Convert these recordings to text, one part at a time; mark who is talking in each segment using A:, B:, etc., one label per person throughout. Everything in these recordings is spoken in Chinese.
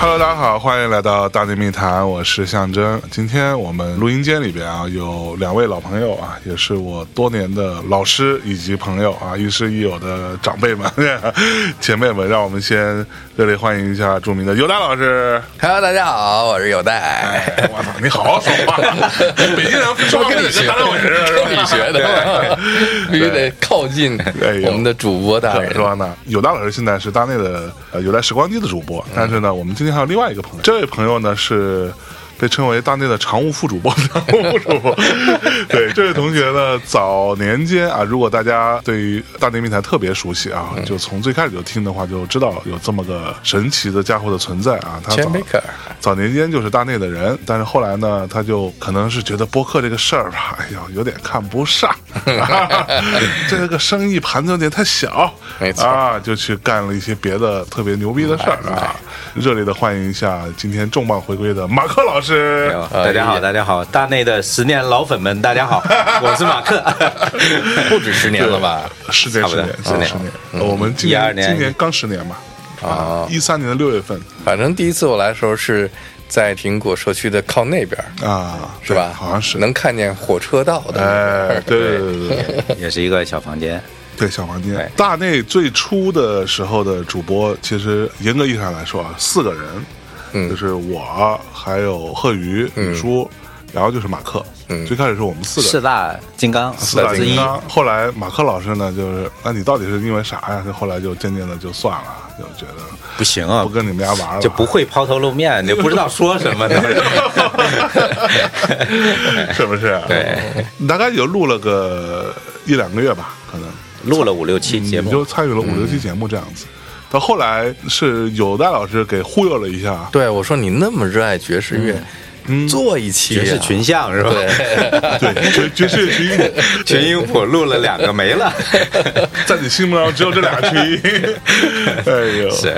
A: Hello，大家好，欢迎来到大内密谈，我是象征。今天我们录音间里边啊，有两位老朋友啊，也是我多年的老师以及朋友啊，亦师亦友的长辈们、 前辈们。让我们先热烈欢迎一下著名的尤达老师。
B: Hello，大家好，我是有代，
A: 哎，我操，你好好说话，北京人说话
B: 跟你
A: 跟
B: 学
A: 达
B: 的，
A: 老师似
B: 跟你学的，必须得靠近
A: 哎呦
B: 我们的主播大
A: 怎么
B: 人。
A: 说呢？有大老师现在是大内的呃有代时光机的主播，但是呢，我们今天还有另外一个朋友，这位朋友呢是。被称为大内的常务副主播， 常务副主播，对这位同学呢，早年间啊，如果大家对于大内密谈特别熟悉啊，就从最开始就听的话，就知道有这么个神奇的家伙的存在啊。他
B: j a
A: 早
B: m a k e r
A: 早年间就是大内的人，但是后来呢，他就可能是觉得播客这个事儿吧， 哎呦，有点看不上， 这个生意盘子有点太小，
B: 没错嗯哎
A: 啊，就去干了一些别的特别牛逼的事儿啊。热烈的欢迎一下今天重磅回归的马克老
B: 哎
A: 师。
C: 大家好，大家好，大内的十年老粉们，大 家好，我是马克。
B: 不止十年了吧？
A: 十年，
C: 差
A: 十
C: 不多
A: 年，
C: 十年
A: 十年。
B: 嗯
A: 我们今
C: 12
A: 年
C: 年
A: 今年刚十年嘛，
B: 啊，
A: 一三年的六月份
B: 反正第一次我来的时候是在苹果社区的靠那边，
A: 啊，
B: 是吧？
A: 对好像是。
B: 能看见火车道的那边。
A: 哎，对对对 对对，
C: 也是一个小房间，
A: 对，小房间
C: 对。
A: 大内最初的时候的主播，其实严格意义上来说啊，四个人，
B: 嗯
A: 就是我，还有贺宇、
C: 嗯
A: 李叔，然后就是马克。
B: 嗯
A: 最开始是我们四个
C: 四
A: 人。
C: 大金刚，
A: 四大
C: 之
A: 金
C: 一。
A: 刚，后来马克老师呢，就是那你到底是因为啥呀？就后来就渐渐的就算了，就觉得
C: 不行啊
A: 不，跟你们家玩了，
C: 就不会抛头露面，你不知道说什么呢。
A: 是不是？
C: 对，
A: 大概也就录了个一两个月吧，可能。
C: 录了五六期节
A: 你
C: 目嗯
A: 就，参与了五六期节目这样子。到后来是有戴老师给忽悠了一下，
B: 对，我说你那么热爱爵士
A: 嗯
B: 乐，做一啊期呀
C: 爵士群像是吧？
A: 对，爵爵士乐群英，
C: 群英谱录了两个没 了，
A: 在你心目当中只有这俩群英。哎呦，
C: 是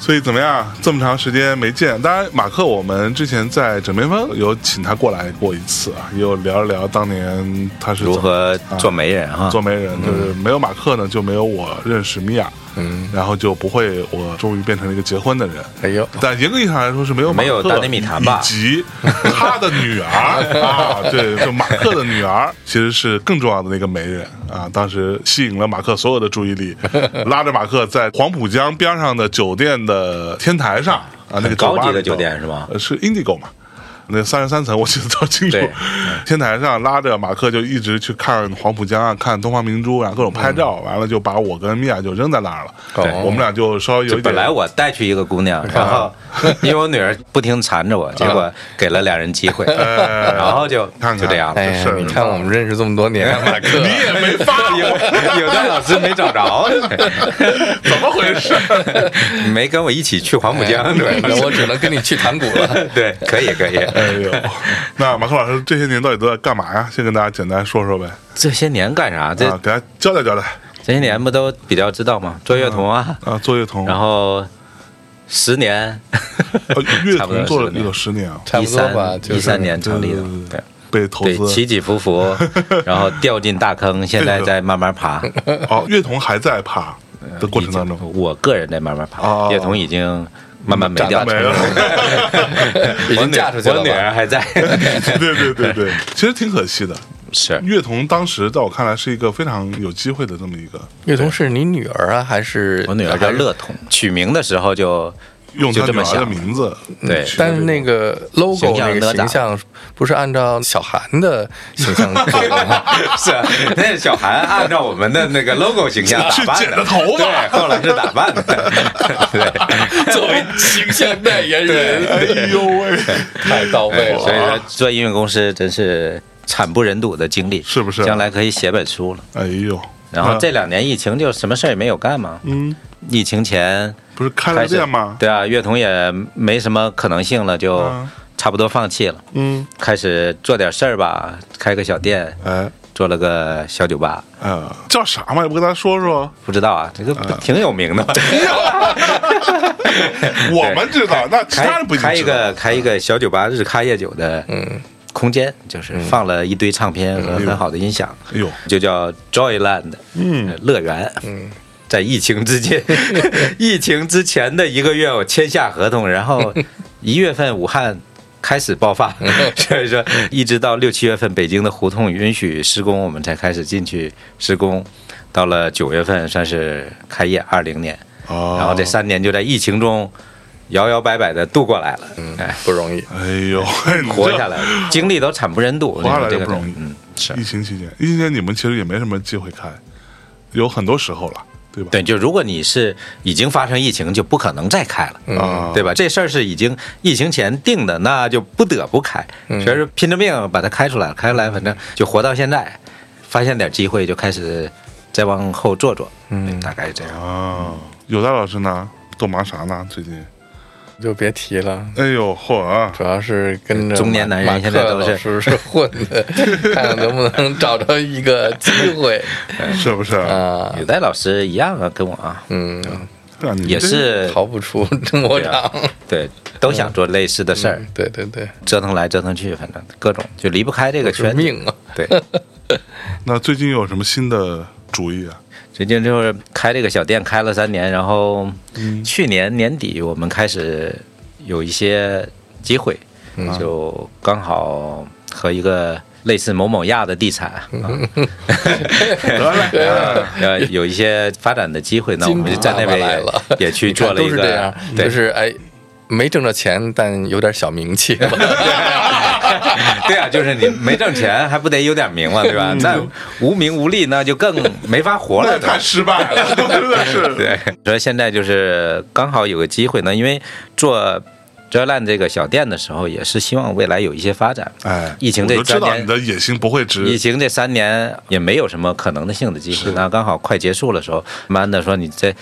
A: 所以怎么样？这么长时间没见，当然马克，我们之前在枕边风有请他过来过一次啊，也有聊一聊当年他是怎
C: 如
A: 么
C: 何做媒人啊？
A: 做媒人，就是没有马克呢，就没有我认识米娅，嗯，然后就不会我终于变成了一个结婚的人。
B: 哎呦，
A: 但严格意义上来说是没有
C: 没有
A: 马克
C: 达内米谈吧
A: 以及他的女儿啊，对，就马克的女儿其实是更重要的那个媒人啊，当时吸引了马克所有的注意力，拉着马克在黄浦江边上的酒店的天台上啊，那个
C: 很高级
A: 酒吧里
C: 的
A: 头
C: 酒店是吗？
A: 呃是 Indigo 嘛。那三十三层，我记得都清楚
C: 对。
A: 天台上拉着马克就一直去看黄浦江啊，看东方明珠啊，各种拍
C: 嗯
A: 照。完了就把我跟米娅就扔在那儿了。
B: 哦
A: 我们俩就稍微有
C: 就
A: 一点。啊
C: 本来我带去一个姑娘，然后因为我女儿不停缠着我，结果给了俩 人机会，
A: 哎
C: 然后就
A: 看看
C: 就这样了。
B: 哎呀
A: 这事，儿啊
B: 你看我们认识这么多 年，马克，啊
A: 你也没发
C: 有
A: 我，
C: 有的老师没找着，
A: 怎么 回事？
C: 没跟我一起去黄浦江，
B: 对，那
C: 对
B: 我只能跟你去谈谷了。
C: 对，可以可以。
A: 哎 呦，那马克老师这些年到底都在干嘛呀？先跟大家简单说说呗，
C: 这些年干啥？这
A: 啊，给大家交代交代
C: 这些年不都比较知道吗？做乐童啊，
A: 啊。做乐童，
C: 然后十年，
A: 呃乐
C: 差不多
A: 童做了
C: 十年
A: 有十年啊，
B: 差
C: 一
B: 不多吧
C: 三
B: 就是
C: 一三年
A: 对
C: 成立的，对
A: 对被投
C: 对，
A: 资
C: 起起伏伏，然后掉进大坑，现在在慢慢爬。
A: 哦，乐童还在爬的过程当中
C: 我个人在慢慢
A: 哦
C: 爬，叶童已经慢慢没
B: 长大
A: 没，
C: 掉
A: 了。
B: 已
C: 我
B: 经
C: 女
B: 嫁出去了
C: 我女
B: 吧？
C: 儿还在，
A: 对对对对，其实挺可惜的。
C: 是
A: 乐童当时在我看来是一个非常有机会的这么一个，
B: 乐童是你女儿啊，还是
C: 我女儿叫乐？童，取名的时候就
A: 用他
C: 就这
A: 女
C: 么
A: 儿的
C: 想
A: 名 字
C: 对
A: 取的
B: 但是
A: 这
B: 那个 logo
C: 形象
B: 那个
C: 哪吒
B: 形象不是按照小韩的形 象做的吗？
C: 是，啊那是小韩按照我们的那个 logo 形象打
A: 去
C: 扮
A: 剪的头发
C: 对，后来是打扮的， 对，
B: 作为形象代言人，
A: 哎呦喂，
B: 太到位
C: 对所以
B: 了。
C: 说做音乐公司真是惨不忍睹的经历，
A: 是不啊是
C: 将来可以写本书了。
A: 哎呦，
C: 然后
A: 那
C: 这两年疫情就什么事儿也没有干嘛，
A: 嗯，
C: 疫情前
A: 不是开
C: 开
A: 了
C: 始
A: 店吗？
C: 对啊，乐童也没什么可能性了，就
A: 嗯
C: 差不多放弃了，
A: 嗯，
C: 开始做点事儿吧，开个小店，
A: 哎，
C: 做了个小酒吧，
A: 嗯，叫啥嘛？也不跟咱说说。
C: 不知道啊，这个不挺有名的吗。
A: 我们知道，那其他
C: 开
A: 人不一定
C: 开一
A: 知道嗯
C: 个开一个小酒吧，日咖夜酒的空间，就是放了一堆唱片和很好的音响，
A: 哎呦，
C: 就叫 Joyland，嗯，乐园，嗯。在疫情之 间，疫情之前的一个月，我签下合同，然后一月份武汉开始爆发，
A: 嗯
C: 所以说一直到六七月份，北京的胡同允许施工，我们才开始进去施工。到了九月份算是开业，二零年，
A: 哦
C: 然后这三年就在疫情中摇摇摆摆的度过来了，嗯，哎，
B: 不容易。
A: 哎 呦，你这
C: 活下来了，经历都惨不忍睹，
A: 活下来
C: 这
A: 就
C: 个
A: 不容易
C: 嗯，是
A: 疫情期间，疫情期间你们其实也没什么机会开，有很多时候了，对吧？
C: 对，就如果你是已经发生疫情，就不可能再开了，
A: 啊，
C: 对吧？这事儿是已经疫情前定的，那就不得不开，
A: 嗯
C: 所以说拼着命把它开出来了，开出来反正就活到现在，发现点机会就开始再往后做做，嗯，大概是这样。
A: 啊，有戴老师呢，都忙啥呢？最近？
B: 就别提了。
A: 哎呦，嚯啊！
B: 主要是跟着
C: 中年男人现在都是
B: 是是混的， 看看能不能找着一个机会
A: 是不是？
C: 呃
B: 啊。
C: 有戴老师一样啊，跟我啊，
B: 嗯，
A: 对啊，你们
C: 也
A: 这
C: 是
B: 逃不出魔掌。
C: 对，都
A: 嗯
C: 想做类似的事儿，
B: 对对对，
C: 折腾来折腾去，反正各种就离不开这个
B: 是
C: 圈子。
B: 命啊！
C: 对，
A: 那最近有什么新的主意 啊？
C: 最近就是开这个小店开了三年，然后去年年底我们开始有一些机会，
B: 嗯
C: 就刚好和一个类似某某亚的地产啊，
B: 嗯
A: 得嘞， 啊
C: 呃，有一些发展的机会呢，我
B: 金
C: 们
B: 主
C: 就在那
B: 爸爸来
C: 边
B: 了，
C: 也也去
B: 你看
C: 做了一
B: 都是这
C: 个
B: 样，，
C: 对
B: 就。是哎，没挣着钱，但有点小名气 了。
C: 对啊，就是你没挣钱，还不得有点名嘛，对
B: 嗯
C: 吧？那无名无利，那就更没法活
A: 那
C: 了，
A: 也
C: 对吧
A: 太？失败 了，真的是。
C: 对，所以现在就是刚好有个机会呢，因为做 Joyland 这个小店的时候，也是希望未来有一些发展。
A: 哎，
C: 疫情
A: 我
C: 这
A: 就知
C: 三
A: 道
C: 年
A: 你的野心不会
C: 疫
A: 值。
C: 情这三年也没有什么可能的性的机会，那刚好快结束的时候，慢慢的说你这，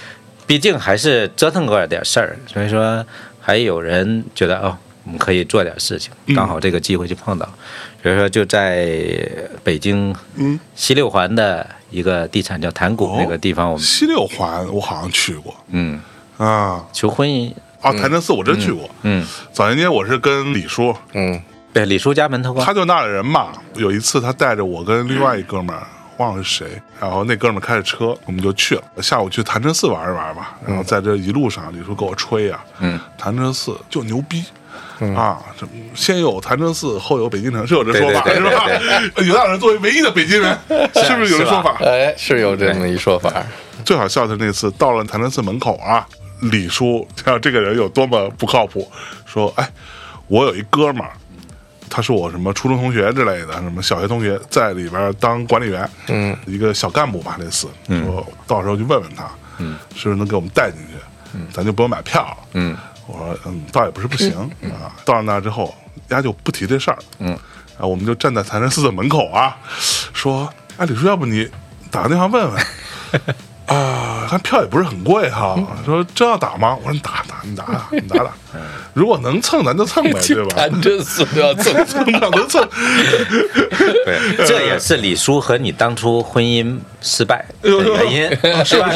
C: 毕竟还是折腾过点事儿，所以说还有人觉得哦，我们可以做点事情，
A: 嗯
C: 刚好这个机会就碰到，所以说就在北京
A: 嗯，
C: 西六环的一个地产叫坛
A: 哦
C: 谷那个地方，我们
A: 西六环我好像去过
C: 嗯
A: 啊，
C: 求婚
A: 啊，潭柘寺我真去过。
C: 嗯。
A: 早些年我是跟李叔，
B: 嗯，
C: 对，李叔家门头沟
A: 他就那儿人嘛。有一次他带着我跟另外一哥们儿，忘了是谁，然后那哥们儿开着车，我们就去了。下午去潭柘寺玩一玩吧，然后在这一路上，李叔给我吹啊，嗯，潭柘寺就牛逼。
C: 嗯
A: 啊，什么先有潭柘寺，后有北京城，是有这说法
C: 对对对对啊
A: 是吧？有大人作为唯一的北京人， 是不是有这说法？
B: 哎，是有这么一说 法。
A: 最好笑的是那次到了潭柘寺门口啊，李叔 知道这个人有多么不靠谱，说：“哎，我有一哥们儿，他是我什么初中同学之类的，什么小学同学，在里边当管理员，嗯，一个小干部吧，类似，说到时候去问问他，嗯，是不是能给我们带进去，嗯，咱就不用买票了，嗯，我说嗯，倒也不是不行、啊，到了那之后，丫就不提这事儿，嗯，啊，我们就站在潭柘寺的门口啊，说，哎，李叔，要不你打个电话问 问。啊，看票也不是很贵哈。说真要打吗？我说你打打，你打打，你打 打。如果能蹭， 咱就蹭呗，对吧？
B: 谈这死都要 蹭，
A: 蹭不了能蹭。
C: 对，这也是李叔和你当初婚姻失败
A: 哎
C: 的原因， 是吧？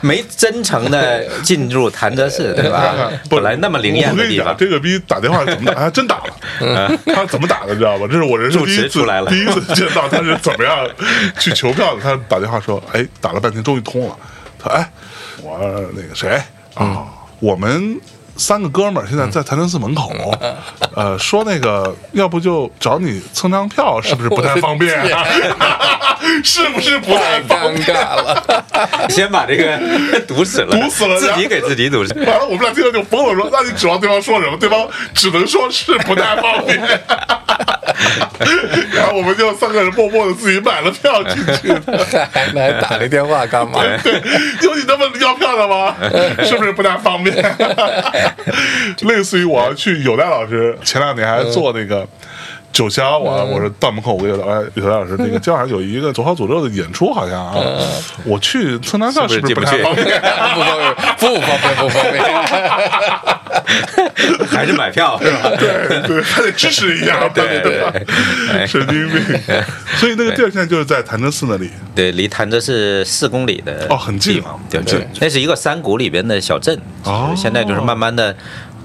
C: 没真诚的进入潭柘寺，对吧？啊本来那么灵验
A: 我
C: 的
A: 跟你
C: 地
A: 讲，
C: 方，嗯
A: 这个逼打电话怎么打？ 啊还真打了。他怎么打的，你知道吧？这是我人生第一
C: 主持
A: 次
C: 出来了
A: 第一次见到他是怎么样去求票的。他打电话说：“哎，打了半天终于通了。”他哎，我那个谁
C: 嗯
A: 啊，我们。三个哥们儿现在在潭柘寺门口，
C: 嗯
A: 呃，说那个，要不就找你蹭张票，是不是不太方便啊？ 是不是不太
B: 太
A: 方便？
B: 尴尬 了。
C: 先把这个堵死了，
A: 堵死了
C: 自己给自己堵 死。
A: 完了，我们俩听了就疯了，说：“那你指望对方说什么？对方只能说是不太方便。” 然后我们就三个人默默的自己买了票进去的。
B: 还那还打那电话干嘛？
A: 对，有你那么要票的吗？是不是不太方便？ 类似于我要去有戴老师前两年还做那个。九霄，我我说到门口，我给有戴哎有戴老师，那个今晚上有一个左好左右的演出，好像啊，我去蹭张票
C: 嗯是
A: 是
C: 不
A: 不 是不
C: 是进不
A: 太
C: 去
A: 方便？
B: 不方便，不方便，不方便。
C: 还是买 票是吧？
A: 对对，还得支持一下，
C: 对对哎
A: 神经病。所以那个地儿现在就是在潭柘寺那里，
C: 对，离潭柘寺四公里的
A: 哦很近
C: 地
A: 啊
C: 方，对
A: 很近
C: 对，那是一个山谷里边的小镇，
A: 哦
C: 就是现在就是慢慢的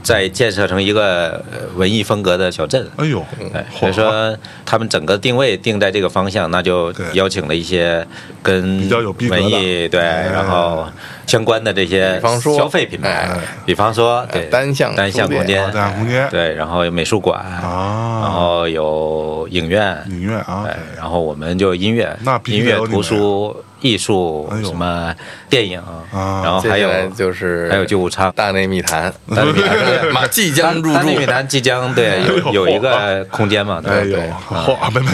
C: 在建设成一个呃文艺风格的小镇。
A: 哎呦，
C: 对，
A: 嚯
C: 所以嗯说他们整个定位定在这个方向，那就
A: 对
C: 邀请了一些跟
A: 比较有逼格的
C: 文艺对，
A: 哎
C: 然后相关的这些
B: 比方说
C: 消费品牌
B: 哎，
C: 比方说对
B: 单向
C: 单向
B: 书店
A: 哦，
C: 空间哎
A: 单向空间
C: 对，然后有美术馆，然
A: 啊，
C: 后有影院，
A: 影院啊
C: 对，，然后我们就音乐，
A: 那必须
C: 音
A: 得
C: 乐
A: 有你们啊
C: 图书、艺术
A: 哎呦
C: 什么电影，
A: 啊
C: 然后哦还有
B: 接下来就是
C: 还有救护舱。
B: 大内密谈，
C: 大内密谈
B: 马即将入
C: 大内
B: 驻
C: 密谈即将对
A: 哎呦
C: 有有一个空间嘛，
A: 哎
C: 对
A: 呦，
C: 对，
A: 嚯，没没，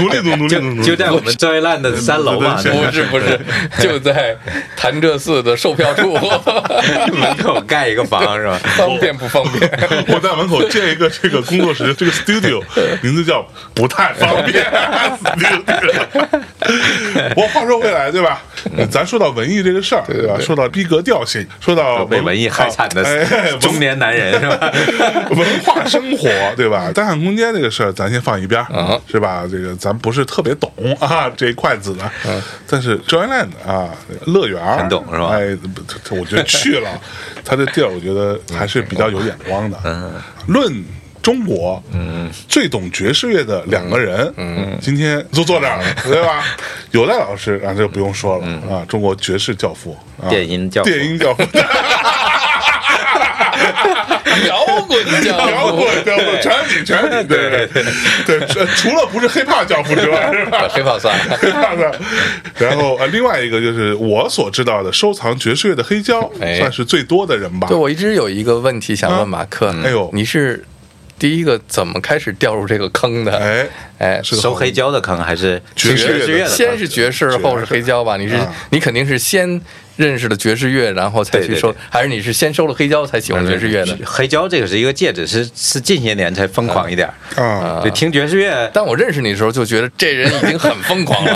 A: 努力努努力努努
C: 就
A: 力，
C: 就在我们最烂的三楼 嘛，
A: 对
C: 对
B: 不是不是，就在潭柘寺的售票 处，
C: 门口盖一个房是吧？
B: 方便不方 便？
A: 我在门口建一个这个工作室，这个 studio 名字叫不太方便 studio。我话说回来，对吧？咱说到文艺这个事儿，对吧？说到逼格调性，说到
C: 被文艺害惨
A: 啊哦 哎
C: 的
A: 文
C: 中年男人是 吧？
A: 文化生活，对吧？单向空间这个事儿，咱先放一边儿，
B: 嗯
A: 是吧？这个咱不是特别懂啊，这一块子的。但是 Joyland 啊，乐园儿
C: 很懂是吧
A: 哎，不这这我觉得去了，他这地儿我觉得还是比较有眼光的。论中国，嗯，最懂爵士乐的两个人，嗯，今天都坐这儿了，对吧？有赖老师啊，这不用说了啊，中国爵士教父，啊
C: 电音教父
A: 电音教父。
B: 摇滚 教父，
A: 摇滚教父，全是你，全是你，对对对，除除了不是 hiphop 教父之外，是吧
B: 黑怕算了，
A: ？hiphop 的然后呃，另外一个就是我所知道的收藏爵士乐的黑胶，
B: 哎
A: 算是最多的人吧
B: 对，。我一直有一个问题想问马克，
C: 嗯
A: 哎呦
B: 你是第一个怎么开始掉入这个坑的？
A: 哎
B: 哎，
A: 是个
C: 收
A: 好
C: 黑胶的坑还是
A: 爵士乐的
C: 爵士乐的坑？嗯
B: 先是爵士，
A: 爵士
B: 后是黑胶吧？你是
A: 啊
B: 你肯定是先认识了爵士乐，然后才去收
C: 对对，嗯
B: 还是你是先收了黑胶才喜欢爵士乐的？
C: 黑胶这个是一个戒指，是是近些年才疯狂一点儿。
A: 啊。
C: 对，听爵士乐
B: 但我认识你的时候就觉得这人已经很疯狂 了，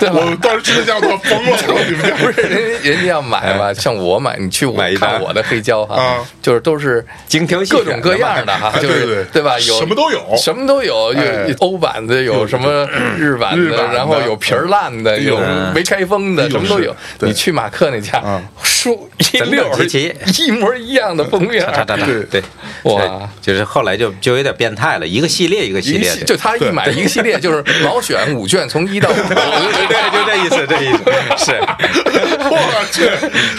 B: 对吧？
A: 我当时去他家，我都疯了，我说你们家
B: 不是人人家要买吧？像我买，你去我
C: 买一单嗯
B: 看我的黑胶哈
A: 啊，
B: 就是都是
C: 精挑细选
B: 各种各样的哈，
A: 哎
B: 就
A: 对
B: 是
A: 对
B: 对吧？有
A: 什么都有
B: 什么都有，
A: 哎
B: 有欧版的，有什 么日版
A: 嗯日版
B: 的，
A: 的
B: 然后有皮儿烂的，
A: 嗯
B: 有没开封的，
A: 嗯
B: 什么都有
A: 是。对
B: 你去马克那家
A: 啊，
B: 书一
C: 整整
B: 溜儿
C: 齐齐
B: 一模一样的封面儿，
C: 哒哒哒，
A: 对
C: 对，
B: 哇
C: 对，就是后来就就有点变态了，一个系列一个系
B: 一
C: 列
B: 系
C: 的，
B: 就他一买一个系列，就是老选五卷，从一 到五，
C: 对对，就这意思，这意思是，
A: 我去，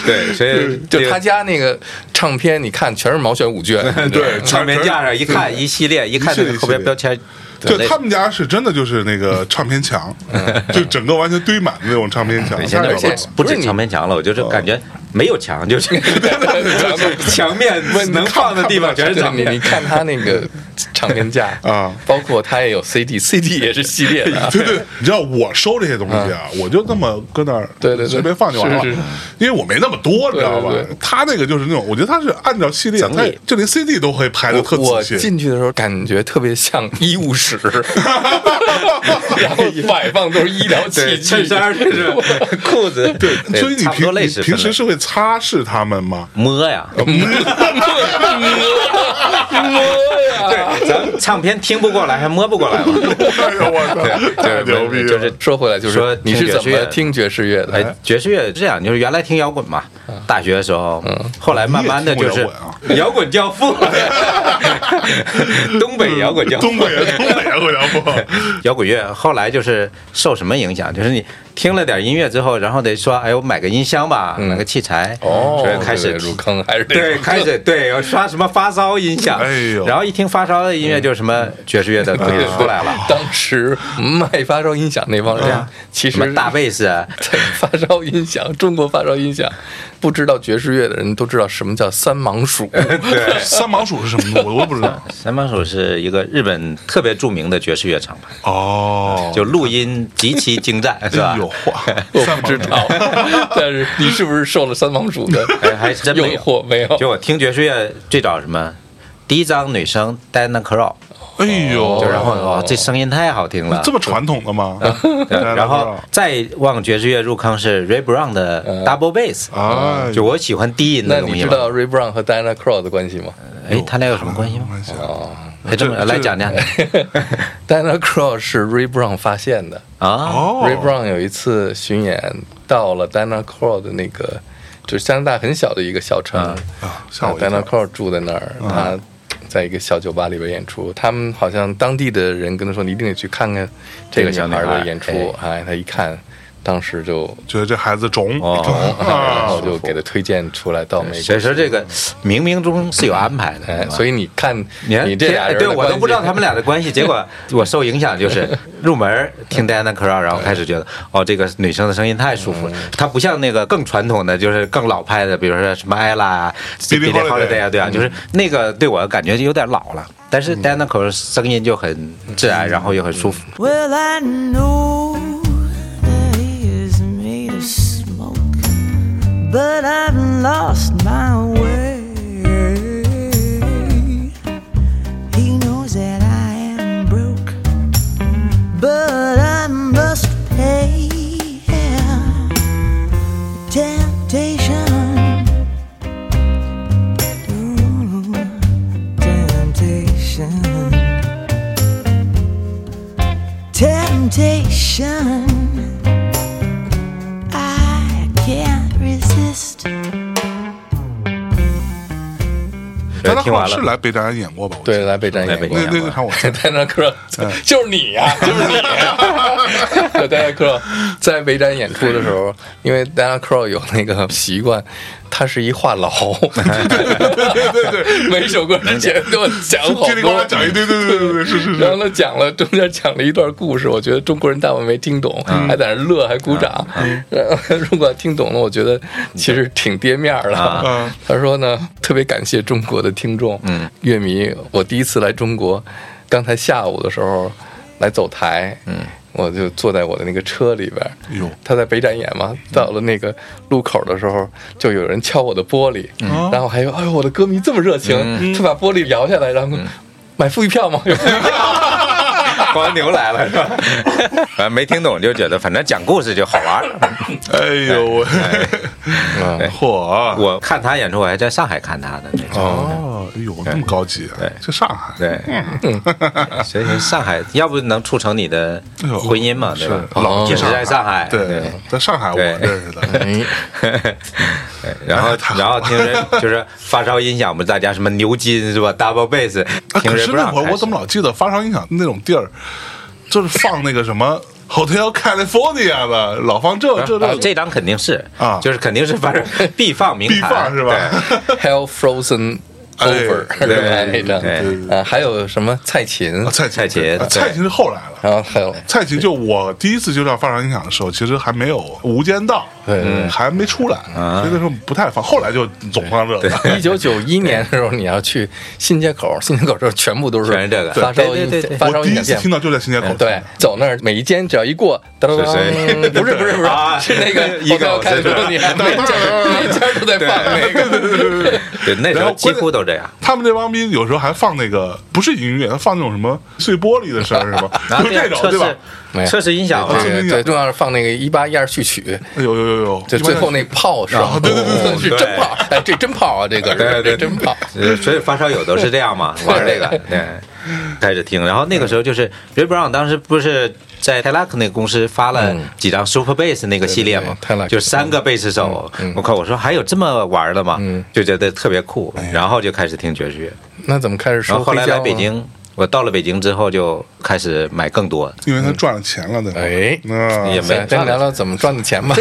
C: 对，所以
B: 就他家那个唱片，你看全是毛选五卷，
A: 对，
C: 唱片架上一看一系列，一看那
A: 一系列
C: 个后边标签，
A: 对
C: 类
A: 他们家是真的就是那个唱片墙，就整个完全堆满的那种唱片墙，
C: 嗯对现在
B: 而
A: 太可
B: 且
A: 怕了
C: 不
B: 不
C: 不
B: 是
C: 止
B: 你
C: 唱片墙了，我
A: 哦
C: 就是感觉没有墙，就是 墙面能放的地方全是
B: 对
C: 唱
B: 你你
C: 片，
B: 看他那个唱片架
A: 啊，。
B: 包括他也有 CD，CD 也是系列的啊
A: 对对，你知道我收这些东西啊，我就那么搁那儿，
B: 对对对
A: 随便放就完了
B: 是是是，
A: 因为我没那么多，你知道吧
B: 对对对？
A: 他那个就是那种，我觉得他是按照系列，
C: 整理
A: 他就连 CD 都会排的特
B: 我
A: 仔细。
B: 进去的时候感觉特别像医务 室，然后摆放都是医疗器
C: 对，
B: 具
C: 衬，衫这是裤子，对
A: 所以你
C: 差不多
A: 平
C: 类
A: 你
C: 似
A: 平
C: 分
A: 时哦是
C: 类
A: 会擦拭它们吗？
C: 摸呀， 对，咱唱片听不过来，还摸不过来吗？
A: 哎呦我操，太牛逼了！
C: 就是
B: 说回来就
C: 说
B: 是你是怎么听爵士乐的？
C: 哎，爵士乐是这样，就是原来听摇滚嘛，大学的时候，后来慢慢的就
A: 嗯你也
C: 是
A: 听过摇啊
C: 摇滚教父， 东北摇滚教父
A: 东，北人，东 北人会聊不？
C: 摇滚乐。后来就是受什么影响？就是你听了点音乐之后，然后得说，哎，我买个音箱吧，买个器材，所以开
B: 哦对
C: 始
B: 入坑还是得
C: 对，
B: 入坑
C: 开始对要刷什么发烧音响，
A: 哎呦
C: 然后一听发烧的音乐，就是什么爵士乐的东西嗯出来了，
B: 当时卖发烧音响那帮人
C: 啊，
B: 其
C: 什么
B: 实
C: 大贝斯啊，
B: 在发烧音响，中国发烧音响，不知道爵士乐的人都知道什么叫三盲 鼠，
A: 三盲鼠是什么？我都不知道。
C: 三把手是一个日本特别著名的爵士乐厂牌，
A: 哦，
C: 就录音极其精湛，是啊吧
A: 哎？呦嚯，
B: 我
A: 三
B: 不知
A: 盲
B: 道。但是你是不是受了三盲鼠的
C: 哎还真
B: 诱
C: 没有
B: 哦惑？没有，
C: 就我听爵士乐最早什么第一张女生 Dana Crow，
A: 哎呦，
C: 就然后哦，这声音太好听了
A: 这。么传统的吗？哎
C: 对 呃然后再往爵士乐入坑是 Ray Brown 的 Double Bass，
A: 啊，
C: 就我喜欢低音
B: 呃那
C: 的东
B: 你
C: 西
B: 知
C: 嘛。
B: 道 Ray Brown 和 Diana Crow 的关系吗？
C: 哎，他俩有什么关系吗？
A: 关系啊，
B: 哦
C: 哎，这么
A: 这
C: 来讲讲
B: ，Diana Crow 是 Ray Brown 发现的。
C: 啊，
A: 哦
B: Ray Brown 有一次巡演到了 Diana Crow 的那个，就是加拿大很小的一个小城，
A: 啊，吓我一
B: Dana
A: 跳，
B: Crow 住在那儿，他在一个小酒吧里边演出。他们好像当地的人跟他说：“你一定得去看看这个小孩的演
C: 这个小
B: 出。”哎，他一看，当时就，
A: 觉得这孩子肿，
B: 哦然
A: 啊
B: 后就给他推荐出来到美国。
C: 哦所以说这个冥冥中是有安排的。
B: 哎
C: 是，吧
B: 所以你看，
C: 你看
B: 你这俩
C: 哎
B: 人
C: 对
B: 的
C: 我都不知道他们
B: 关
C: 俩的关系，结 果我受影响 就是入门听 Diana Crow，然后开始觉得哦，这个女生的声音太舒服了。她不像那个更传统的，就是更老派的，比如说什么 Ella 啊、
A: Billie
C: Billie
A: Holiday
C: Holiday 嗯啊，对啊，就是那个对我感觉就有点老了。但是 Diana Crow 声音就很自然，然后又很舒服。
D: Well, I know that he is made of smoke, but I've lost my way. He knows that I am broke, but I must pay temptation. Ooh, temptation temptation I can't resist.
A: 但他
C: 听
A: 好
C: 完
A: 像是
C: 了，
A: 来北展演过吧？我
B: 对
A: 记得
B: 来北站
C: 来
B: 演
C: 北嗯
B: 过
C: 站
A: 那那个场我记得
B: Diana Crow 就是你呀、 就是你、呀 Diana Crow 在北展演出的时候，因为 Diana Crow 有那个习惯，他是一话痨。
A: 对对 对对，
B: 每首歌之前都要讲好
A: 噼里呱啦
B: 多。
A: 讲一堆，对对对对，是是
B: 然后
A: 是，
B: 他讲了，中间讲了一段故事，我觉得中国人大部分没听懂，
C: 嗯
B: 还在那乐，还鼓掌。然后如果听懂了，我觉得其实挺跌面儿的。
C: 啊
A: 嗯
B: 他说呢，特别感谢中国的听众、嗯、乐迷。我第一次来中国，刚才下午的时候来走台，嗯，我就坐在我的那个车里边儿。
A: 哟
B: 他在北展演嘛，到了那个路口的时候，就有人敲我的玻璃，然后还有，哎呦，我的歌迷这么热情，他把玻璃摇下来，然后买富裕票吗？有富裕票。
C: 黄牛来了是吧？ 反正没听懂就觉得，反正讲故事就好玩儿。
A: 哎呦喂， 嚯！
C: 哎我看他演出，我还在上海看他的那种。
A: 哦，哎呦，那么高级啊！这上海，
C: 对， 所以说上海要不能促成你的
A: 哎呦
C: 婚姻嘛，对吧？
A: 是老
C: 一直
A: 上海
C: 在上海，
A: 对，在上海我
C: 对
A: 认识 的，
C: 对然后
A: 哎太好了
C: 然后听人就是发烧音响不是大家什么牛津是吧？Double bass，
A: 啊，
C: 听
A: 可
C: 人
A: 是
C: 不
A: 那
C: 让
A: 会儿
C: 开
A: 我怎么
C: 始
A: 老记得发烧音响那种地儿，就是放那个什么 Hotel California 的，老放这这
C: 啊
A: 这
C: 这张肯定是
A: 啊
C: 就是肯定 是反正必放名
A: 必
C: 牌
A: 放是吧？
B: Hell Frozen
A: 哎
B: Over
A: 对
B: 对吧？ 那张
C: 对
A: 对
B: 啊，还有什么蔡琴
A: 啊，，蔡琴
C: 蔡琴
A: 对啊
C: 对
A: 蔡琴是后来了。
B: 然后还有
A: 蔡琴就我第一次接触到发烧音响的时候，其实还没有《无间道》，嗯
B: 对对对
A: 还没出来，所以那时候不太放。后来就总放这个，
B: 一九九一年的时候，你要去新街口， 新街口这全部都是
C: 全是这个
B: 发烧
C: 对
B: 音
C: 对对对
B: 发烧
A: 我
B: 音
A: 第一
B: 响
A: 次
B: 店
A: 听。到就在新街口。
B: 嗯对，走那儿每一间只要一过，噔噔
C: 谁
B: 噔，不是不是不是
C: 啊，
B: 是那个
C: 一个
B: 我刚才
C: 是吧
B: 看的，你还 每家每家都在放那个，
C: 对，那时
A: 然
C: 候
A: 后
C: 几乎都这样。
A: 他们这帮逼有时候还放那个不是音乐，放那种什么碎玻璃的声儿，什么
C: 然后
A: 就这种
C: 啊测
A: 对吧
C: 试？
B: 没有
C: 测试音响嘛，
B: 这个对，重要是放那个一八一二序曲，
A: 哎呦呦呦呦！
B: 就
A: 一般
B: 最后那炮声，
A: 对对对
C: 对
B: 是真炮，哎，这真炮啊，这个
C: 对
B: 是
C: 对
B: 这真炮，
C: 呃，所以发烧友都是这 样嘛，玩这个，对，开始听。然后那个时候就是 Ray Brown 当时不是在泰拉克那个公司发了几张 Super Bass 那个系列嘛
B: 嗯对对对泰拉，克嗯
C: 就三个贝斯手。我靠，我说还有这么玩的嘛，就觉得特别酷。然后就开始听爵士乐，
B: 那怎么开始
C: 然
B: 哎说
C: 后后
B: 黑
C: 来
B: 胶啊
C: 来
B: 了
C: 北？京。我到了北京之后，就开始买 更多，
A: 因为他赚了钱了，对吧？
B: 哎
A: 那
C: 也没
B: 咱咱聊聊怎么赚的钱吧。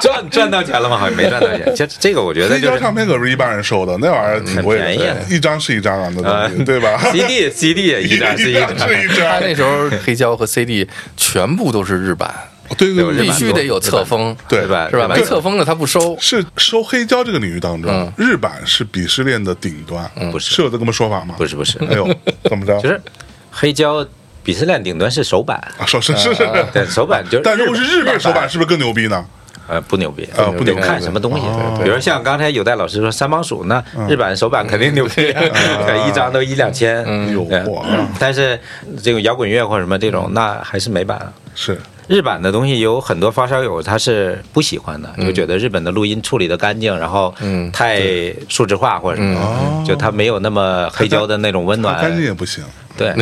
C: 赚赚到钱了吗？好像没赚到钱。这这个我觉得
A: 那
C: 就
A: 张
C: 是
A: 唱片可不是一般人收的，那玩意儿挺贵
C: 很便宜啊
A: 的，一张是一张啊，那
C: 呃
A: 东西对 吧？
C: CD CD 也一张是一 张，
A: 是 一
B: 他
A: 张，
B: 那时候黑胶和 CD 全部都是日版，
A: 对对
C: 有日
A: 对
B: 必
C: 版
B: 须得有侧封，
A: 对
C: 对吧？
B: 是吧？
C: 对
B: 没侧封的他不收。
A: 是收黑胶这个领域当中
B: 嗯，
A: 日版是鄙视链的顶端，
C: 嗯不是
A: 有这么说法吗？
C: 不是不是，
A: 哎 呦，怎么着？
C: 就是黑胶鄙视链顶端是手板，
A: 啊，是是是是，
C: 呃对手板就是，
A: 但如果是日版手板，
C: 版
A: 是不是更牛逼呢？
C: 呃，不牛逼
A: 啊不牛逼
C: 得看什么东西
A: 哦。嗯
C: 比如像刚才有戴老师说三帮鼠呢，日版首版肯定牛逼， 一张都一两千。
A: 啊
C: 嗯
A: 有
C: 对
A: 货啊，嗯
C: 但是这种摇滚乐或者什么这种，那还是美版啊。
A: 是
C: 日版的东西有很多发烧友他是不喜欢的，就觉得日本的录音处理的干净，然后
B: 嗯
C: 太数字化或者什
A: 哦
C: 么，嗯就他没有那么黑胶的那种温
A: 它
C: 暖，
A: 干净也不行，
C: 对，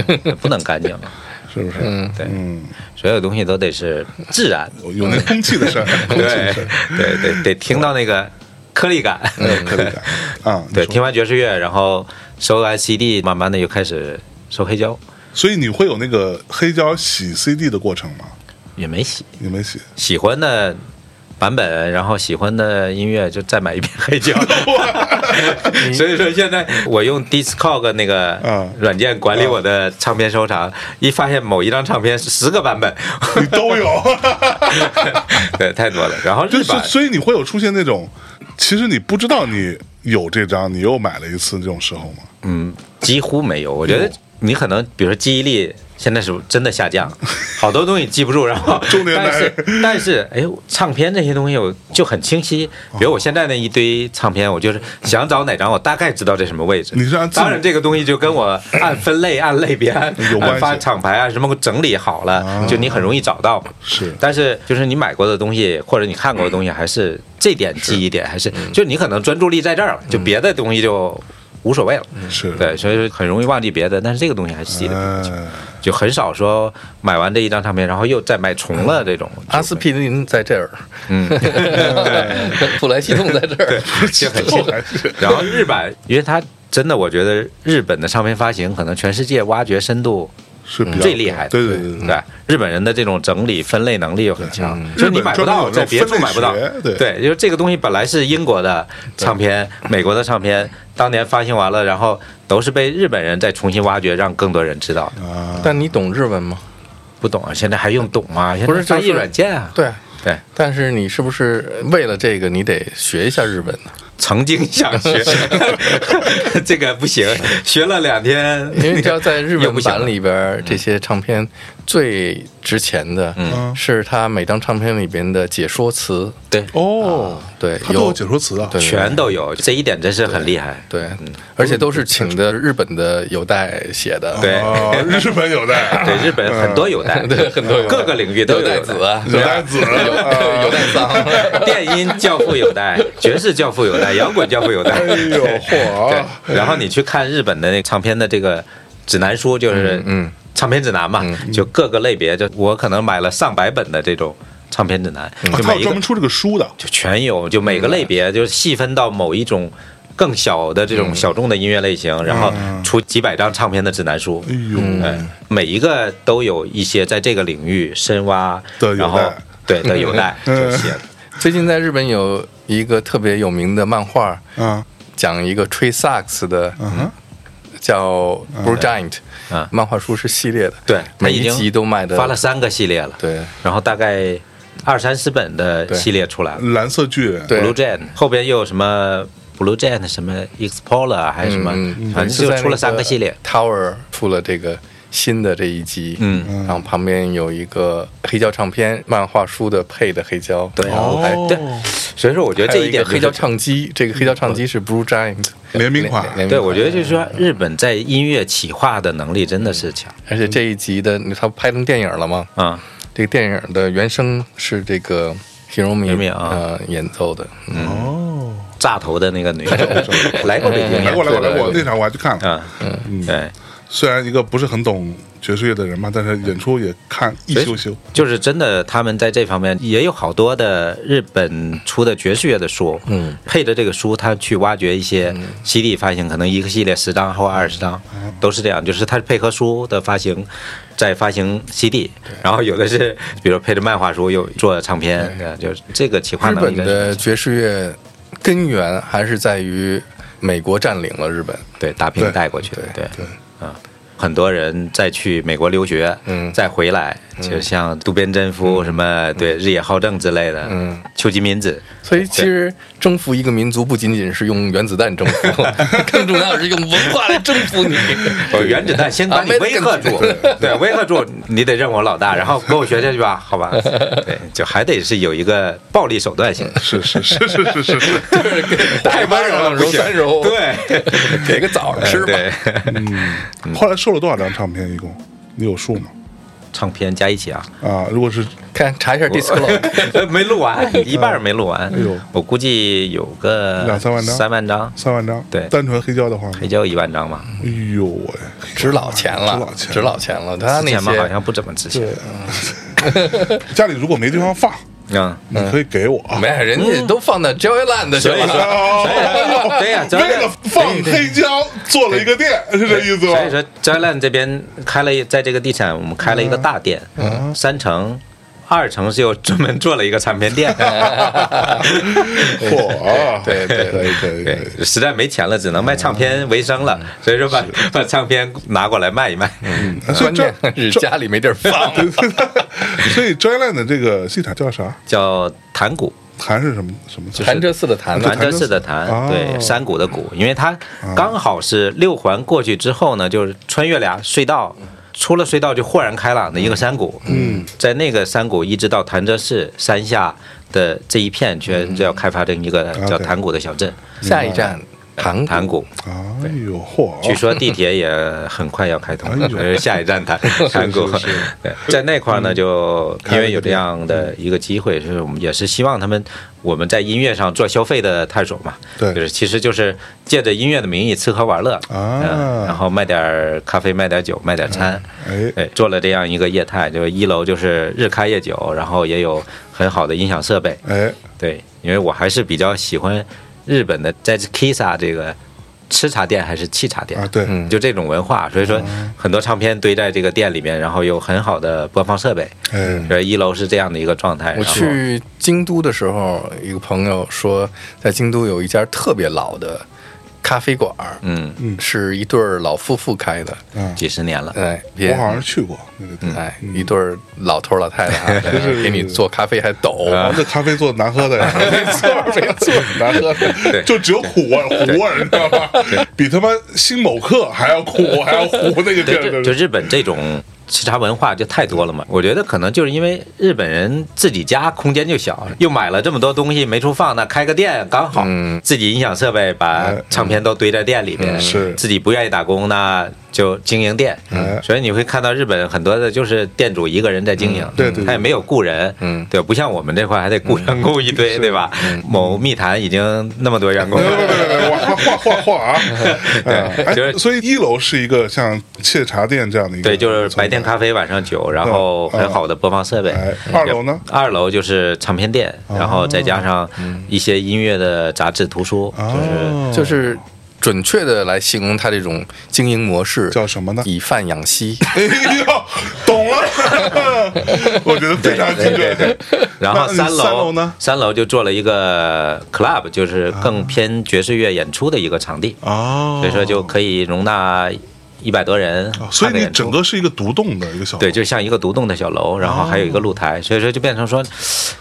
C: 不能干净，
A: 是不是？
C: 对，
A: 嗯，
C: 所有东西都得是自然，
A: 有有那空气的声儿，空 气的
C: 对
A: 声儿，
C: 对对，得听到那个颗粒感，
A: 没嗯有颗粒感啊。你
C: 对，
A: 说
C: 听完爵士乐，然后收完 CD，慢慢的又开始收黑胶，
A: 所以你会有那个黑胶洗 CD 的过程吗？
C: 也没洗
A: 你没洗，
C: 喜欢的版本，然后喜欢的音乐就再买一遍 黑胶。 所以说现在我用 Discog 那个
A: 嗯
C: 软件管理我的唱片收藏，一发现某一张唱片是十个版本，
A: 你都有，
C: 对，太多了。然后
A: 就
C: 日
A: 是
C: 版
A: 所以你会有出现那种，其实你不知道你有这张，你又买了一次这种时候吗？
C: 嗯几乎没有，我觉得你可能比如说记忆力。现在是真的下降，好多东西记不住，然后
A: 中年男
C: 但
A: 人
C: 是但是哎，唱片这些东西我就很清晰，
A: 哦
C: 比如我现在那一堆唱片，我就是想找哪张，我大概知道在什么位置。
A: 你是按字母
C: 当然这个东西就跟我按分类、按类别、按
A: 有关系
C: 按发厂牌啊什么整理好
A: 啊
C: 了，就你很容易找到。
A: 是
C: 但是就是你买过的东西或者你看过的东西，还是这点记忆点，还是
A: 嗯
C: 就你可能专注力在这儿了，就别的东西就无所谓了。
A: 是，
C: 对，所以说很容易忘记别的，但是这个东西还是记得，
A: 嗯，
C: 就很少说买完这一张唱片，然后又再买重了这种。
A: 啊
B: 阿司匹林在这儿，
C: 嗯，
B: 布莱希痛在这儿，
C: 就很
A: 我
C: 清楚。
A: 哦还是
C: 然后日版，因为它真的，我觉得日本的唱片发行可能全世界挖掘深度
A: 是比较
C: 最厉害的
A: 对对对
C: 对，嗯日本人的这种整理分类能力又很强，就是你买不到，
A: 嗯日本专门有这
C: 在
A: 种
C: 别处买不到
A: 分类学。对
C: 对，就是这个东西本来是英国的唱片、美国的唱片，当年发行完了，然后都是被日本人再重新挖掘，让更多人知道的。
A: 啊，
B: 但你懂日文吗？
C: 不懂啊，现在还用懂啊？
B: 不是
C: 现在翻
B: 就
C: 译
B: 是
C: 软件啊？
B: 对，
C: 对，
B: 但是你是不是为了这个，你得学一下日文呢？
C: 曾经想学，这个不行，学了两天，
B: 因为你知道，在日
C: 又
B: 文
C: 不行了
B: 版里边，这些唱片最值钱的，
A: 嗯
B: 是它每张唱片里边的解说词，
C: 对，
A: 哦，
B: 对，
A: 它都
B: 有
A: 有解说词啊，
B: 对
C: 全都有，这一点真是很厉害。
B: 对，而且都是请的日本的有代写的，
C: 对
A: 哦，日本有的，
C: 对，日本很多有代，
B: 嗯 对，很多有代
C: 各个领域都
B: 有
C: 有
B: 代
C: 代
B: 子啊，
A: 有代子，
B: 有
A: 啊
B: 有代桑，
C: 电音教父有带，爵士教父有带，摇滚教父有带。
A: 哎呦嚯
C: 对
A: 啊，
C: 然后你去看日本的那个唱片的这个指南书，就是
B: 嗯
C: 唱片指南嘛，就各个类别，就我可能买了上百本的这种唱片指南，
B: 嗯
C: 就
A: 他
C: 每
A: 有
B: 哦
A: 专
C: 一个
A: 门出这个书的，
C: 就全有，就每个类别就是细分到某一种。更小的这
B: 嗯
C: 种小众的音乐类型，然后出几百张唱片的指南书，
A: 哎呦，
C: 嗯，每一个都有一些在这个领域深挖
A: 的有
C: 然后
A: 待
C: 对的 有待
A: 嗯
C: 就写的，
B: 最近在日本有一个特别有名的漫画，
A: 啊，
B: 讲一个吹萨克斯的，
A: 嗯哼，
B: 叫 Blue Giant，
C: 嗯
B: 漫画书是系列的，
C: 对，它
B: 每
C: 已
B: 一
C: 经
B: 集都卖的
C: 发了，三个系列了，，
B: 对
C: 然后大概二三十本的系列出来了
A: 蓝色巨人，
B: 对
C: ，Blue Giant 后边又有什么 Blue Giant 什么 Explorer 还是什
B: 嗯
C: 么，反正就出了三个系列，
B: ，Tower 出了这个新的这一集，
C: 嗯，
B: 然后旁边有一个黑胶唱片、漫画书的配的黑胶，
C: 对，哦
B: 然后还。
C: 对，所以说我觉得
B: 还
C: 这
B: 有
C: 一点
B: 个黑胶
C: 就是。
B: 唱机，这个黑胶唱机是 Blue Giant
A: 联名款
B: 联联名
C: 对，我觉得就是说，日本在音乐企划的能力真的是强
B: 而且这一集的他拍成电影了嘛？
C: 啊！
B: 这个电影的原声是这个 Hiromi
C: Hiromi 啊
B: 呃演奏的，嗯，
A: 哦，
C: 炸头的那个女的，来过北京
A: 来
C: 呀
A: 哎过来啊过
B: 对
A: 来过，
B: 对
A: 那场我还去看了，
C: 啊，对，
A: 虽然一个不是很懂爵士乐的人嘛，但是演出也看一
C: 所以
A: 修修，
C: 就是真的，他们在这方面也有好多的日本出的爵士乐的书，
B: 嗯，
C: 配着这个书，他去挖掘一些 CD 发行，可能一个系列十张或二十张，都是这样，就是他配合书的发行，在发行 CD，然后有的是比如配着漫画书又做唱片，对就是这个企划
B: 日
C: 能
B: 本
C: 力真
B: 的爵士乐根源还是在于美国占领了日本，
C: 对打拼
A: 对
C: 带过去的，
B: 对
C: 对，很多人再去美国留学，
B: 嗯
C: 再回来，就像渡边真夫什么，对日野浩正之类的，
B: 嗯，
C: 秋吉敏子，
B: 所以其实征服一个民族不仅仅是用原子弹征 服，更重要的是用文化来征服你。
C: 哦，原子弹先把你
B: 啊
C: 威吓住，对，威吓住，你得认我老大，然后跟我学下去吧，好吧？对，就还得是有一个暴力手段性。
A: 是是是是是是是，
B: 就是给太温柔了，揉三揉，，
C: 对，
B: 给个枣儿吃吧。
C: 对，
A: 嗯， 后来收了多少张唱片？一共，你有数吗？
C: 唱片加一起啊，呃
A: 啊，如果是
B: 看查一下 disco，log
C: 没录完，一半儿没录完。
A: 哎呦
C: 我估计有个
A: 两三万张
C: 三万张，
A: 三万张，
C: 对
A: 单纯黑胶的话呢，
C: 也就一万张吧。
A: 哎呦喂，
B: 值老钱了，
A: 值
B: 值
A: 老
B: 老
A: 钱
B: 钱了。他
C: 之
B: 啊那
C: 前嘛好
B: 些
C: 像不怎么值钱。
A: 了，家里如果没地方放，
C: 嗯，
A: 你可以给我。啊
B: 没人家都放到 Joyland 去
C: 所以
B: 了，
A: 哦
C: 对呀，
A: 为了放
C: 对
A: 黑胶做了一个店，是这意思
C: 所以
A: 吗？
C: 说 j o l a n 这边开了一，在这个地产我们开了一个大店，
B: 嗯
C: 三层、二层是又专门做了一个唱片 店，
A: 嚯，啊
B: 对对
A: 可以可以可
C: 对
A: 以，，
C: 实在没钱了，只能卖唱片为生
B: 嗯
C: 了，所以说把把唱片拿过来卖一卖。
A: 啊所以
B: 关
A: 这
B: 键是家里没地儿放。
A: 所以 Joyland 的这个戏场叫啥？
C: 叫弹鼓，
A: 弹是什么什么？
B: 潭柘寺的潭呢
C: 潭，柘寺的潭，
A: 哦嗯
C: 对，山谷的谷，因为它刚好是六环过去之后呢，就是穿越俩隧道，
A: 嗯
C: 出了隧道就豁然开朗的一个山谷。嗯，在那个山谷一直到潭柘寺山下的这一片，全就要开发成一个
A: 嗯
C: 叫
A: OK
C: 潭谷的小镇。
B: 下一站潭
C: 潭谷，
A: 哎呦嚯，
C: 据说地铁也很快要开通
A: 哎，呦
C: 所以 下一站潭潭谷
A: 是是。
C: 对，在那块儿呢，就
A: 嗯开
C: 因
A: 了个
C: 为有这样的一个机会，是我们也是希望他们我们在音乐上做消费的探索嘛。
A: 对
C: 就是其实就是借着音乐的名义吃喝玩乐
A: 啊
C: 嗯然后卖点儿咖啡，卖点儿酒，卖点儿餐，
A: 哎
C: 对，做了这样一个业态，就是一楼就是日开夜酒，然后也有很好的音响设备，
A: 哎，
C: 对，因为我还是比较喜欢日本的，在 Kisa 这个吃茶店还是沏茶店
A: 啊对
C: 嗯就这种文化，所以说很多唱片堆在这个店里面，然后有很好的播放设备，
A: 哎
C: 所以一楼是这样的一个状态。
B: 我
C: 然后
B: 去京都的时候，一个朋友说，在京都有一家特别老的咖啡馆儿，
C: 嗯，
B: 是一对儿老夫妇开的，
A: 啊，
C: 几十年了，
B: 哎，
A: 我
B: 也
A: 好像是去过那个地方。
B: 哎，一对儿老头儿老太太啊
A: 是
B: 给你做咖啡还抖，
A: 啊，这咖啡做的难喝的呀，没错没错，难喝的，就只有苦味儿苦味儿，你知道吧？比他妈星某克还要苦，还要糊那个地
C: 对，
A: 儿
C: 就就，日本这种吃茶文化就太多了嘛。我觉得可能就是因为日本人自己家空间就小，又买了这么多东西没处放，那开个店刚好，
B: 嗯
C: 自己音响设备把唱片都堆在店里面，
A: 嗯是
C: 自己不愿意打工那就经营店，
A: 嗯
C: 所以你会看到日本很多的就是店主一个人在经营，
A: 嗯对对
C: 他也没有雇人，
B: 嗯
C: 对，不像我们这块还得雇员工一
A: 嗯
C: 堆，对吧？某密谈已经那么多员工
A: 别
C: 了
A: 别。别别，我画画画画啊！哎，所以一楼是一个像沏茶店这样的一个，
C: 对，就是白天咖啡，晚上酒，然后很好的播放设备
A: 嗯哎。二楼呢哦
C: 二楼就是唱片店，然后再加上一些音乐的杂志、图书，就是
A: 哦，
B: 就是准确的来形容他这种经营模式
A: 叫什么呢
B: 以贩养吸，
A: 哎呦，懂了，我觉得非常精准。
C: 然后
A: 那
C: 三
A: 那
C: 楼
A: 三楼呢？
C: 三楼就做了一个 club，就是更偏爵士乐演出的一个场地，
A: 哦
C: 所以说就可以容纳一百多人
A: 哦所
C: 看
A: 以你
C: 着演出
A: 整。个是一个独栋的一个小楼
C: 对，就像一个独栋的小楼，然后还有一个露台，所以说就变成说，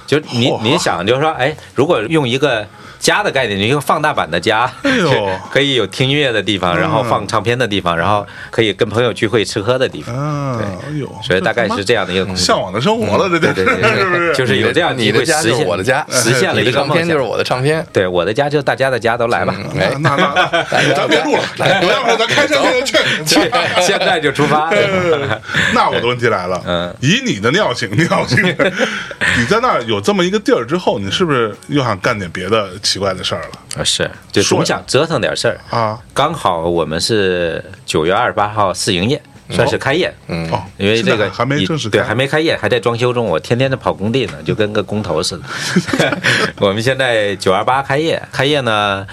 C: 就你
A: 嚯
C: 你想就是说，哎，如果用一个家的概念，一个放大版的家，
A: 哎呦嗯
C: 是可以有听音乐的地方，然后放唱片的地方，然后可以跟朋友聚会吃喝的地方，
A: 啊，哎呦，
C: 所以大概是这样的一个空间
A: 向。往的生活了，这
C: 嗯对
A: 就是
C: 对对
A: 是不是？
C: 就是有这样
B: 你的
C: 会
B: 家
C: 实
B: 就是
C: 现
B: 我的家，
C: 实现了
B: 你的
C: 一个
B: 唱
C: 梦
B: 片
C: 想。
B: 就是我的唱片，
C: 对，我的家就大家的家，都来吧。
B: 哎
A: 那，啊那 那，咱别录了，要不然咱开车现在去
C: 去，现在就出发。
A: 呃 那我的问题来了，
C: 嗯
A: 以你的尿性， 尿性，你在那儿有这么一个地儿之后，你是不是又想干点别的奇怪的事儿了？
C: 啊是，就总想折腾点事儿
A: 啊。
C: 刚好我们是九月二十八号试营业，算是开业。嗯
A: 哦，
C: 因为这
A: 现在
C: 个
A: 还没
C: 你
A: 正式开
C: 对还没开业，还在装修中，我天天的跑工地 呢，就跟个工头似的。 我们现在九二八开业，开业呢。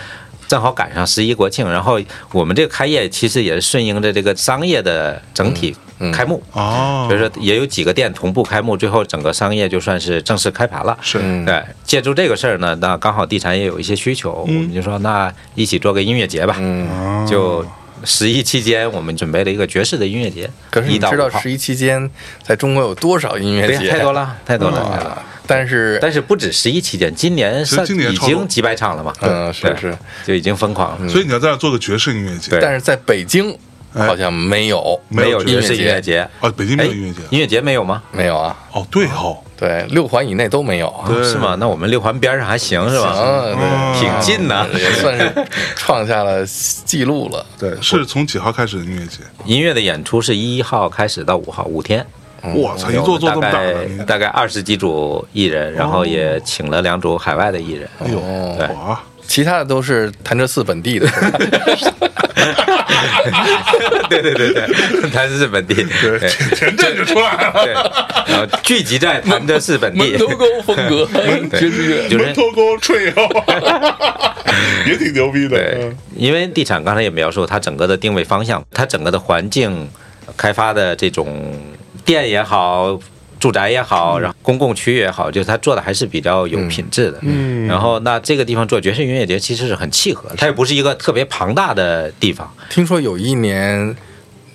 C: 正好赶上十一国庆，然后我们这个开业其实也是顺应着这个商业的整体开幕，
A: 哦
C: 所以说也有几个店同步开幕，最后整个商业就算是正式开盘了。
A: 是
C: 对，借助这个事儿呢，
A: 嗯
C: 那刚好地产也有一些需求，我们就说那一起做个音乐节吧，
B: 嗯
A: 哦
C: 就十一期间，我们准备了一个爵士的音乐节，
B: 可是
C: 一
B: 你
C: 到
B: 知
C: 五
B: 道
C: 号哎
B: 十一期间在中国有多少音乐
C: 对呀
B: 节？啊
C: 太多了，嗯啊太多了，太多了。
B: 但是
C: 但是不止十一期间，今年
A: 实
C: 上
A: 今年
C: 已
A: 超多
C: 经几百场了嘛？
B: 嗯
C: 对
B: 是是，
C: 就已经疯狂了。
A: 所以你要在那儿做个爵士音乐节，
C: 对
B: 但是在北京
A: 哎
B: 好像没有，
A: 没有
C: 爵
B: 爵
C: 士
B: 士
C: 音乐节，
A: 啊，北京没
C: 哎
A: 有音乐节，
C: 音乐节没有吗？
B: 没有啊？
A: 哦，对哦，
B: 对，六环以内都没有啊。
A: 对
C: 是吗？那我们六环边上还行是吧？
B: 啊，
A: 嗯
B: 对
C: 挺近的
B: 也算是创下了记录了。
A: 对，是从几号开始的音乐节？
C: 音乐的演出是一号开始到五号，五天。
A: 我啊操，一做做这么大
C: 概
A: 的，哦你
C: 嗯大概二十几组艺人，然后也请了两组海外的艺人。
A: 哎呦，
C: 嗯对
A: 哇，
B: 其他的都是潭柘寺本地的，是吧
C: 对对对对，他是本地，对 对，
A: 田震就出来了，
C: 然后聚集在潭柘寺本地
B: 门。头沟风格 爵士乐。
C: 就是
A: 门头沟吹哈， 也挺牛逼的。
C: 对
A: 嗯，
C: 因为地产刚才也描述它整个的定位方向，它整个的环境开发的这种店也好。住宅也
B: 嗯
C: 好，然后公共区域也好，就是它做的还是比较有品质的。嗯，然后那这个地方做爵士音乐节其实是很契合，它也不是一个特别庞大的地方。
B: 听说有一年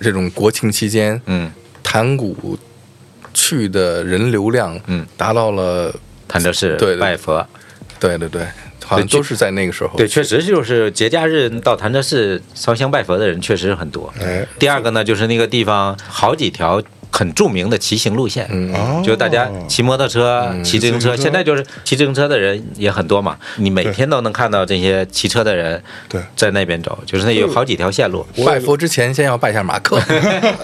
B: 这种国庆期间，
C: 嗯，
B: 弹鼓去的人流量，
C: 嗯，
B: 达到了，
C: 潭柘寺
B: 对对
C: 拜佛，
B: 对对对，好像
C: 对
B: 都是在那个时候。
C: 对，确实就是节假日到潭柘寺烧香拜佛的人确实很多。
B: 哎
C: 第二个呢，就是那个地方好几条很著名的骑行路线，
B: 嗯
A: 哦嗯
C: 就大家骑摩托车、骑自行
A: 骑自
C: 车，
A: 行车
C: 现在就是骑自行车的人也很多嘛，你每天都能看到这些骑车的人
A: 对
C: 在那边走，就是那有好几条线路。
B: 拜佛之前先要拜一下马 克，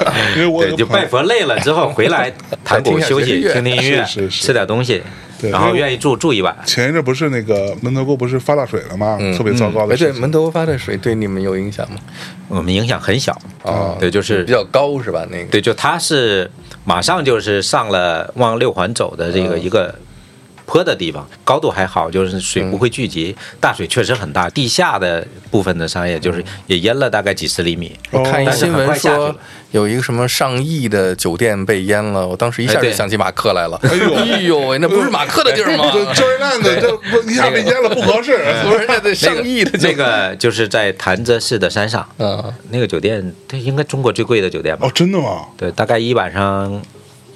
B: 哎
A: 因为我
C: 对，
A: 有
C: 就
A: 个朋
C: 拜
A: 友，
C: 佛累了之 后回来弹鼓
B: 听一下
C: 休
B: 爵
C: 息，
B: 士乐
C: 听听音乐，
A: 是是是
C: 吃点东西，
A: 对
C: 然
A: 因
C: 后
A: 为
C: 愿意住住一晚。
A: 前一阵不是那个门头沟不是发大水了吗？
C: 嗯
A: 特别糟糕
B: 哎，
A: 的
B: 对，
A: 事情。
B: 门头沟发的水对你们有影响吗？
C: 我们影响很小，
B: 哦
C: 对，就是
B: 比较高是吧？那个
C: 对，就它是马上就是上了往六环走的这个
B: 嗯
C: 一个坡的地方，高度还好，就是水
B: 嗯
C: 不会聚集。大水确实很大，地下的部分的商业
B: 嗯
C: 就是也淹了大概几十厘米。
B: 我看一
A: 但
C: 哦是
B: 新
C: 很
B: 闻
C: 快下去
B: 说
C: 了
B: 有一个什么上亿的酒店被淹了，我当时一下
C: 哎
B: 就
C: 对
B: 想起马克来了。
A: 哎呦
B: 哎呦喂，那不是马克的地儿 吗？
A: 这这烂的，这不一下被淹了，不合 适。
C: 嗯
B: 不是那得
C: 那个
B: 上亿的酒
C: 那
B: 店
C: 个就是在潭柘市的山上，
B: 嗯，
C: 那个酒店，它应该中国最贵的酒店吧？
A: 哦，真的吗？
C: 对，大概一晚上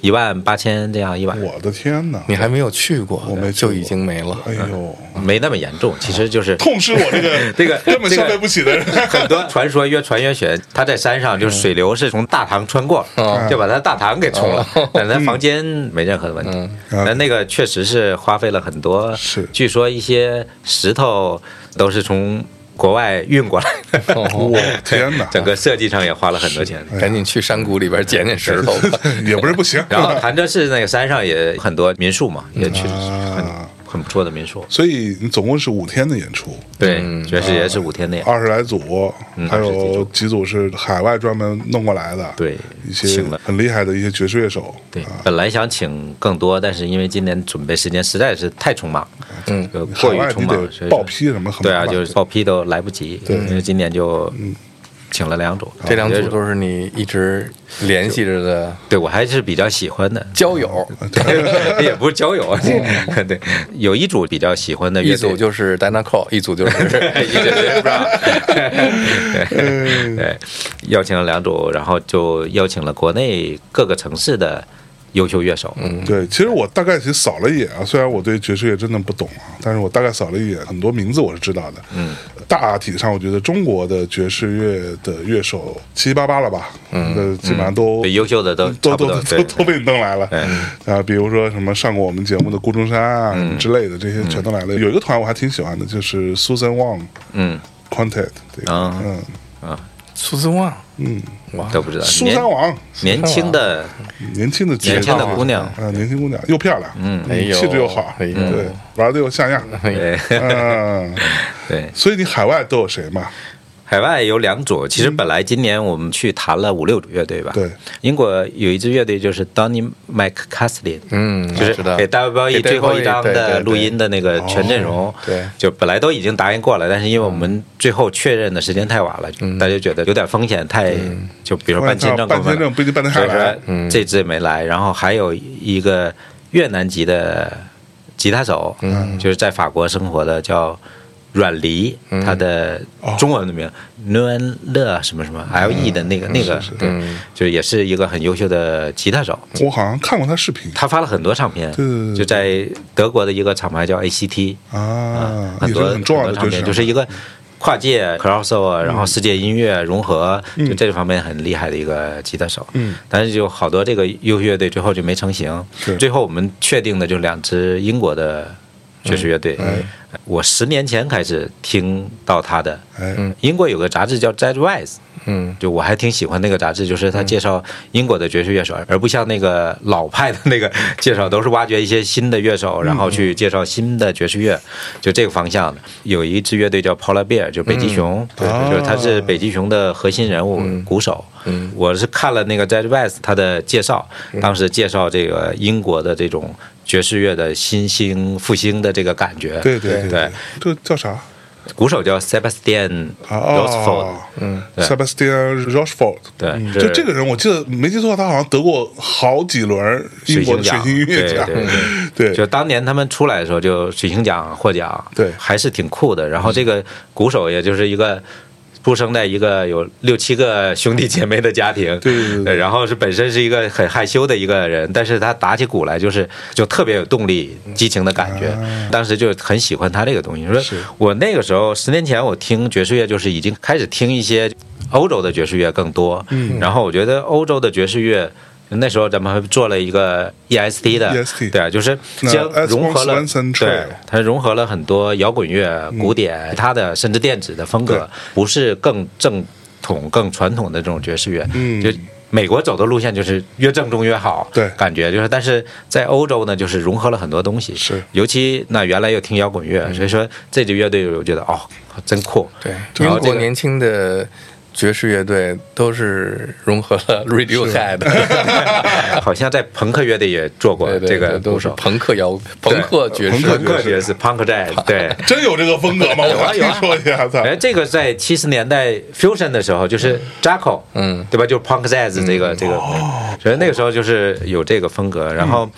C: 一万八千这样一晚，
A: 我的天哪！
C: 嗯
B: 你还没有去过，
A: 我没去
B: 就
A: 过
B: 已经没了。
A: 哎呦，
C: 没那么严重，其实就是
A: 痛失我这个
C: 嗯这个
A: 根本消费不起的人。
C: 很多传说越传越玄，他在山上就是水流是从大堂穿过，
B: 嗯
C: 就把他大堂给冲了，但他房间没任何的问题。
A: 嗯
C: 但那个确实是花费了很多，
A: 是
C: 据说一些石头都是从国外运过来的，
A: 我天哪！ 哎
C: 整个设计上也花了很多钱。
B: 赶紧去山谷里边捡捡石头吧。
A: 也不是不行。
C: 然后潭柘市那个山上也很多民宿嘛，也去了很
A: 啊，
C: 很不错的民宿。
A: 所以你总共是五天的演出，
C: 对，爵士也是五天的演出，
A: 二十来组，还
C: 嗯二十几
A: 有
C: 组
A: 几组是海外专门弄过来的，
C: 对
A: 一些
C: 请了
A: 很厉害的一些爵士乐手，啊
C: 对，本来想请更多，但是因为今年准备时间实在是太匆忙，嗯，
A: 海
C: 过于
A: 外
C: 匆
A: 你
C: 忙，所
A: 得
C: 以
A: 报
C: 说
A: 批什么很
C: 对啊，
A: 麻烦
C: 就是报批都来不及，因为今年就请了两组，
A: 嗯
B: 这两
C: 我
B: 组
C: 觉得
B: 啊都是你一直联系着的，
C: 对我还是比较喜 欢的
B: 交友，
C: 也不是交
A: 哦
C: 友， 对，有一组比较喜欢的
B: 一
C: 乐队
B: 组就是 d i n a c o 一组就是
C: 一直也不知道。对对，邀请了两组，然后就邀请了国内各个城市的优秀乐手，嗯，
A: 对，其实我大概其实扫了一眼啊，虽然我对爵士乐真的不懂啊，但是我大概扫了一眼，很多名字我是知道的。嗯，大体上我觉得中国的爵士乐的乐手七七八八了吧，嗯，基本上都
C: 对，优秀的都
A: 嗯都
C: 差不
A: 都
C: 多，
A: 都
C: 对。
A: 都被你弄来了， 啊，比如说什么上过我们节目的顾中山啊
C: 嗯
A: 之类的，这些全都来了。有一个团我还挺喜欢的，就是 Susan Wang
C: 嗯
A: Quintet，这个
C: 啊
A: 嗯
B: 苏子旺，
A: 嗯，
B: 哇，
C: 都不知道。
A: 苏嗯
C: 年
A: 三王，
C: 年轻的
A: 年轻的
C: 年轻的姑娘
A: 啊，年轻姑娘又漂亮，嗯
B: 哎呦
A: 气质又好，
B: 哎呦
A: 对，玩的又像样，
C: 对
A: 嗯，
C: 对，
A: 所以你海外都有谁嘛？
C: 海外有两组。其实本来今年我们去谈了五六组乐队吧。
A: 对，
C: 英国有一支乐队就是 Donny McCaslin，
B: 嗯，
C: 就
B: 我知道
C: 是给 WWE
B: 给 David
C: 最后一张
B: Bowie，对
C: 的
B: 对
C: 录音的那个全阵容，
B: 对
C: 就本来都已经答应过了，但是因为我们最后确认的时间太晚了，大家觉得有点风险，太就比如说办签证
A: 办
C: 过分
A: 签
C: 了，
A: 证不一定办得下
C: 所以
A: 来
C: 说，嗯这支也没来。然后还有一个越南籍的吉他手，就是在法国生活的叫阮黎，他的中文的名伦乐什么什么 L E 的那个那个，对，就也是一个很优秀的吉他手。
A: 我好像看过他视频
C: 他发了很多唱片
A: 对对对，
C: 就在德国的一个厂牌叫 ACT，
A: 啊，
C: 很
A: 也是嗯
C: 多
A: 很重要的
C: 很多唱片，
A: 就
C: 就是是一个跨界 crossover，然后世界音乐融合，就这方面很厉害的一个吉他手。
A: 嗯，
C: 但是就好多这个优秀乐队最后就没成型
A: 是。
C: 最后我们确定的就两支英国的爵士乐队。
A: 哎
C: 我十年前开始听到他的，
A: 哎，
C: 英国有个杂志叫《Jazz Wise》。
B: 嗯
C: 就我还挺喜欢那个杂志，就是
A: 嗯
C: 他介绍英国的爵士乐手，而不像那个老派的那个介绍，都是挖掘一些新的乐手，
A: 嗯
C: 然后去介绍新的爵士乐，就这个方向的。有一支乐队叫 Polar Bear，就北极熊，
A: 对对
C: 就是他
A: 啊
C: 是北极熊的核心人物、鼓手。
B: 嗯
C: 我是看了那个 Jazz West 他的介绍，
A: 嗯
C: 当时介绍这个英国的这种爵士乐的新兴复兴的这个感觉。
A: 对对
C: 对，，
A: 这叫啥？
C: 鼓手叫 Sebastian
A: 啊
C: Rosford
A: 哦。
B: 嗯，
C: 对
A: Sebastian Rochefort，
C: 对
A: 嗯
C: 是
A: 就这个人，我记得没记错，他好像得过好几轮英国的水
C: 水
A: 星
C: 星
A: 音乐奖
C: 奖，对对对
A: 对，
C: 就当年他们出来的时候，就水星奖获奖，
A: 对
C: 还是挺酷的。然后这个鼓手也就是一个。出生在一个有六七个兄弟姐妹的家庭，
A: 对对对对
C: 然后是本身是一个很害羞的一个人，但是他打起鼓来就是就特别有动力、激情的感觉。
A: 嗯啊
C: 当时就很喜欢他这个东西。说
A: 是
C: 我那个时候十年前我听爵士乐，就是已经开始听一些欧洲的爵士乐更多。
A: 嗯
C: 然后我觉得欧洲的爵士乐。那时候咱们还做了一个 EST 的
A: EST
C: 对啊，就是
A: ，E 那
C: 将融合了
A: Esmond Swanson
C: 对
A: Trail，
C: 它融合了很多摇滚乐、古典、它的甚至电子的风
A: 嗯对
C: 格，不是更正统、更传统的这种爵士乐，
A: 嗯
C: 就美国走的路线就是越正宗越好，
A: 对
C: 感觉就是，但是在欧洲呢，就是融合了很多东西，
A: 是嗯
C: 尤其那原来又听摇滚乐，所以说这支乐队我觉得哦，真酷，
B: 对，
C: 然
B: 英
C: 后这
B: 国
C: 个
B: 年轻的爵士乐队都是融合了 Radiohead，
C: 好像在朋克乐队也做过
B: 对对
C: 这个
B: 对都
C: 鼓
B: 是
C: 手，
B: 朋克摇、朋克爵士，
A: 朋
C: 朋克爵士 punk jazz，对。
A: 真有这个风格吗？我还听说一下，操，
C: 哎，这个在七十年代 fusion 的时候，就是 Jaco，
B: 嗯
C: 对吧？就是 punk jazz 这个、这个，所以那个时候就是有这个风格。然后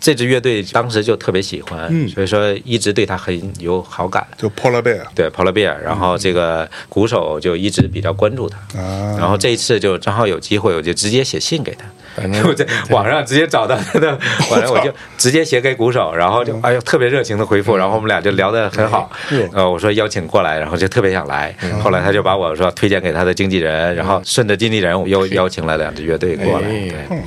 C: 这支乐队当时就特别喜欢，
A: 嗯
C: 所以说一直对他很有好感。
A: 就 Polar Bear
C: 对 p o l a b e a 然后这个鼓手就一直比较关注他。
A: 啊，
C: 然后这一次就正好有机会，我就直接写信给他，
B: 反正
C: 我在网上直接找到他的，完了我就直接写给鼓手，然后就哎呦特别热情的回复，然后我们俩就聊得很好
A: 嗯，
C: 呃我说邀请过来，然后就特别想来，后来他就把我说推荐给他的经纪人，然后顺着经纪人我又邀请了两支乐队过来，
B: 哎
C: 对。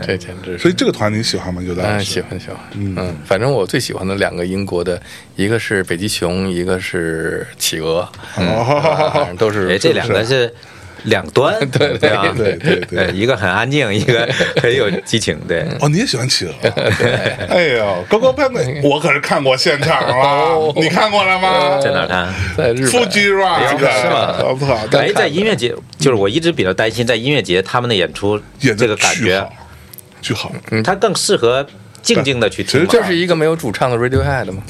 B: 这简直是
A: 所以这个团你喜欢吗？有的
B: 当
A: 老
B: 然
A: 师
B: 喜欢喜欢，
A: 嗯
B: 嗯，反正我最喜欢的两个英国的，一个是北极熊，一个是企鹅， 啊反
A: 哦
B: 正，都是
C: 哎，这两个是两端，对对吧呃
A: 对对对
C: 一个很安静，一个很有激情，对。
A: 哦，你也喜欢企鹅？哎呦，高高攀的，我可是看过现场啊
B: 哦，
A: 你看过了吗？
C: 在哪儿看？
B: 在日本
A: Fuji Rock
C: 是吗
A: 我操，
C: 哎，在
A: 但
C: 音乐节，就是我一直比较担心，在音乐节他们的演出，
A: 演
C: 这
A: 的
C: 个感
A: 巨
C: 觉
B: 嗯
A: 好，巨好，
C: 它更适合静静的去听
A: 其实
C: 嘛，
B: 就是一个没有主唱的 Radiohead 嘛。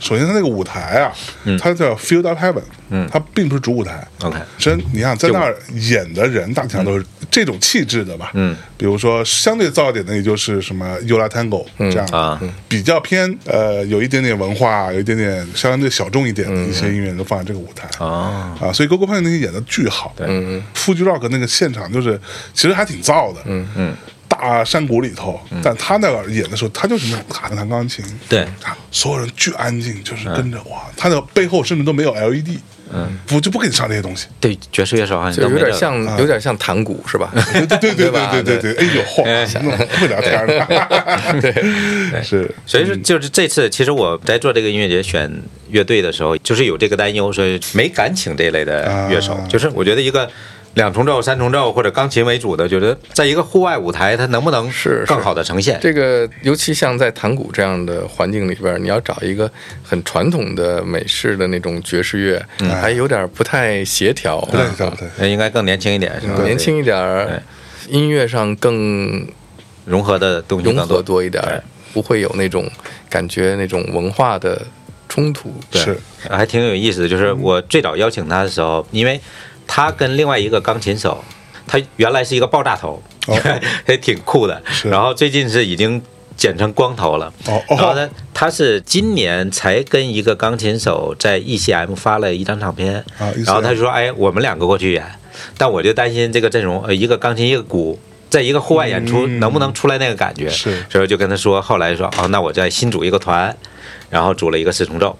A: 首先，它那个舞台啊，它叫 Field Up Heaven，嗯，它并不是主舞台。
C: OK
A: 真你想在那儿演的人，大体上都是这种气质的吧？嗯，比如说相对燥一点的，也就是什么 u 拉 Tango 这样
C: 啊，
A: 比较偏呃有一点点文化，有一点点相对小众一点的一些音乐人都放在这个舞台
C: 哦
A: 嗯啊，所以 Go Go Punk 那些演的巨好，嗯，富居 Rock 那个现场就是其实还挺燥的，嗯嗯。大山谷里头，但他那个演的时候，他就是那种卡着弹钢琴，
C: 对
A: 啊所有人巨安静，就是跟着哇，他的背后甚至都没有 LED，嗯，我就不给你上这些东西，
C: 对爵士乐手好像
B: 就
C: 都
B: 有
C: 没
B: 点
C: 这个
B: 像，有点像弹鼓是吧？
A: 对 对对对
B: 吧
A: 对对对，哎呦嚯，那么会聊天 的， 对，是嗯
C: 所
B: 嗯
C: 以说，就是这次，其实我在做这个音乐节选乐队的时候，就是有这个担忧，所以没敢请这类的乐手。
A: 啊
C: 就是我觉得一个两重奏、三重奏或者钢琴为主的，觉得在一个户外舞台，它能不能
B: 是是
C: 更好的呈现？
B: 这个尤其像在弹鼓这样的环境里边，你要找一个很传统的美式的那种爵士乐，还有点不太协调，
A: 嗯
B: 啊
A: 不太对对，
C: 那应该更年轻一点，是吧？
B: 年轻一点儿，音乐上更
C: 融合的东西
B: 融
C: 更
B: 合多一点儿，不会有那种感觉那种文化的冲突。
C: 对
A: 是
C: 还挺有意思的。就是
A: 嗯
C: 我最早邀请他的时候，因为他跟另外一个钢琴手，他原来是一个爆炸头，
A: 哦
C: 也挺酷的。
A: 是
C: 然后最近是已经剪成光头了。
A: 哦
C: 然后
A: 哦
C: 呢，他是今年才跟一个钢琴手在 ECM 发了一张唱片，
A: 啊，ECM
C: 然后他就说：“哎，我们两个过去演。”但我就担心这个阵容，呃，一个钢琴一个鼓，在一个户外演出、
A: 嗯
C: 能不能出来那个感觉？
A: 是
C: 所以我就跟他说，后来说：“哦，那我再新组一个团，然后组了一个四重奏。”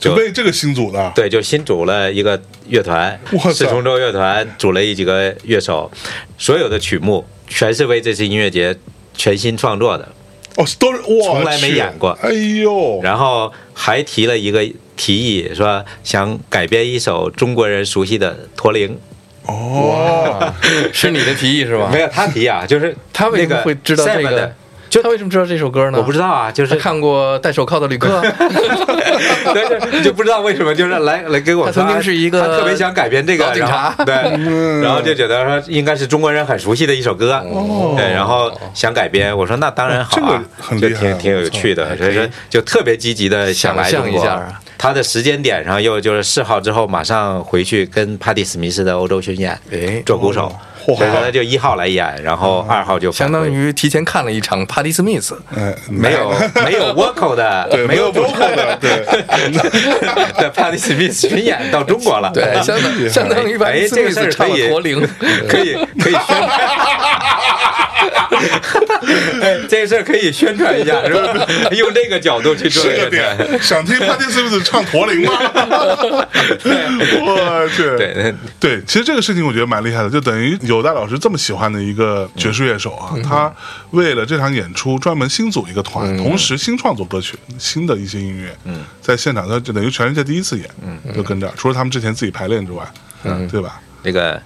A: 就为这个新组的，啊
C: 对，就新组了一个乐团
A: 哇，塞
C: 四重奏乐团组了一几个乐手，所有的曲目全是为这次音乐节全新创作的，
A: 哦，都是我
C: 从来没
A: 去
C: 演过
A: 哎呦，
C: 然后还提了一个提议，说想改编一首中国人熟悉的《驼铃
A: 哦，
B: 是你的提议是》，吧
C: 没？有他提啊，就是
B: 他为
C: 那
B: 什么
C: 个
B: 会知道这
C: Seven
B: 个
C: 的？？
B: 就他为什么知道这首歌呢？
C: 我不知
B: 道，
C: 道啊，就是
B: 他，看过戴手铐的旅 客，
C: 但是就不知道为什么，就是来来给我
B: 他
C: 说
B: 曾经是一个
C: 他特别想改编这
B: 老
C: 个
B: 警察
C: 然后对，
A: 嗯
C: 然后就觉得说应该是中国人很熟悉的一首歌，
A: 哦
C: 对，然后想改编，我说那当然好、
A: 哦这
C: 啊
A: 个很
C: 就
A: 厉害
C: 挺挺有趣
B: 我
C: 的，
B: 操
C: 所以说就特别积极的想来
B: 想象
C: 中国
B: 一下啊。
C: 他的时间点上又就是四号之后马上回去跟帕蒂史密斯的欧洲巡演，
B: 哎
C: 做鼓手，
A: 嚯
C: 然后他就一号来演，然后二号就返
B: 相
C: 回
B: 当于提前看了一场 Patti Smith。
A: 哎，
C: 没 有没有 vocal 的，
A: 对，没有
C: 有
A: vocal 的， 对，
C: 的帕蒂史密斯巡演到中国了，
B: 对，相当相当于把
C: 哎
B: Patti
C: 这个事
B: Smith
C: 儿
B: 唱
C: 可
B: 了
C: 以
B: 驼铃，
C: 可以可以宣传。 哎，这事儿可以宣传一下，是吧？ 用这个角度去做
A: 是
C: 这
A: 个
C: 个事儿
A: 点。想听 Patti Smith 唱驼铃吗？ 我去，
C: 对对
A: 对，其实这个事情我觉得蛮厉害的，就等于有戴老师这么喜欢的一个爵士乐手啊，他为了这场演出专门新组一个团，同时新创作歌曲、新的一些音乐，嗯，在现场他就等于全世界第一次演，嗯，就跟这儿，除了他们之前自己排练之外，嗯，对吧？
C: 那个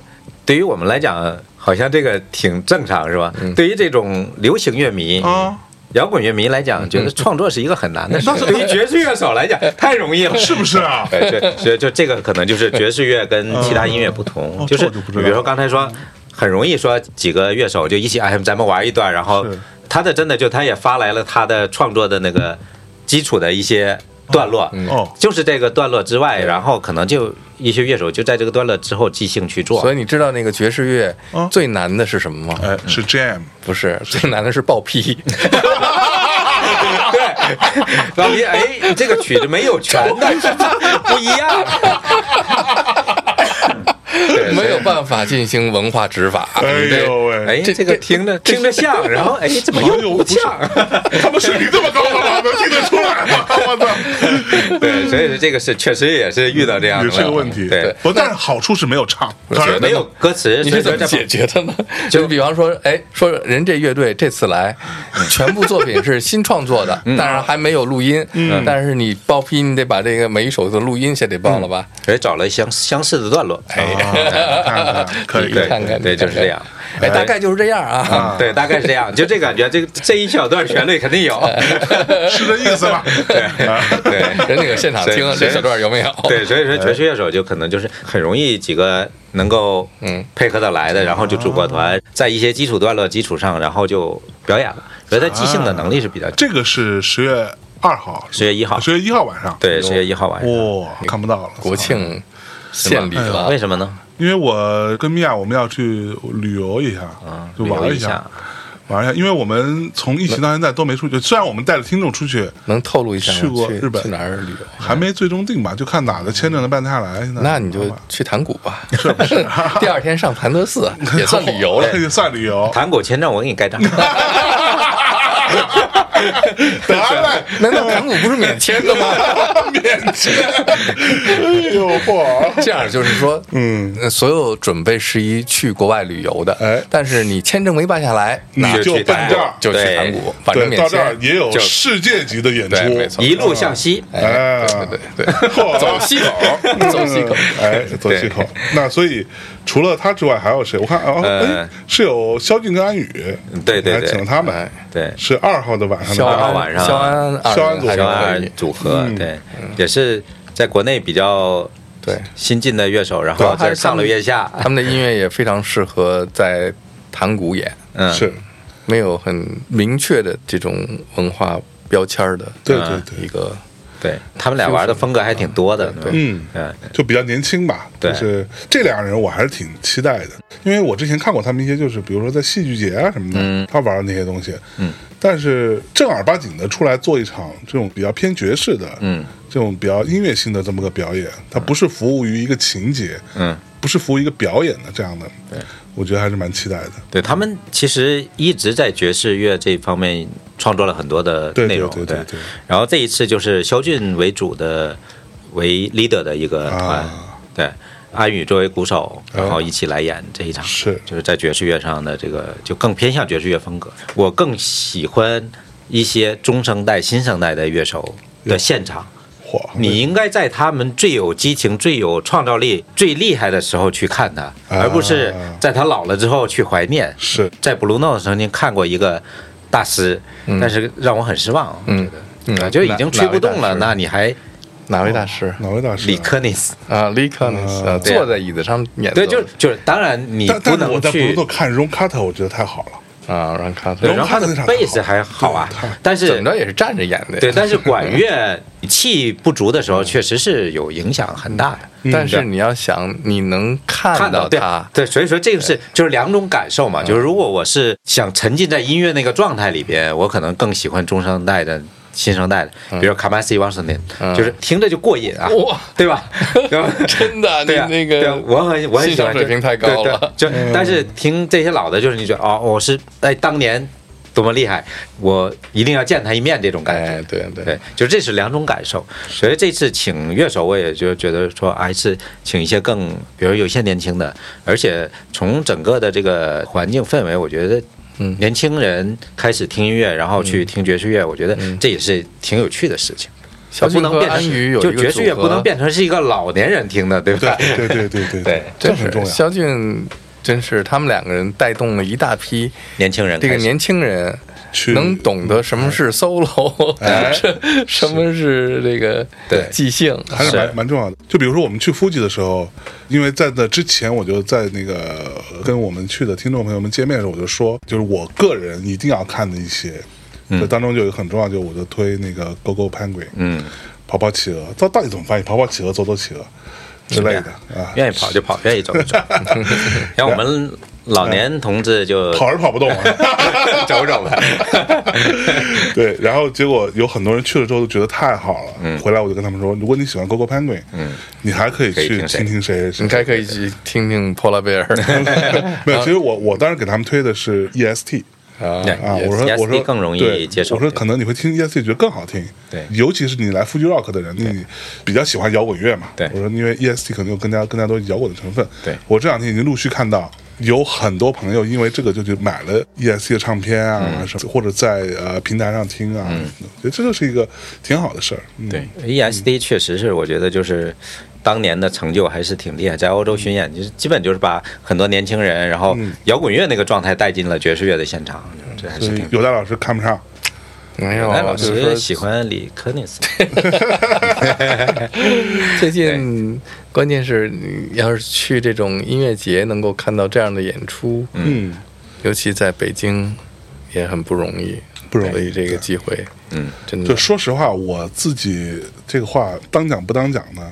C: 对于我们来讲，好像这个挺正常，是吧？对于这种流行乐迷
A: 啊。
C: 摇滚乐迷来讲，觉得创作是一个很难的事。对于爵士乐手来讲，太容易了，
A: 是不是啊？
C: 哎，对，所以就这个可能就是爵士乐跟其他音乐不同，
A: 嗯哦
C: 就是
A: 这我就不知道
C: 比如说刚才说，很容易说几个乐手就一起哎咱们玩一段，然后
A: 是
C: 他的真的就他也发来了他的创作的那个基础的一些段落，
A: 哦，
C: 就是这个段落之外，然后可能就一些乐手就在这个段落之后即兴去做，
B: 所以你知道那个爵士乐
A: 嗯
B: 最难的是什么吗？
A: 哎，是 Jam，
B: 不是，最难的是爆劈。
C: 对，老皮，哎，这个曲子没有全 的，不一样。对
B: 没有办法进行文化执法。
A: 哎呦喂，
C: 哎，这个听着听 着像，然后哎，怎么
A: 哎
C: 又
A: 呦
C: 不像？
A: 他们水平这么高的吗？能听得出来吗？我操！
C: 对，所以说这个是确实也是 遇到这样的
A: 也是个问题。
C: 对，
A: 不，但是好处是没有唱，
B: 觉得
C: 没有歌词，
B: 你
C: 所
B: 是
C: 以
B: 怎
C: 说
B: 么
C: 这
B: 解决的呢？
C: 就
B: 就比方说，哎，说人这乐队这次来，全部作品是新创作的， 当然还没有录音，嗯但是你报批，你得把这个每一首的录音先得报了吧？
C: 所以找了相相似的段落。哎，
A: 啊看看可 以
B: 你
C: 对
B: 看看
C: 对，
B: 你看看
C: 就是这样。
B: 哎，大概就是这样啊。
A: 啊，
C: 对，大概是这样，就这感觉，这这一小段旋律 肯定有。
A: 是这意思吧？
C: 对，
B: 人那个现场听
C: 谁
B: 这小段有没有？
C: 对，所以说爵士乐手就可能就是很容易几个能够
B: 啊
C: 嗯配合得来的，然后就组过团，在一些基础段落基础上，然后就表演了。所以他即兴的能力是比
B: 啊
C: 较强。
A: 这个是十月二号，
C: 十月一号，
A: 十月一号晚上，
C: 对，十月一号晚上，
A: 哇，看不到了，
B: 国庆献礼哦了
C: 为，什么呢？
A: 因为我跟米娅我们要去旅游一下，
B: 啊
A: 就
C: 旅游
A: 玩
C: 一
A: 下，玩一下。因为我们从疫情到现在都没出去，虽然我们带着听众出去，
B: 能透露一下吗
A: 去过
B: 去
A: 日本
B: 去哪儿旅游？
A: 还没最终定吧，就看哪个签证能办得下来。现在
B: 嗯那你
A: 嗯
B: 就去盘古吧，是不是？ 第二天上盘德寺也算旅游了。
A: 也算旅 游。
C: 谈果签证我给你 盖章，
A: 得嘞，
B: 难道盘古不是免签的吗？
A: 免签。哎呦嚯！
B: 这样就是说，嗯，所有准备适宜去国外旅游的，
A: 哎
B: 但是你签证没办下来，
A: 你
B: 那
A: 就
C: 去
A: 奔这儿，
B: 就去
C: 对
B: 盘古，反正
A: 对，
B: 免
A: 到这儿
B: 签。
A: 也有
B: 就
A: 世界级的演出，嗯
B: 对没错
C: 一路向西。
A: 哎，嗯
B: 对对对，
A: 嚯
B: 走西口， 走西口。
A: 哎，走气口。那所以除了他之外还有谁？我看啊，
C: 呃
A: 哎，是有萧敬跟安宇，
C: 对对
A: 还
C: 对
A: 请了他们，
C: 对
A: 是二号的晚上
B: 肖
A: 的
C: 安
A: 晚
B: 安
A: 上，
C: 晚上
B: 肖安二
A: 嗯肖安组
B: 还
C: 小
B: 可
C: 二
B: 以，
C: 组合，
A: 嗯
C: 对，也是在国内比较
B: 对
C: 新进的乐手，然
B: 对
C: 后在上了月下，
B: 他们的音乐也非常适合在盘古演，
C: 嗯，
A: 是，
B: 没有很明确的这种文化标签儿的
A: 对对
C: 嗯
A: 对，
B: 一个
C: 对他们俩玩的风格还挺多的，对
A: 嗯，
C: 嗯，
A: 就比较年轻吧。
C: 对
A: 就是这两个人我还是挺期待的，因为我之前看过他们一些，就是比如说在戏剧节啊什么的，他玩的那些东西，嗯，但是正儿八经的出来做一场这种比较偏爵士的，
C: 嗯，
A: 这种比较音乐性的这么个表演，它不是服务于一个情节，
C: 嗯，
A: 不是服务于一个表演的这样的，对，我觉得还是蛮期待的。
C: 对他们其实一直在爵士乐这方面创作了很多的
A: 对对
C: 内容，
A: 对对对
C: 然后这一次就是肖俊为主的为 leader 的一个团，
A: 啊
C: 对，安宇作为鼓手，然后一起来演这一场，
A: 哦是
C: 就是在爵士乐上的这个就更偏向爵士乐风格。我更喜欢一些中生代、新生代的乐手的现场。
A: 嚯，
C: 你应该在他们最有激情、最有创造力、最厉害的时候去看他，
A: 啊
C: 而不是在他老了之后去怀念。
A: 是
C: 在 Blue Note 曾经看过一个大师，
A: 嗯
C: 但是让我很失望，我觉得
B: 嗯
C: 啊就已经吹不动
B: 哪位
C: 了，
B: 大师
C: 那你还
B: 哪位大师
A: 哪位大师啊？
C: 理科尼斯？
B: 啊 l i c o n 啊，
C: 对啊
B: 坐在椅子上演奏
C: 对，就是就是，当然你
A: 但
C: 不
A: 但是我
C: 能
A: 在布鲁
C: 去
A: 诺。看 Ron Carter，我觉得太好了。
B: 啊，让他
C: 对，
A: 龙
C: 然后
A: 卡
C: 他
A: 的
C: 的
A: 那场
C: 贝斯
A: 好
C: 还好啊，但是
B: 怎么着也是站着演的呀，
C: 对， 但是管乐气不足的时候，确实是有影响很大的。
A: 嗯
B: 但是你要想，你能看
C: 看
B: 到
C: 到
B: 他，嗯
C: 对对，所以说这个是就是两种感受嘛，就是如果我是想沉浸在音乐那个状态里边，我可能更喜欢中生代的。新生代的，比如卡玛西·王斯林，就是听着就过瘾啊，
B: 嗯哇
C: 对吧？对吧
B: 真的
C: 对啊，
B: 你那个
C: 对啊我很我很
B: 欣
C: 喜欢
B: 赏水平太高了
C: 对对就但是听这些老的，就是你觉得哦，我是哎当年多么厉害，我一定要见他一面这种感觉
B: 哎，。对对
C: 对，就这是两种感受。所以这次请乐手，我也就觉得说，还是请一些更，比如有些年轻的，而且从整个的这个环境氛围，我觉得。
B: 嗯
C: 年轻人开始听音乐，然后去听爵士乐，我觉得这也是挺有趣的事情。
B: 嗯小
C: 不
B: 俊
C: 能
B: 和
C: 变成
B: 安宇有一
C: 就
B: 个
C: 爵士乐
B: 组合
C: 不能变成是一个老年人听的，对不 对？
A: 对对对对
C: 对
A: 这
B: 真
A: 很
B: 是
A: 重要。
B: 肖俊，真是他们两个人带动了一大批
C: 年轻人
B: 这个
C: 开始
B: 年轻人
A: 去
B: 能懂得什么是 solo，
A: 哎
B: 什什么是这个
C: 对
B: 即兴，
A: 还是
C: 是
A: 蛮蛮重要的。就比如说我们去夫吉的时候，因为在那之前，我就在那个跟我们去的听众朋友们见面的时候，我就说，就是我个人一定要看的一些，这当中就有很重要，就我就推那个《Go Go Penguin》，
C: 嗯，
A: 跑跑企鹅，到到底怎么翻译？跑跑企鹅，走走企鹅之类的啊，
C: 愿意跑就跑，愿意走 就走。 然后我们老年同志就
A: 跑是跑不动啊。
C: 走走吧。
A: 对，然后结果有很多人去了之后都觉得太好了，
C: 嗯
A: 回来我就跟他们说，如果你喜欢《Go Go Penguin》，嗯，你还可以
C: 可以
A: 去
C: 听谁
A: 听听谁谁
B: 你还可以去听听波拉贝 尔
A: 没有，其实我我当时给他们推的是 E EST
B: 啊
C: 对
A: 啊，
C: 也
A: 我说
C: EST
A: 我说
C: 更容易
A: 对
C: 接受
A: 我说
C: 对
A: 可能你会听 EST 觉得更好听，
C: 对
A: 尤其是你来 Fuji Rock 的人，你比较喜欢摇滚乐嘛，
C: 对
A: 我说因为 EST 可能有更加更加多摇滚的成分，
C: 对
A: 我这两天已经陆续看到。有很多朋友因为这个就去买了 EST 的唱片
C: 嗯
A: 啊，什么或者在呃平台上听啊，我觉得这就是一个挺好的事儿。嗯
C: 对，，ESD ，E 确实是，我觉得就是当年的成就还是挺厉害，在欧洲巡演，
A: 嗯
C: 就是基本就是把很多年轻人，然后摇滚乐那个状态带进了爵士乐的现场，这还
A: 嗯
C: 是
A: 所以哦
C: 挺。
A: 有戴老师看不上，
B: 没有
C: 那老
B: 啊，就是说
C: 师喜欢李科尼 斯，
B: 最近，关键是你要是去这种音乐节，能够看到这样的演出，
A: 嗯，
B: 尤其在北京，也很不容易。不容易这个机会，嗯，真的
A: 就，说实话，我自己这个话当讲不当讲呢？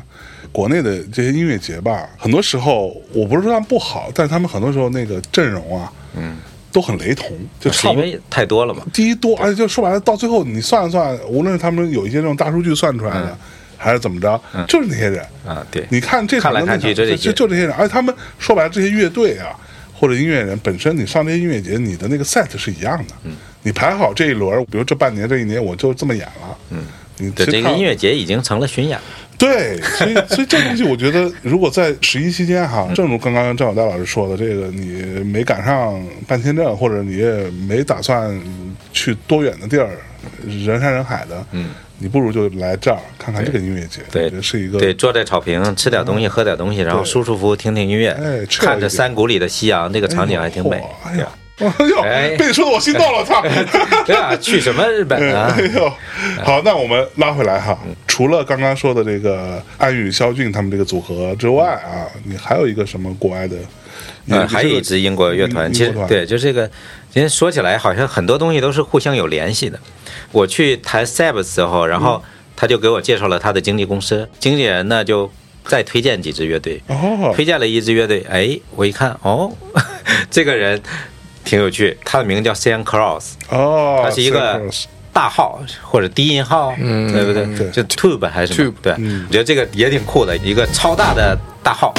A: 国内的这些音乐节吧，很多时候我不是说他们不好，但是他们很多时候那个阵容啊，嗯，都很雷同，就差
C: 啊是因
A: 不多。
C: 为太多 了嘛。
A: 第一多，而且就说白了，到最后你算了算，无论是他们有一些这种大数据算出来的，
C: 嗯
A: 还是怎么着，就是那些人。
C: 啊，对，
A: 你看这场
C: 看来
A: 跟那
C: 看
A: 场
C: 去
A: 就
C: 就这
A: 就
C: 些
A: 就这些人，而且他们说白了，这些乐队啊或者音乐人本身，你上这些音乐节，你的那个 set 是一样的。
C: 嗯
A: 你排好这一轮儿，比如这半年这一年，我就这么演了。嗯，你
C: 对
A: 去
C: 这个
A: 看
C: 音乐节已经成了巡演了。
A: 对，所以所以这东西，我觉得如果在十一期间哈，
C: 嗯
A: 正如刚刚郑老大老师说的，这个你没赶上办签证，或者你也没打算去多远的地儿，人山人海的，嗯，你不如就来这儿看看这个音乐节，
C: 对
A: 我觉得是一个嗯
C: 对，坐在草坪吃点东西，喝点东西，然后
A: 对
C: 舒舒服服听听音乐
A: 哎，chill
C: 看着
A: 一点
C: 山谷里的夕阳，这个场景还挺美。
A: 哎呀，嚯哎
C: 哎
A: 呦，被你说的我心动了，操！
C: 对啊，去什么 日本啊嗯
A: 哎？呦，好，那我们拉回来哈。除了刚刚说的这个安宇、肖俊他们这个组合之外啊，你还有一个什么国外的？
C: 呃，还有一支英国乐团，
A: 嗯英
C: 其
A: 英
C: 实
A: 国团
C: 对，就这个，今天说起来好像很多东西都是互相有联系的。我去谈 Seb 的时候，然
A: 嗯
C: 后他就给我介绍了他的经纪公司，经纪人呢就再推荐几支乐队，
A: 哦
C: 推荐了一支乐队，哎，我一看，哦， 这个人挺有趣，他的名字叫 Sam Cross，
A: 哦，
C: 它是一个
A: Cyprus
C: 大号或者低音号，
B: 嗯
C: 对不对？
A: 对
C: 就 tube 还是什么
B: tube，
C: 对，
A: 嗯
C: 我觉得这个也挺酷的，一个超大的大号。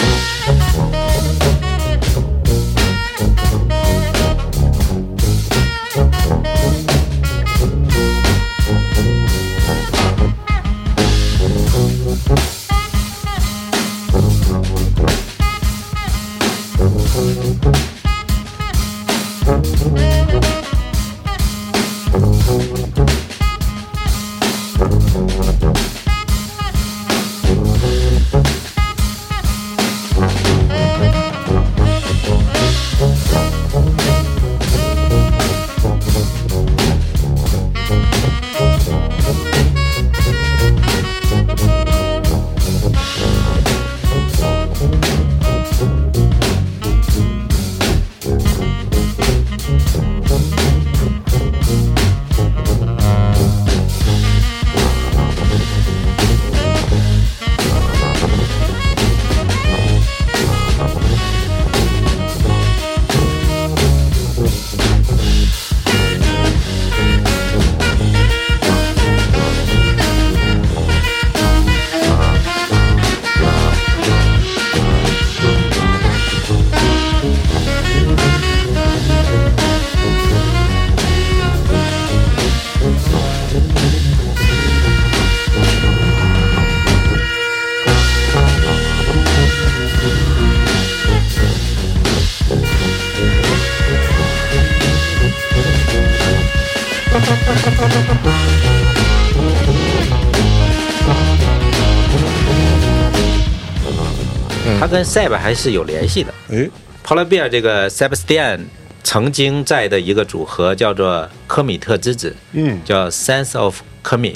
A: 嗯
C: 他跟 Seb 还是有联系的。
A: 哎，
C: p a u l b e r 这个 Sebastian 曾经在的一个组合叫做科米特之子，
A: 嗯
C: 叫 Sense of Kermit。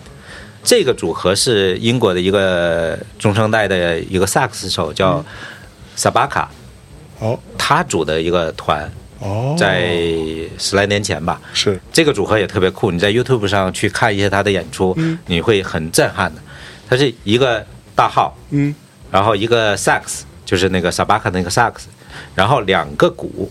C: 这个组合是英国的一个中生代的一个萨克斯手叫 Sabaka，、
A: 好
C: 他组的一个团，
A: 哦，
C: 在十来年前吧。
A: 是
C: 这个组合也特别酷，你在 YouTube 上去看一些他的演出，你会很震撼的。他是一个大号，
A: 嗯
C: 然后一个萨克斯，就是那个 Sabaka 那个萨克斯，然后两个鼓，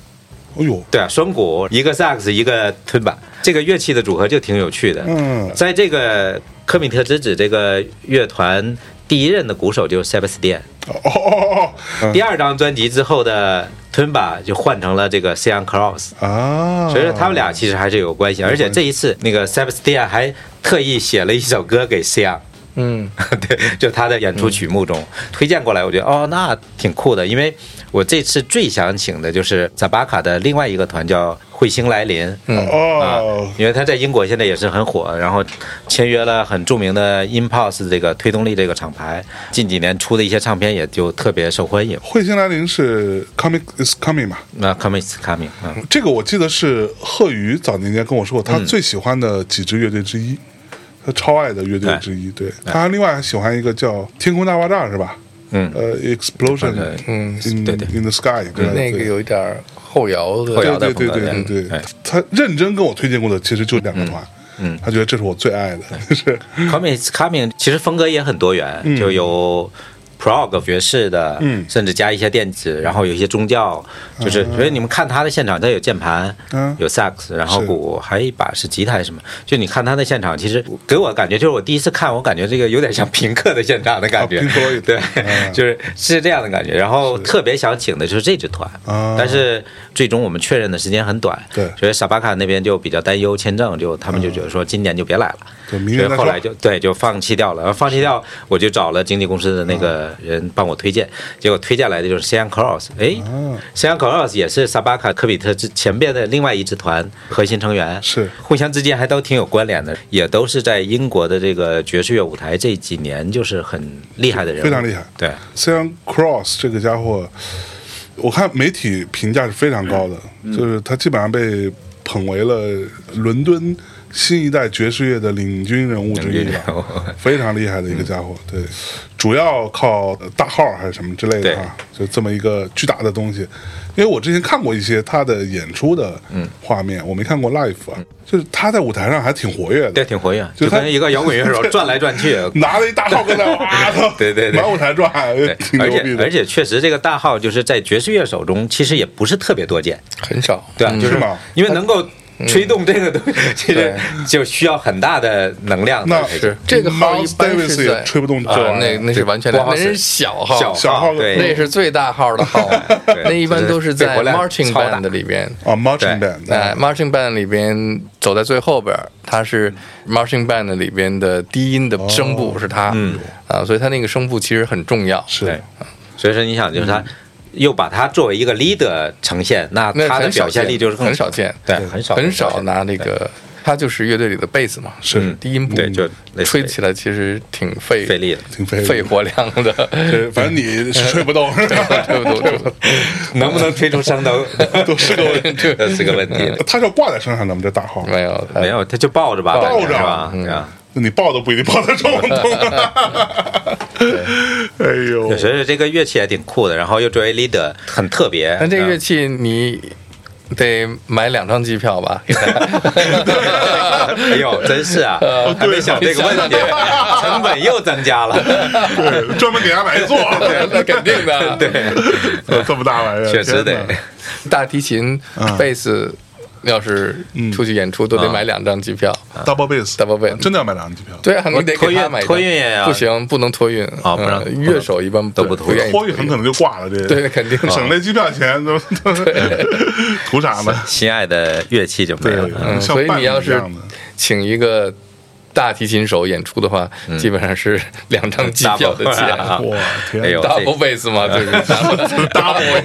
A: 哎呦，
C: 对啊，双鼓，一个萨克斯，一个吞把，这个乐器的组合就挺有趣的。
A: 嗯
C: 在这个科米特之子这个乐团第一任的鼓手就是 Sebastian，、
A: 哦哦哦哦
C: 第二张专辑之后的吞把就换成了这个 Sean Cross。
A: 哦嗯啊，
C: 所以说他们俩其实还是有关系，而且这一次那个 Sebastian 还特意写了一首歌给 Sean，
B: 嗯，
C: 对，就他的演出曲目中、
A: 嗯
C: 推荐过来，我觉得哦，那挺酷的，因为我这次最想请的就是萨巴卡的另外一个团叫彗星来临，啊
A: 哦，
C: 因为他在英国现在也是很火，然后签约了很著名的 Impulse 这个推动力这个厂牌，近几年出的一些唱片也就特别受欢迎。
A: 彗星来临是 Coming is coming 嘛？
C: 那 Coming is Coming，嗯，
A: 这个我记得是贺宇早年间跟我说过，他最喜欢的几支乐队之一，他超爱的乐队之一。对，他另外还喜欢一个叫《天空大爆炸》是吧？
C: 嗯
A: 呃，Explosion，
B: 嗯
A: in-
C: 对对
A: ，In the Sky，对吧
B: 那个
A: 对
B: 有一点儿后摇的，
C: 后摇
A: 对
C: 的
A: 对
C: 风
A: 对
C: 格
A: 对
C: 嗯
A: 对对
C: 哎，
A: 他认真跟我推荐过的其实就两个团，嗯，他觉得这是我最爱的， 就是
C: 卡米卡米其实风格也很多元，就有 prog 爵士的，
A: 嗯啊
C: 甚至加一些电子，然后有一些宗教，就是所以你们看他的现场，他有键盘，
A: 嗯
C: 有 sax，然后
A: 是
C: 鼓，还有一把是吉他还是什么。就你看他的现场，其实给我感觉就是我第一次看，我感觉这个有点像平克的现场的感觉，
A: 啊，Pink Floyd
C: 对，
A: 嗯
C: 就是是这样的感觉。然后特别想请的就是这支团，
A: 啊
C: 但是最终我们确认的时间很短，
A: 对啊
C: 所以沙巴卡那边就比较担忧签证，就他们就觉得说今年就别来了。
A: 对明年
C: 所
A: 再
C: 以后
A: 说
C: 来就对就放弃掉了，然后放弃掉我就找了经纪公司的那个
A: 嗯
C: 人帮我推荐，结果推荐来的就是 Sean Cross，哎
A: 啊
C: ，Sean Cross 也是萨巴卡科比特之前边的另外一支团核心成员，
A: 是
C: 互相之间还都挺有关联的，也都是在英国的这个爵士乐舞台这几年就是很厉害的人物，
A: 非常厉害
C: 对，
A: Sam Cross 这个家伙，我看媒体评价是非常高的，
C: 嗯
A: 就是他基本上被捧为了伦敦新一代爵士乐的领军人物之一吧
C: 领军人物，嗯
A: 非常厉害的一个家伙。对，主要靠大号还是什么之类的
C: 对
A: 啊，就这么一个巨大的东西。因为我之前看过一些他的演出的
C: 嗯
A: 画面，我没看过 live 啊，就是他在舞台上还挺活跃的，
C: 对，挺活跃，
A: 就
C: 就
A: 他
C: 跟一个摇滚乐手转 来转去，
A: 拿了一大号跟那哇，
C: 对对对
A: 满舞台转，
C: 对，
A: 挺
C: 而
A: 牛
C: 且
A: 逼的
C: 而。且确实这个大号就是在爵士乐手中其实也不是特别多见，
B: 很少，
C: 对啊，就是
A: 吗
C: 因为能够
B: 嗯
C: 吹动这个东西，其实就需要很大的能量才
A: 那
C: 可以。
B: 是啊这个号
A: Miles
B: 一般
A: Davis
B: 是
A: 也
B: 在
A: 吹不动这玩意儿
B: 啊，那那是完全两
C: 哇
B: 那
C: 塞
B: 是小号，
A: 小号
C: 对，
B: 那是最大号的号，那一般都是在
C: 就是被国量
B: marching
C: 超大
B: band 里边。
A: 啊，marching
C: 对
A: band，
B: 那 marching band 里边走在最后边儿，他是 marching band 里边的低音的声部是他，
C: 嗯
B: 啊，所以他那个声部其实很重要。
A: 是
C: 对，所以说你想，就是他又把它作为一个 leader 呈现，那
B: 嗯那
C: 他的
B: 很少
C: 表现力
B: 见
C: 就是更
B: 很少见，
C: 对，很少
B: 很少拿那个，他就是乐队里的贝斯嘛，
A: 是
B: 低音部，
C: 对就类似
B: 吹起来其实挺费
C: 费力的，
A: 挺费
B: 肺
A: 力的，
B: 活量 的，
A: 对反正你是吹不动， 是吧？
B: 对不对对不对？
C: 能不能吹出声都 都是个问 题，这是个问题。
B: 嗯
A: 他是要挂在身上的吗？这大号，
B: 没有，
C: 没有，他就抱着吧，
A: 抱
B: 啊
A: 着
C: 反正是吧？
B: 嗯
C: 对啊吧
A: 那你抱都不一定抱得 中。哎呦
C: 对，所以说这个乐器也挺酷的，然后又作为 leader 很特别。
B: 但这个
C: 嗯
B: 乐器你得买两张机票 吧？
C: 哎呦，真是啊，
A: 哦
C: 还没 想这个问题，成本又增加了。
A: 对，专门给他 买一座，
B: 那肯定 的。
C: 对，
A: 这么大玩意儿，
C: 确实得
A: 天哪。
B: 大提琴
A: 嗯、
B: 贝斯，要是出去演出都得买两张机票。
A: double bass
B: double bass
A: 真的要买两张机票。
B: 对啊，你得
C: 托
B: 给
C: 运
B: 他买一张。
C: 托运也要
B: 不行，不能托运
C: 啊不让
B: 嗯
C: 不能
B: 乐手一般
C: 都不托运
B: 愿意
A: 托运很可能就挂了，这
B: 对那肯定啊的
A: 省那机票钱都都 图啥呢？
C: 心爱的乐器就没
A: 对
C: 有，
B: 嗯
A: 像
B: 所以
A: 伴
B: 你要
A: 舞一
B: 是
A: 样的，
B: 请一个大提琴手演出的话，
C: 嗯
B: 基本上是两张机票的钱。
C: Double
A: 哇
C: 哎
A: 天
C: 呦
B: double bass 嘛，
C: 嗯
B: 就是
A: ，double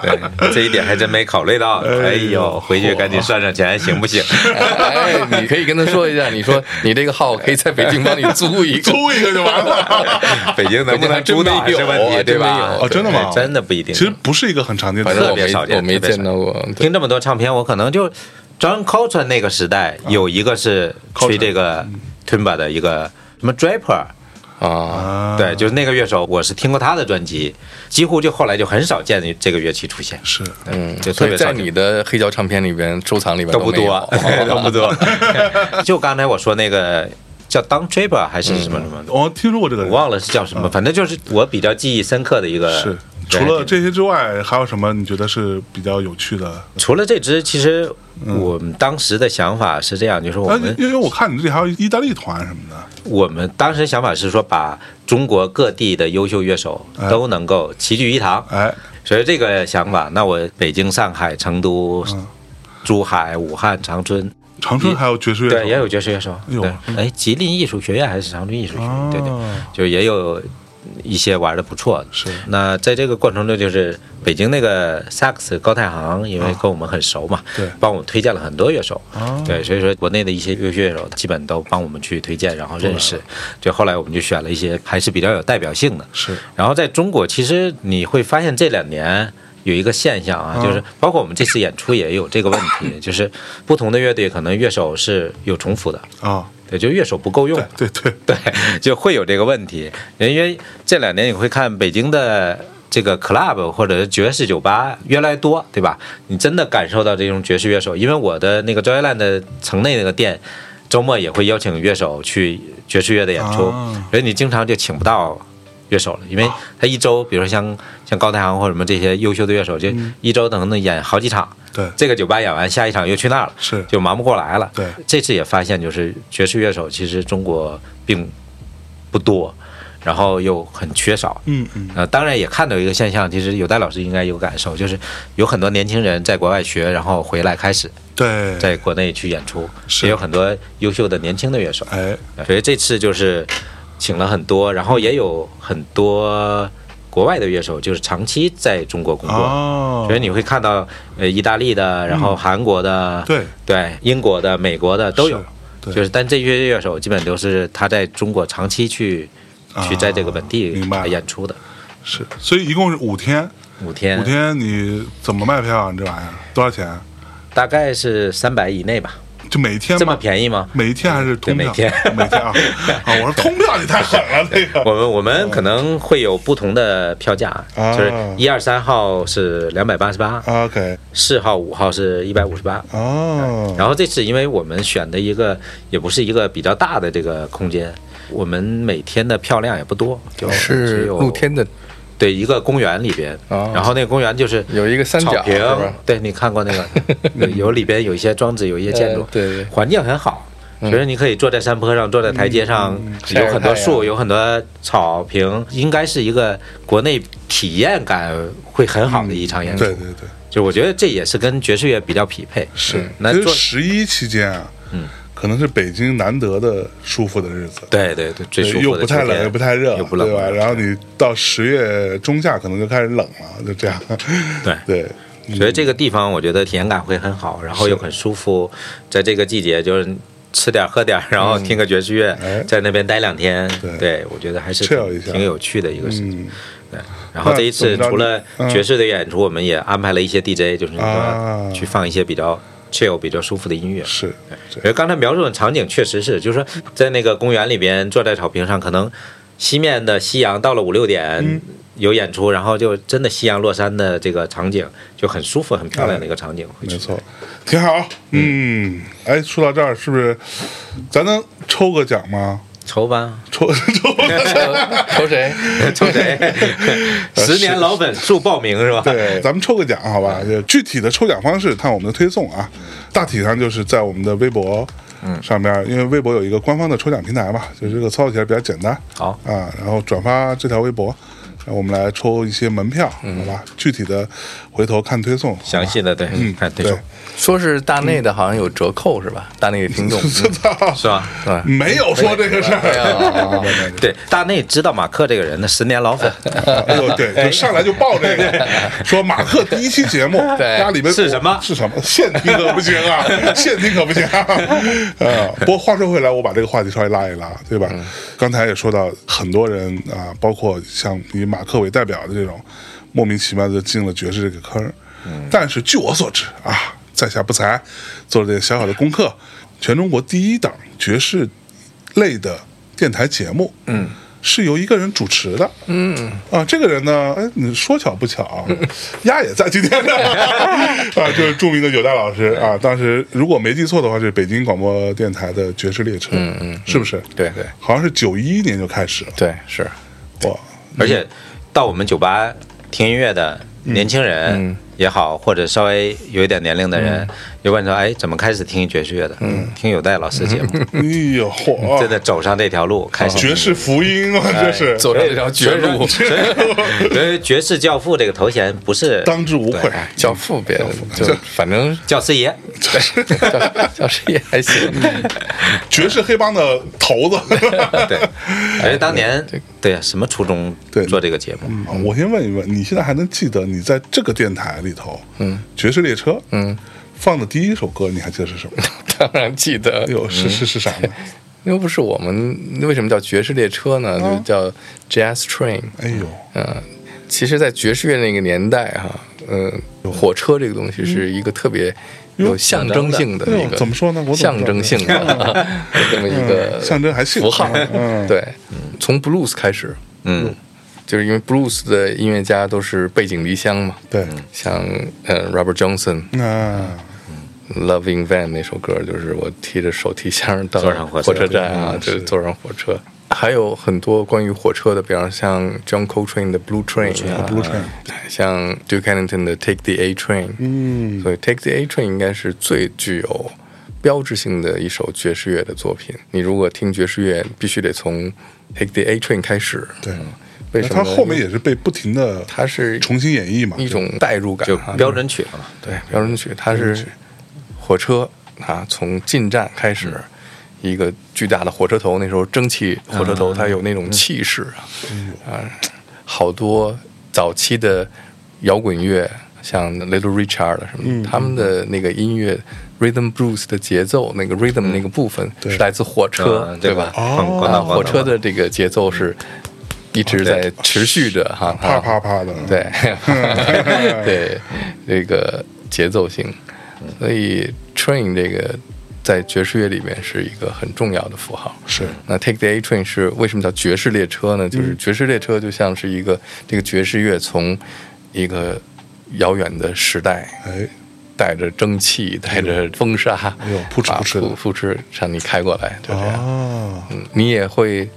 C: 对，这一点还真没考虑到。哎呦，回去赶紧算算钱，行不行？
B: 哎，你可以跟他说一下，你说你这个号可以在北京帮你租一 个，
A: 租一个就完
C: 哎
A: 了。
C: 北京能不能租到还是问题，对吧？
A: 哦，真的吗？
C: 对真的不一定
A: 其实不是一个很常见的
B: 反正
A: 词
B: 我
C: 特别
B: 没
C: 少见
B: 我没
C: 特别少
B: 见到过。对
C: 听这么多唱片，我可能就 John Coltrane 那个时代有一个是吹这个 Tumba 的一个什么 Draper。
B: 啊，
A: 啊。
C: 对，就是那个乐手，我是听过他的专辑，几乎就后来就很少见这个乐器出现，
A: 是，
C: 嗯，就特
B: 所以
C: 别
B: 在
C: 少见
B: 你的黑胶唱片里边、收藏里边
C: 都不
B: 没有哦
C: 多，啊 都不多。 就刚才我说那个叫 Don Draper 还是什么什么，
A: 我听说过这个
C: 我
A: 人。
C: 忘了是叫什么，反正就是我比较记忆深刻的一个。
A: 嗯是，
C: 对
A: 除了，这些之外，还有什么你觉得是比较有趣的？
C: 除了这支，其实我们当时的想法是这样，就是我
A: 啊，
C: 们
A: 因为我看你这里还有意大利团什么的，
C: 我们当时想法是说，把中国各地的优秀乐手
A: 哎
C: 都能够齐聚一堂，
A: 哎，
C: 所以这个想法，那我北京、上海、成都、
A: 啊
C: 珠海、武汉、长春，
A: 长春还有爵士乐手，
C: 对，也有爵士乐手。
A: 呦
C: 对，哎，吉林艺术学院还是长春艺术学
A: 哦
C: 院？对对，就也有一些玩的不错的。
A: 是
C: 那在这个过程中，就是北京那个萨克斯高太行，因为跟我们很熟嘛，
A: 啊对
C: 帮我们推荐了很多乐手。
A: 哦
C: 对，所以说国内的一些乐乐手，基本都帮我们去推荐，然后认识。就后来我们就选了一些还是比较有代表性的。
A: 是
C: 然后在中国，其实你会发现这两年有一个现象啊，就是包括我们这次演出也有这个问题，就是不同的乐队可能乐手是有重复的，
A: 啊，
C: 对，就乐手不够用
A: 对。对对，
C: 对，就会有这个问题，因为这两年你会看北京的。这个 club 或者爵士酒吧越来越多，对吧？你真的感受到这种爵士乐手，因为我的那个 Joyland 的城内那个店，周末也会邀请乐手去爵士乐的演出
A: 啊，
C: 所以你经常就请不到乐手了，因为他一周，比如说像像高太行或者什么这些优秀的乐手，就一周可能演好几场，
A: 嗯对
C: 这个酒吧演完，下一场又去那儿了，
A: 是
C: 就忙不过来了。
A: 对
C: 这次也发现，就是爵士乐手其实中国并不多，然后又很缺少。
A: 嗯嗯，
C: 呃，当然也看到一个现象，其实有戴老师应该有感受，就是有很多年轻人在国外学，然后回来开始
A: 对，
C: 在国内去演出，
A: 是
C: 也有很多优秀的年轻的乐手。
A: 哎，
C: 所以这次就是请了很多，然后也有很多国外的乐手，就是长期在中国工作。
A: 哦嗯
C: 所，以你会看到，呃，意大利的，然后韩国的，
A: 对
C: 对，英国的、美国的都有
A: 是，对
C: 就是但这些乐手基本都是他在中国长期去、去在这个本地
A: 啊明白
C: 来演出的，
A: 是，所以一共是五天，
C: 五天，
A: 五天你怎么卖票啊？你这玩意儿多少钱？啊
C: 大概是三百以内吧，
A: 就每天
C: 这么
A: 吗
C: 便宜吗？
A: 每一天还是通票？
C: 对每天
A: 每 天啊！啊，我说通票你太狠了，这个
C: 我们我们可能会有不同的票价，
A: 啊
C: 就是一二三号是两百八十八，
A: OK
C: 四号五号是一百五十八，
A: 哦，
C: 然后这次因为我们选的一个也不是一个比较大的这个空间，我们每天的票量也不多，就只
B: 是
C: 有
B: 露天的，
C: 对一个公园里边，
B: 哦
C: 然后那个公园就是
B: 有一个三角
C: 草
B: 是
C: 坪
B: 吧，
C: 对你看过那个 有有里边有一些装置，有一些建筑
B: 呃，对对
C: 环境很好。所以你可以坐在山坡上，坐在台阶上，
B: 晒嗯
C: 有
B: 晒
C: 很多
B: 太阳
C: 树，有很多草坪，应该是一个国内体验感会很好的一
B: 嗯
C: 场演出。
A: 对对对，
C: 就我觉得这也是跟爵士乐比较匹配。嗯
A: 是。
C: 那
A: 其实
C: 坐
A: 十一期间啊，嗯，可能是北京难得的舒服的日子，
C: 对对对，最舒
A: 又
C: 服的
A: 不太
C: 秋天
A: 冷又不太热，
C: 又不冷
A: 对吧？
C: 了
A: 然后你到十月中下可能就开始冷了，就这样。
C: 对
A: 对，
C: 所以这个
A: 嗯
C: 地方我觉得体验感会很好，然后又很舒服。在这个季节，就是吃点儿喝点儿，然后听个爵士乐，
A: 哎
C: 在那边待两天。
A: 对
C: 我觉得还是
A: chill
C: 挺
A: 一下
C: 挺有趣的一个事情。
A: 嗯，
C: 对，然后这一次
A: 那怎么着
C: 除了
A: 嗯
C: 爵士的演出，我们也安排了一些 DJ，就是
A: 啊
C: 说去放一些比较 chill、比较舒服的音乐。
A: 是
C: 因为刚才描述的场景确实是，就是说在那个公园里边坐在草坪上，可能西面的夕阳到了五六
A: 嗯
C: 点有演出，然后就真的夕阳落山的这个场景就很舒服、很漂亮的一个场景。会
A: 哎没
C: 去
A: 错，挺好。嗯，哎，说到这儿是不是咱能抽个奖吗？
C: 抽 吧，
A: 抽抽
B: 抽谁？
C: 抽 谁？十年老粉速报名是吧？
A: 对，咱们抽个奖，好吧？
C: 嗯
A: 就具体的抽奖方式，看我们的推送啊。大体上就是在我们的微博
C: 嗯
A: 上边，因为微博有一个官方的抽奖平台嘛，就是这个操作起来比较简单。
C: 好
A: 啊，然后转发这条微博，然后我们来抽一些门票，好吧？具体的回头看推送，好吧
C: 嗯详细的对，看对
A: 嗯
C: 手
A: 对。
B: 说是大内的，好像有折扣是吧？大内的 听众 嗯
A: 知道
C: 嗯是吧？
B: 对
A: 没有说这个事
B: 哎呀
A: 儿。
C: 对，大内知道马克这个人的十年老粉
A: 哎呦，对，就上来就报这个，说马克第一期节目，
B: 对
A: 家里面
C: 是什么
A: 是什么？现听可不行啊，现听可不行啊。呃，不过话说回来，我把这个话题稍微拉一拉，对吧？刚才也说到，很多人啊，包括像以马克为代表的这种，莫名其妙就进了爵士这个坑儿。但是据我所知啊，在下不才，做了点小小的功课，全中国第一档爵士类的电台节目，嗯，是由一个人主持的，嗯啊，这个人呢，哎，你说巧不巧啊，丫也在今天呢，啊，就是著名的九大老师啊，当时如果没记错的话，是北京广播电台的爵士列车，嗯嗯，是不是？
B: 对对
A: 好像是九一年就开始了，
B: 对是，
A: 哇，
C: 而且到我们酒吧听音乐的年轻人也好，或者稍微有一点年龄的人，就问说：“哎，怎么开始听爵士乐的？”嗯，听有代老师节目，
A: 哎呦嚯，
C: 真的走上这条路，开始
A: 爵士福音啊，这是
B: 走上这条绝路，
C: 所以说所以爵士教父这个头衔不是
A: 当之无愧
C: 对。
B: 教父别的就反 正
C: 教师爷，
B: 教教师也还行，嗯
A: 爵士黑帮的头子。
C: 对，而且当年对什么初衷
A: 对
C: 做这个节目，
A: 啊我先问一问，你现在还能记得你在这个电台里头，嗯，爵士列车，嗯，放的第一首歌，你还记得是什么？
B: 当然记得
A: 哎。呦，
B: 嗯
A: 是是是啥 呢？
B: 又不是我们为什么叫爵士列车呢？就叫 Jazz Train。
A: 哎呦，
B: 嗯，其实，在爵士乐那个年代哈、嗯、火车这个东西是一个特别有象征性的
A: 哎呦
B: 一个，
A: 怎么说呢我怎
B: 象
A: 么知道
B: 征
A: 呢
B: 性 的这么一个
A: 嗯象征还性
B: 符号
A: 嗯，
B: 对，从 blues 开始，
C: 嗯，
B: 就是因为 blues 的音乐家都是背井离乡嘛，
A: 对，
B: 像呃 Robert Johnson 啊
A: 那
B: Loving Van 那首歌，就是我提着手提箱到
C: 坐上火车
B: 火车站啊，就是坐上火车。还有很多关于火车的，比方像 John Coltrane 的 Blue Train 啊
A: Blue Train
B: 像 Duke Ellington 的 Take the A Train，
A: 嗯
B: 所以 Take the A Train 应该是最具有标志性的一首爵士乐的作品。你如果听爵士乐，必须得从 Take the A Train 开始。
A: 对
B: 嗯，为什么
A: 他
B: 呢？
A: 后面
B: 因为
A: 也是被不停的
B: 它是
A: 重新演绎嘛，
B: 一种代入感
C: 就
B: 啊，
C: 标准曲了嘛。
B: 对，标准曲，它是火车啊，从进站开始，一个巨大的火车头，那时候蒸汽火车头，它有那种气势啊，啊，好多早期的摇滚乐，像 Little Richard 啊什么的，他们的那个音乐 rhythm blues 的节奏，那个 rhythm 那个部分
A: 对
B: 是来自火车
C: 嗯，
B: 对
C: 对
B: 吧？
A: 哦
C: 哐
B: 啊，
C: 当
B: 火车的这个节奏是一直在持续着哈，
A: 啪
B: 啊
A: 啪啪的，
B: 对， 对，这个节奏性，
A: 嗯
B: 所以 train 这个在爵士乐里面是一个很重要的符号。
A: 是
B: 那 Take the A Train 是为什么叫爵士列车
A: 嗯
B: 呢？就是爵士列车就像是一个这个爵士乐从一个遥远的时代，
A: 哎，
B: 带着蒸汽，带着风沙，
A: 哎呦扑哧
B: 啊
A: 扑哧的
B: 扑哧让你开过来，就这样。
A: 啊，
B: 嗯你也会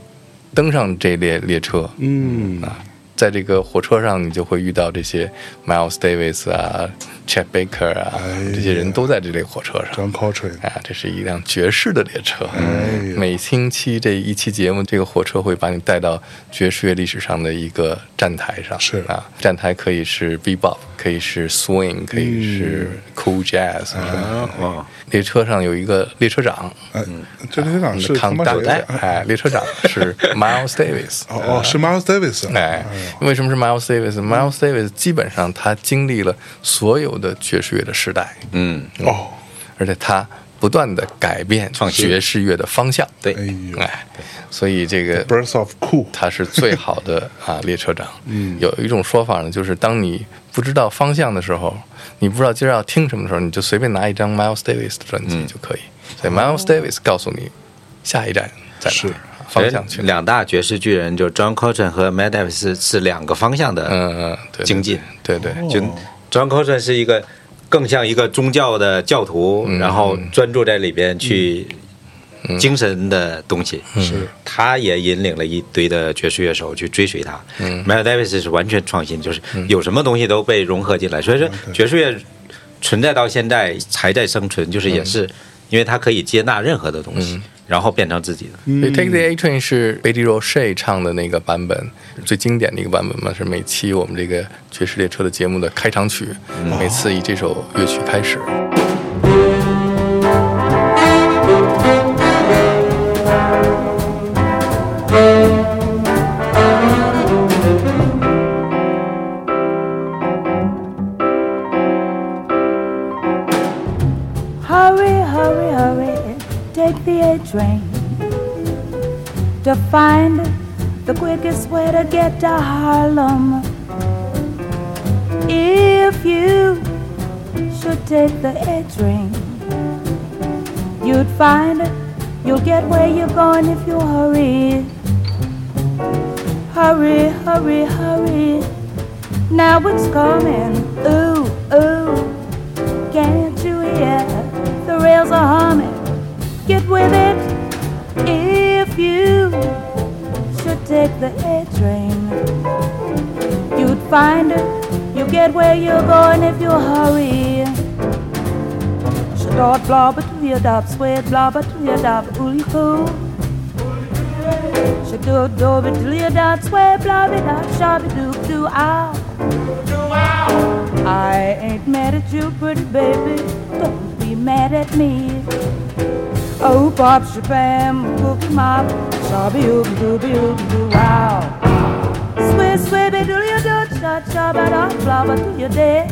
B: 登上这列列车，
A: 嗯
B: 啊，在这个火车上，你就会遇到这些 Miles Davis 啊、Chet Baker 啊
A: 哎呀，
B: 这些人都在这类火车上。
A: ，John Coltrane，
B: 啊，这是一辆爵士的列车。
A: 哎呀
B: 每星期这一期节目，这个火车会把你带到爵士乐历史上的一个站台上。
A: 是
B: 啊，站台可以是 bebop，可以是 swing，可以
A: 嗯
B: 是 cool jazz、
C: 啊，
B: 列车上有一个列车长，
A: 哎，这队长是他
B: 扛
A: 妈
B: 大
A: 谁
B: 带
A: 的？，
B: 哎，列车长是 Miles Davis。
A: 啊哦哦，是 Miles Davis，
B: 哎，为什么是 Miles Davis？Miles Davis 基本上他经历了所有的爵士乐的时代，
C: 嗯，
A: 哦，
B: 而且他不断的改变
C: 创新
B: 爵士乐的方向。
C: 对
A: 哎，呦
B: 哎，所以这个
A: ，Birth of Cool，
B: 他是最好的 啊列车长。嗯，有一种说法呢，就是当你不知道方向的时候，你不知道今儿要听什么的时候，你就随便拿一张 Miles Davis 的专辑就可以。
C: 嗯
B: 所以 Miles Davis 告诉你下一站在哪
A: 是
B: 儿，方向去哪儿。
C: 哎两大爵士巨人就 John Coltrane 和 Miles Davis 是两个方向的，
B: 嗯嗯，对，对
C: 精进，
B: 对对。
C: 就 John Coltrane 是一个更像一个宗教的教徒，
B: 嗯
C: 然后专注在里边去精神的东西。
B: 嗯
C: 是，他也引领了一堆的爵士乐手去追随他。嗯 m i l Davis 是完全创新，就是
B: 嗯
C: 有什么东西都被融合进来，所以说爵士乐存在到现在还在生存，就是
B: 嗯
C: 也是因为它可以接纳任何的东西，然后变成自己的。
B: 所以 Take the A Train 是 Betty Roche 唱的那个版本，最经典的一个版本嘛，是每期我们这个爵士列车的节目的开场曲，每次以这首乐曲开始。
E: Hurry, hurry, hurry, take the A train to find the quickest way to get to Harlem. If you should take the A train, you'd find you'll get where you're going if you hurry. Hurry, hurry, hurry. Now it's coming. Ooh, ooh. Can't you hear? The rails are humming. Get with it if you should take the A train. You'd find it. You get where you're going if you hurry. Shadot blobber to your dop, sweat blobber to your dop, ooly poo. Shadot dobe to your dop, sweat blobby dop, shabby doop doo ah. ow. I ain't mad at you, pretty baby. Don't be mad at me. Oh, Bob Shabam, Cookie Mop, Shabby Ooby Dooby Ooby Doo Wow. Sway, sway, be do your do, cha cha, ba da, flabba to your day.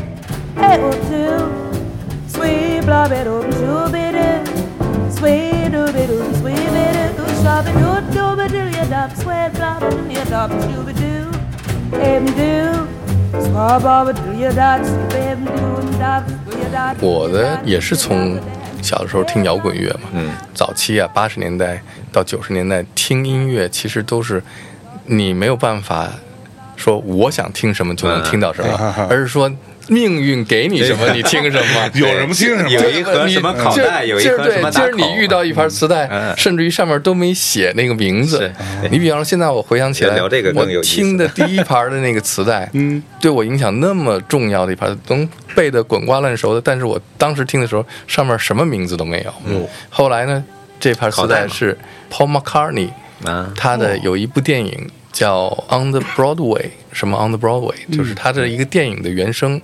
E: Hey, oh, too. Sway, blob it, open, choo, be do. Sway, dooby doo, sway, be do, shabby doo, dooby do your dub, sway, blabba do your dub, choo, be do. Eben do, swab, aber do your dub, swab, eben do, and dub, do your dub.
B: 我的也是从小的时候听摇滚乐嘛，嗯，早期啊，八十年代到九十年代听音乐，其实都是你没有办法说我想听什么就能听到什么
A: 嗯，
B: 而是说命运给你什么你听什么，
A: 有什么听什么，
C: 有一盒什么烤
B: 嗯
C: 带，
B: 今
C: 有
B: 儿
C: 一
B: 今儿
C: 盒什
B: 对，
C: 么
B: 今
C: 大
B: 儿
C: 口。
B: 你遇到一盘磁带
C: 嗯，
B: 甚至于上面都没写那个名字
C: 是。
B: 你比方说，现在我回想起来，
C: 聊这个更有
B: 我
C: 意思
B: 听的第一盘的那个磁带，嗯，对我影响那么重要的一盘，能背得滚瓜烂熟的。但是我当时听的时候，上面什么名字都没有。后来呢，这盘磁
C: 哦烤带
B: 带
C: 嘛
B: 是 Paul McCartney，
C: 啊，
B: 他的有一部电影叫《On the Broadway》，什么《On the Broadway》，就是
A: 嗯
B: 他的一个电影的原声。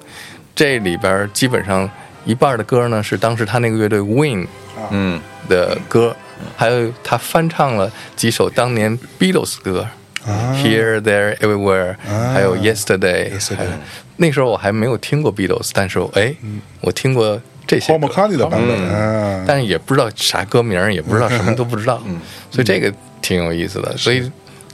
B: 这里边儿基本上一半儿的歌呢是当时他那个乐队 Win
C: 嗯，
B: 的歌，还有他翻唱了几首当年 Beatles 歌。Here,
A: 啊
B: there, everywhere，、还有 Yesterday，,
A: Yesterday
B: 还有那时候我还没有听过 Beatles，但是我哎，我听过这些
A: 嗯 Paul
B: 歌
A: McCartney 的版本，
B: 嗯
A: 嗯
B: 但是也不知道啥歌名儿，也不知道什么都不知道，所以这个挺有意思的。所以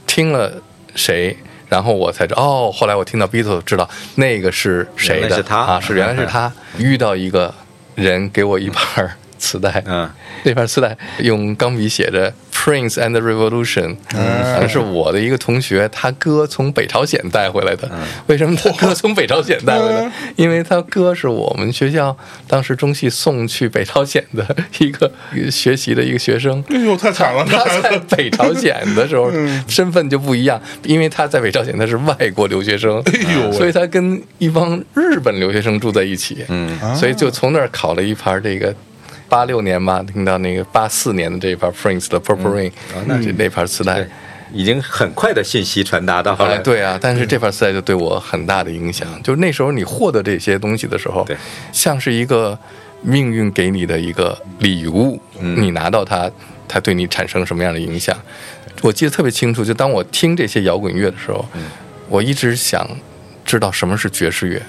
B: 听了谁，然后我才知道哦，后来我听到 Beatles 知道那个是谁
C: 原来
B: 的，
C: 是他嗯
B: 啊，是原来是他。遇到一个人给我一盘儿磁带，
C: 嗯，
B: 那盘磁带用钢笔写着 Prince and the Revolution，嗯，是我的一个同学，他哥从北朝鲜带回来的。
A: 嗯
B: 为什么他哥从北朝鲜带回
A: 哦
B: 来？ 因为他哥是我们学校当时中戏送去北朝鲜的一个一个学习的一个学生。
A: 哎呦，太惨了，嗯
B: 他在北朝鲜的时候身份就不一样，因为他在北朝鲜他是外国留学生，
A: 哎呦喂
B: 所以他跟一帮日本留学生住在一起，嗯，所以就从那儿考了一盘这个。八六年吧，听到那个八四年的这一盘 Prince 的 Purple Rain，、那
A: 嗯啊
B: 是那盘磁带
C: 对，，已经很快的信息传达到
B: 哎，
C: 了。，嗯
B: 对 啊，但是这盘磁带就对我很大的影响。就是那时候你获得这些东西的时候
C: 对，
B: 像是一个命运给你的一个礼物，
C: 嗯
B: 你拿到它，它对你产生什么样的影响？我记得特别清楚，就当我听这些摇滚乐的时候，
C: 嗯
B: 我一直想知道什么是爵士乐。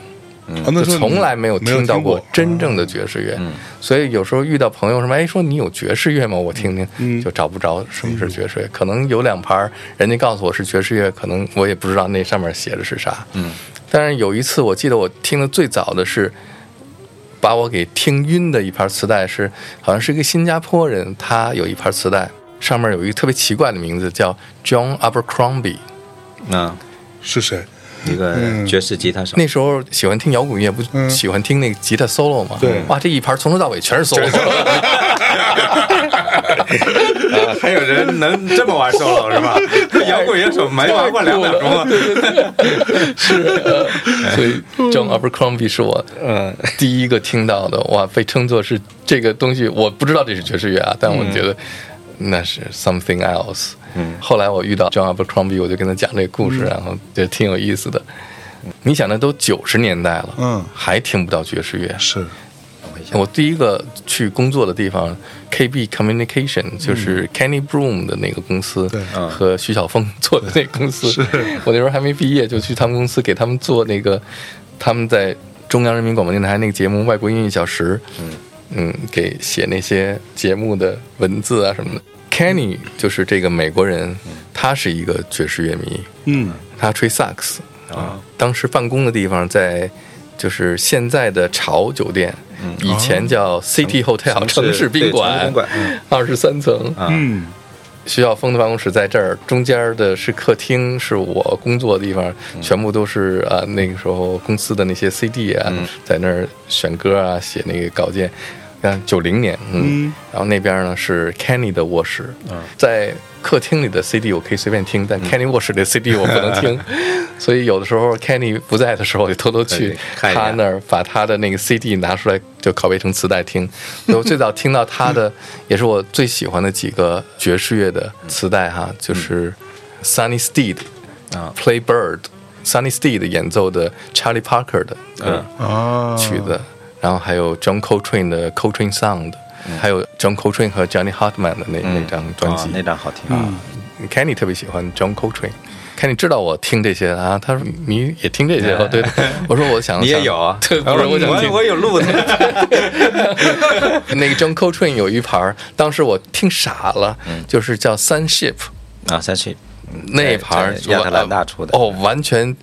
A: 啊
B: 就
A: 那时候你
B: 从来没有
A: 没有
B: 听到过
A: 过嗯
B: 真正的爵士乐，所以有时候遇到朋友什么，哎，说你有爵士乐吗？我听听，
A: 嗯
B: 就找不着什么是爵士乐。可能有两盘儿，人家告诉我是爵士乐，可能我也不知道那上面写的是啥。嗯，但是有一次，我记得我听的最早的是把我给听晕的一盘磁带是，好像是一个新加坡人，他有一盘磁带，上面有一个特别奇怪的名字叫 John Abercrombie。
C: 啊，
A: 是谁？
C: 一个爵士吉他手。
B: 那时候喜欢听摇滚乐，不
A: 嗯
B: 喜欢听那个吉他 solo 吗？
A: 对
B: 哇，这一盘从头到尾全是 solo，
C: 啊还有人能这么玩 solo 是吧？摇滚乐手没玩过两秒钟啊。
B: 是，呃所以 John Abercrombie 是我
C: 嗯
B: 第一个听到的，哇，被称作是这个东西，我不知道这是爵士乐啊，但我觉得那是 something else。嗯，后来我遇到 John Abercrombie，我就跟他讲这个故事，然后觉得挺有意思的。你想，那都九十年代了，
A: 嗯
B: 还听不到爵士乐，
A: 是
B: 我第一个去工作的地方，KB Communication，就是 Kenny Broom 的那个公司，
A: 对
B: 和徐晓峰做的那个公司。 我那时候还没毕业，就去他们公司给他们做那个，他们在中央人民广播电台那个节目《外国音乐一小时》，嗯给写那些节目的文字啊什么的。Kenny 就是这个美国人，他是一个爵士乐迷，
A: 嗯
B: 他吹萨克斯啊。当时办公的地方在就是现在的潮酒店，以前叫 City Hotel
C: 嗯城市
B: 城市宾
C: 对城市
B: 馆
C: 宾馆嗯，
B: 二十三层。
A: 嗯
B: 徐晓峰的办公室在这儿，中间的是客厅，是我工作的地方，
C: 嗯
B: 全部都是啊那个时候公司的那些 CD 啊，
C: 嗯
B: 在那儿选歌啊，写那个稿件。看九零年，嗯，然后那边呢是 Kenny 的卧室，
C: 嗯
B: 在客厅里的 CD 我可以随便听，但 Kenny 卧室里的 CD 我不能 听，所以有的时候 Kenny 不在的时候，我就偷偷去
C: 对看一下
B: 他那儿把他的那个 CD 拿出来，就拷贝成磁带听。所以我最早听到他 的，也是我最喜欢的几个爵士乐的磁带哈，就是 Sunny Steed
C: 啊
B: Play Bird。Sunny Steed 演奏的 Charlie Parker 的
C: 嗯
A: 啊，
B: 曲子，然后还有 John Coltrane 的 Coltrane Sound，、还
C: 嗯
B: 有 John Coltrane 和 Johnny Hartman 的那、那张专辑
C: 啊，那张好听。
B: Kenny 特别喜欢 John Coltrane。Kenny 知道我听这些啊，他说你也听这些哦， 对，我说我想
C: 你也
B: 想
C: 有啊？
B: 对，不是我想听
C: 我我有录的。
B: 那个 John Coltrane 有一盘儿，当时我听傻了，
C: 嗯
B: 就是叫 Sunship
C: 啊，三去
B: 那一盘儿，
C: 在亚特兰大出的
B: 我呃哦，完全，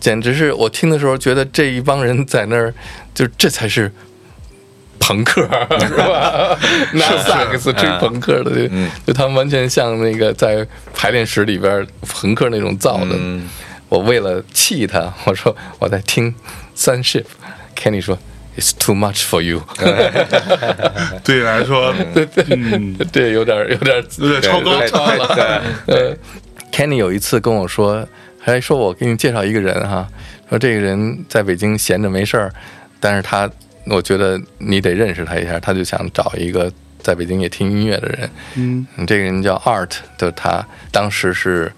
B: 简直是我听的时候觉得这一帮人在那儿，就这才是。朋克 是 吧？拿萨克斯吹
C: 嗯
B: 朋克的，
C: 嗯
B: 就就他们完全像那个在排练室里边朋克那种造的。我为了气他，我说我在听 Sunship。Kenny 说：“It's too much for you。
A: 对你来说，对嗯，
B: 对，有点有点
A: 有点超高
C: 对
A: 超了。
C: 对
B: 呃，Kenny 有一次跟我说，还说我给你介绍一个人哈、说这个人在北京闲着没事儿，但是他我觉得你得认识他一下，他就想找一个在北京也听音乐的人。嗯，这个人叫 Art，就他当时是。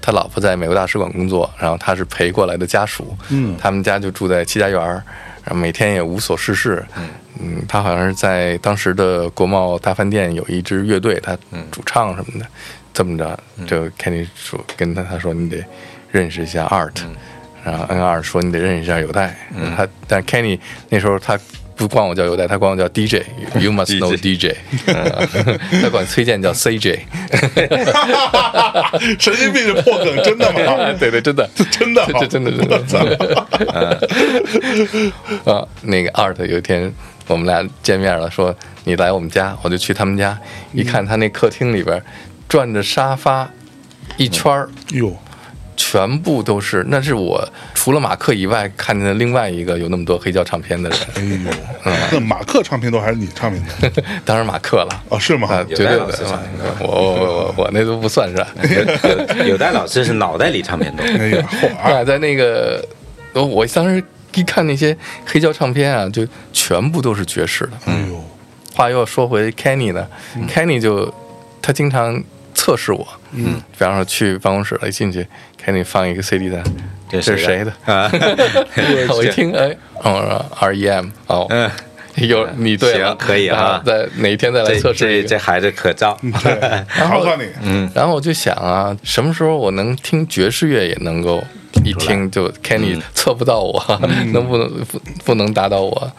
B: 他老婆在美国大使馆工作，然后他是陪过来的家属，嗯，他们家就住在戚家园儿，然后每天也无所事事，嗯，他好像是在当时的国贸大饭店有一支乐队，他主唱什么的，这么着，就 Kenny 说跟他他说你得认识一下 Art，、然后 N 二说你得认识一下犹太，他但 Kenny 那时候他不管我叫犹太，他管我叫 DJ，You must know DJ，他 管崔健叫 CJ，
A: 神经病这破梗真的吗？
B: 对对，真的。
A: 真的啊
B: 这这真的真的真的。 啊，那个 Art 有一天我们俩见面了，说你来我们家，我就去他们家，一看他那客厅里边转着沙发一圈儿，
A: 哟，
B: 全部都是，那是我除了马克以外看见的另外一个有那么多黑胶唱片的人，
A: 哎呦，
B: 嗯
A: 那马克唱片都还是你唱片 多
B: 当然马克了。
A: 哦？是吗
B: 啊，？绝对
C: 戴
B: 的
C: 老师唱！
B: 我我我我那都不算是，啊
C: 对，有有戴老师是脑袋里唱片多，
A: 哎呀，嚯啊！
B: 啊，在那个，我我当时一看那些黑胶唱片啊，就全部都是爵士的。
A: 哎呦，
B: 话又说回 Kenny 呢、k e n n y 就他经常测试我，嗯，比方说去办公室了，一进去，Kenny 放一个 CD 在那，
C: 这
B: 这
C: 是
B: 是
C: 谁
B: 谁
C: 的
B: 的？
C: 啊
B: 我一听，哎，我说 REM 哦，
C: 嗯，
B: 有你对了
C: 行，可以啊
B: 在哪一天再来
C: 这
B: 测试
C: 这
B: 一
C: 这
B: 个？
C: 孩子可 造，
A: 对，考考你，
B: 嗯，然后我就想啊，什么时候我能听爵士乐也能够一听就 Kenny 测不到我，能不能不不能达到我？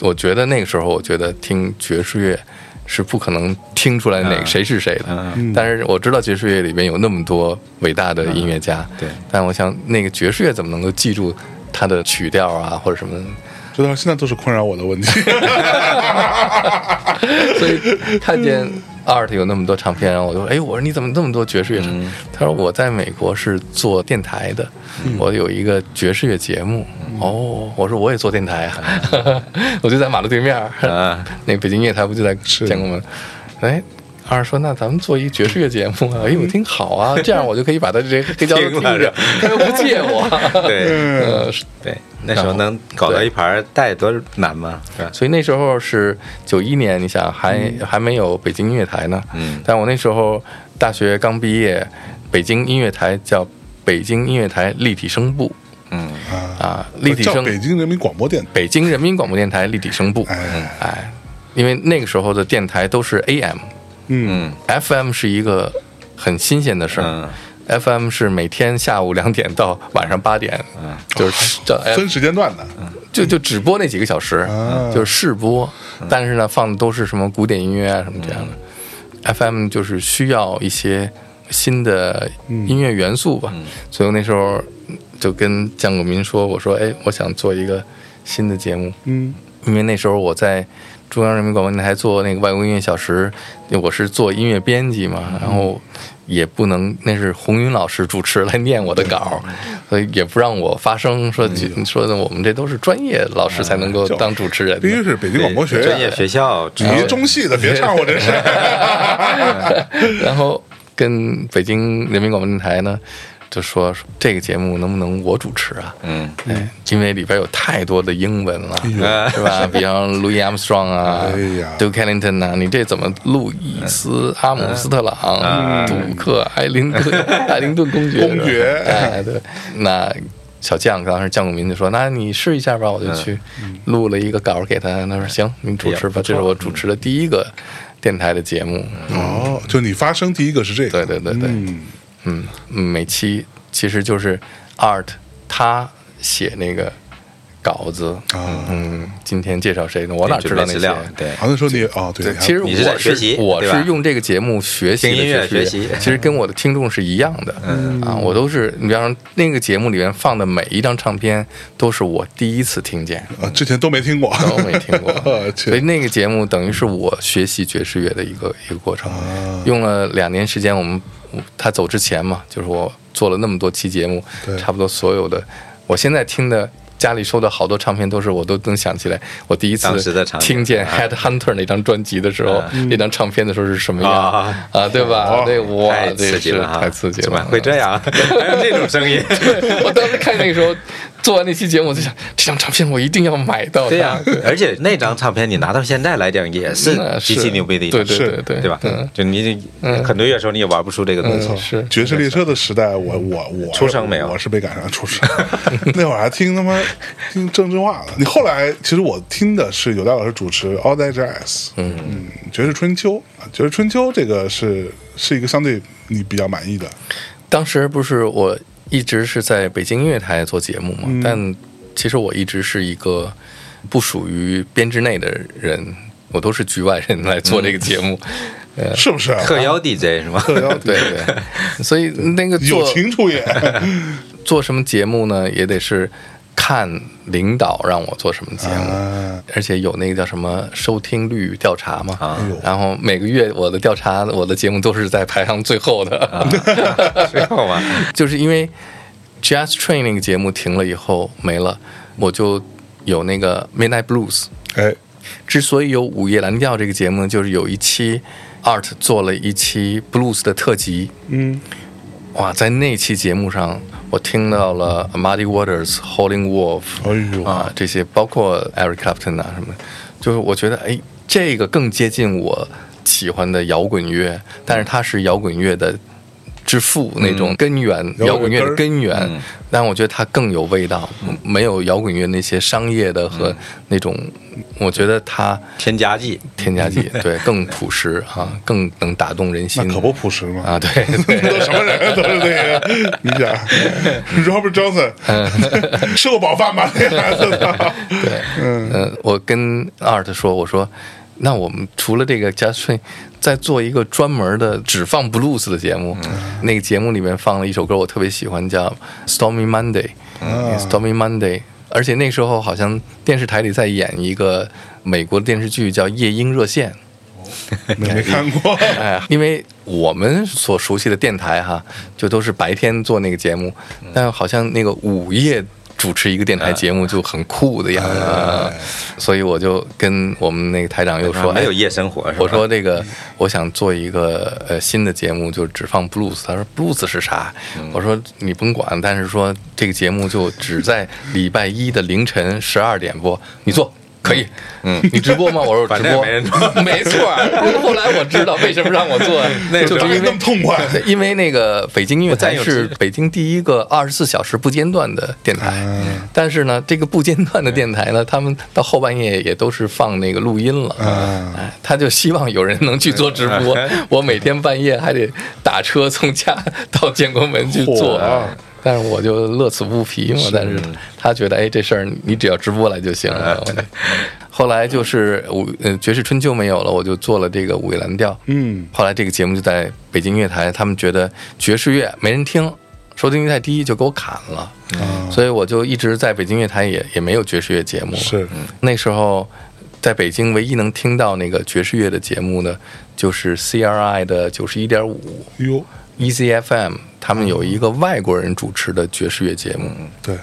B: 我觉得那个时候，我觉得听爵士乐是不可能听出来哪个谁是谁的。但是我知道爵士乐里面有那么多伟大的音乐家，
C: 对
B: 但我想那个爵士乐怎么能够记住它的曲调啊，或者什么？
A: 这到现在都是困扰我的问题。
B: 所以看见 Art 有那么多唱片，然后我就哎，我说你怎么那么多爵士乐？他说我在美国是做电台的，我有一个爵士乐节目。哦，我说我也做电台啊， 我就在马路对面儿
C: 啊，
B: 那北京夜台不就在建国门？哎。二说那咱们做一爵士乐节目啊，哎我听好啊，这样我就可以把他这黑胶都听
C: 听了
B: 着，他又不借我。
C: 对
A: 嗯，
B: 呃，
C: 对，那时候能搞到一盘带多难吗？是吧？
B: 所以那时候是九一年，你想还、
A: 嗯
B: 还没有北京音乐台呢。
C: 嗯
B: 但我那时候大学刚毕业，北京音乐台叫北京音乐台立体声部
C: 嗯，
B: 啊，立体
A: 哦叫
B: 声
A: 北京人民广播电台。
B: 北京人民广播电台立体声部。
A: 哎，
B: 哎，因为那个时候的电台都是 AM，
A: 嗯，
B: FM 是一个很新鲜的事儿
C: 嗯。
B: FM 是每天下午两点到晚上八点，
A: 嗯
B: 就是叫 F
A: 哎分时间段的，
B: 就就只播那几个小时，
A: 啊
B: 就是试播，但是呢，放的都是什么古典音乐啊什么这样的。FM 就是需要一些新的
A: 嗯
B: 音乐元素吧，所以我那时候就跟江国民说，我说，哎，我想做一个新的节目，
A: 嗯，
B: 因为那时候我在中央人民广播电台做那个外国音乐小时，我是做音乐编辑嘛，
A: 嗯
B: 然后也不能，那是红云老师主持来念我的稿，
A: 嗯
B: 所以也不让我发声，说说的我们这都是专业老师才能够当主持人的
A: 必。嗯须是北京广播学
C: 专业
A: 院，
C: 学校主
A: 你一中戏的，别唱我这是。
B: 然后跟北京人民广播电台呢，就说这个节目能不能我主持啊？
C: 嗯，哎
B: 哎，因为里边有太多的英文了，
C: 呦
B: 是 吧？比方 Louis Armstrong 啊、
A: 哎呀
B: Duke Ellington 啊，你这怎么路易斯、阿姆斯特朗、
C: 嗯
B: 杜克、艾林 顿、艾灵顿公爵？
A: 公爵
B: 哎，对，那。小将当时江永民就说：“那你试一下吧。”我就去录了一个稿给他，他说：“行，你主持
C: 嗯哎呀不
B: 吧。”
C: 错嗯
B: 这是我主持的第一个电台的节目。
A: 哦，就你发声第一个是这个，
B: 嗯对对对对，
A: 嗯，
B: 嗯，每期其实就是 Art 他写那个稿子
A: 啊
B: 嗯，今天介绍谁呢？我哪知道那
C: 资
B: 些？
C: 料？哎对，
A: 好像说你哦，对
B: 对，，其实我
A: 你
C: 你是在学习
B: 我
C: 对吧
B: 是用这个节目学习的
C: 听音乐
B: 学
C: 学习嗯
B: 其实跟我的听众是一样的。啊，我都是，你比方说那个节目里面放的每一张唱片，都是我第一次听见，
A: 还啊之前都没听过，，
B: 都没听过
A: 去
B: 所以那个节目等于是我学习爵士乐的一个一个过程。用了两年时间，我们我他走之前嘛，就是我做了那么多期节目
A: 对，
B: 差不多所有的，我现在听的。家里收的好多唱片都是我都能想起来，我第一次
C: 当时的场景啊
B: 听见《Head Hunter》那张专辑的时候，那张唱片的时候是什么样
C: 啊
B: 啊？对吧？对，哇，
C: 太
B: 这
C: 刺激
B: 是
C: 了哈！
B: 太刺激
C: 怎
B: 了嗯
C: 么，会这样？ 还有这种声音？
B: 我当时看那个时候做完那期节目，我就想这张唱片我一定要买到它。
C: 对呀、而且那张唱片你拿到现在来讲也是
B: 嗯
C: 极其牛逼的一
B: 对
C: 张，
B: 对
A: 是
B: 对对
C: 对吧？
B: 嗯
C: 就你很多乐手你也玩不出这个东西
B: 嗯，是
A: 爵士列车的时代，我我我
C: 出生没有
A: 我是没赶上出生。那会儿还听他妈听郑智化了。你后来其实我听的是有戴老师主持《All That Jazz》，嗯爵士春秋》啊，爵士春秋这个是是一个相对你比较满意的，
B: 当时不是我一直是在北京音乐台做节目嘛，
A: 嗯
B: 但其实我一直是一个不属于编制内的人，我都是局外人来做这个节目。
A: 是不是？啊
C: 特邀 DJ 是吗？
A: 特邀
B: 对对，所以那个做
A: 嗯友情出演，
B: 做什么节目呢，也得是看领导让我做什么节目。
A: 啊
B: 而且有那个叫什么收听率调查嘛，
A: 哎
C: 啊
B: 然后每个月我的调查，我的节目都是在排行最后的，
C: 最 后嘛，
B: 就是因为 Jazz Train 那个节目停了以后没了，我就有那个 Midnight Blues。
A: 哎，
B: 之所以有《午夜蓝调》这个节目呢，就是有一期 Art 做了一期 Blues 的特辑，
A: 嗯，
B: 哇，在那期节目上，我听到了 Muddy Waters、Howlin' Wolf，
A: 哎呦
B: 啊，这些包括 Eric Clapton 啊什么的，就是我觉得哎，这个更接近我喜欢的摇滚乐，但是它是摇滚乐的之父那
A: 嗯
B: 种根源，摇滚乐的根源。但我觉得它更有味道，没有摇滚乐那些商业的
A: 嗯
B: 和那种，我觉得它
C: 添加剂。
B: 添加 剂对更朴实啊，更能打动人
A: 那
B: 心。
A: 可不朴实嘛。
B: 啊，对对。
A: 都什么人都是那个，你想 Robert Johnson 吃过饱饭吧？那孩子 操，
B: 对，嗯、我跟 Art 说，我说，那我们除了这个 Just Train，再做一个专门的只放 blues 的节目。那个节目里面放了一首歌，我特别喜欢，叫 Stormy Monday、Stormy Monday，而且那时候好像电视台里在演一个美国的电视剧叫《夜莺热线》。
A: 没没看过。
B: 哎， 因为我们所熟悉的电台哈，就都是白天做那个节目，但好像那个午夜主持一个电台节目就很酷的样子，啊所以我就跟我们那个台长又说，
C: 啊没有
B: 哎
C: 夜生活是吧？
B: 我说这个，我想做一个呃新的节目，就只放 blues。他说 blues 是啥？
C: 嗯
B: 我说你甭管，但是说这个节目就只在礼拜一的凌晨十二点播，你做。可以，嗯，你直播吗？我说我直
C: 反正也
B: 播，
C: 没人做
B: 没错儿。后来我知道为什么让我 做，那就
A: 咋
B: 是
A: 会
B: 因
A: 那
B: 为
A: 么痛快？
B: 因为那个北京音乐台
C: 我再有
B: 是北京第一个二十四小时不间断的电台，
C: 啊
B: 但是呢，这个不间断的电台呢，他们到后半夜也都是放那个录音了，
C: 啊
A: 嗯
B: 哎，他就希望有人能去做直 播，我每天半夜还得打车从家到建国门去做。
A: 嚯
B: 但是我就乐此不疲嘛，但是他觉得哎，这事儿你只要直播来就行
A: 哎
B: 了。我就后来就是五呃爵士春秋没有了，我就做了这个五味蓝调，
A: 嗯，
B: 后来这个节目就在北京音乐台，他们觉得爵士乐没人听，收听率太低，就给我砍了。
A: 嗯
B: 所以我就一直在北京乐台也也没有爵士乐节目。
A: 是
B: 那时候在北京唯一能听到那个爵士乐的节目呢，就是 CRI 的九十一点五
A: 哟，
B: ，EZ FM 他们有一个外国人主持的爵士乐节目。
A: 对，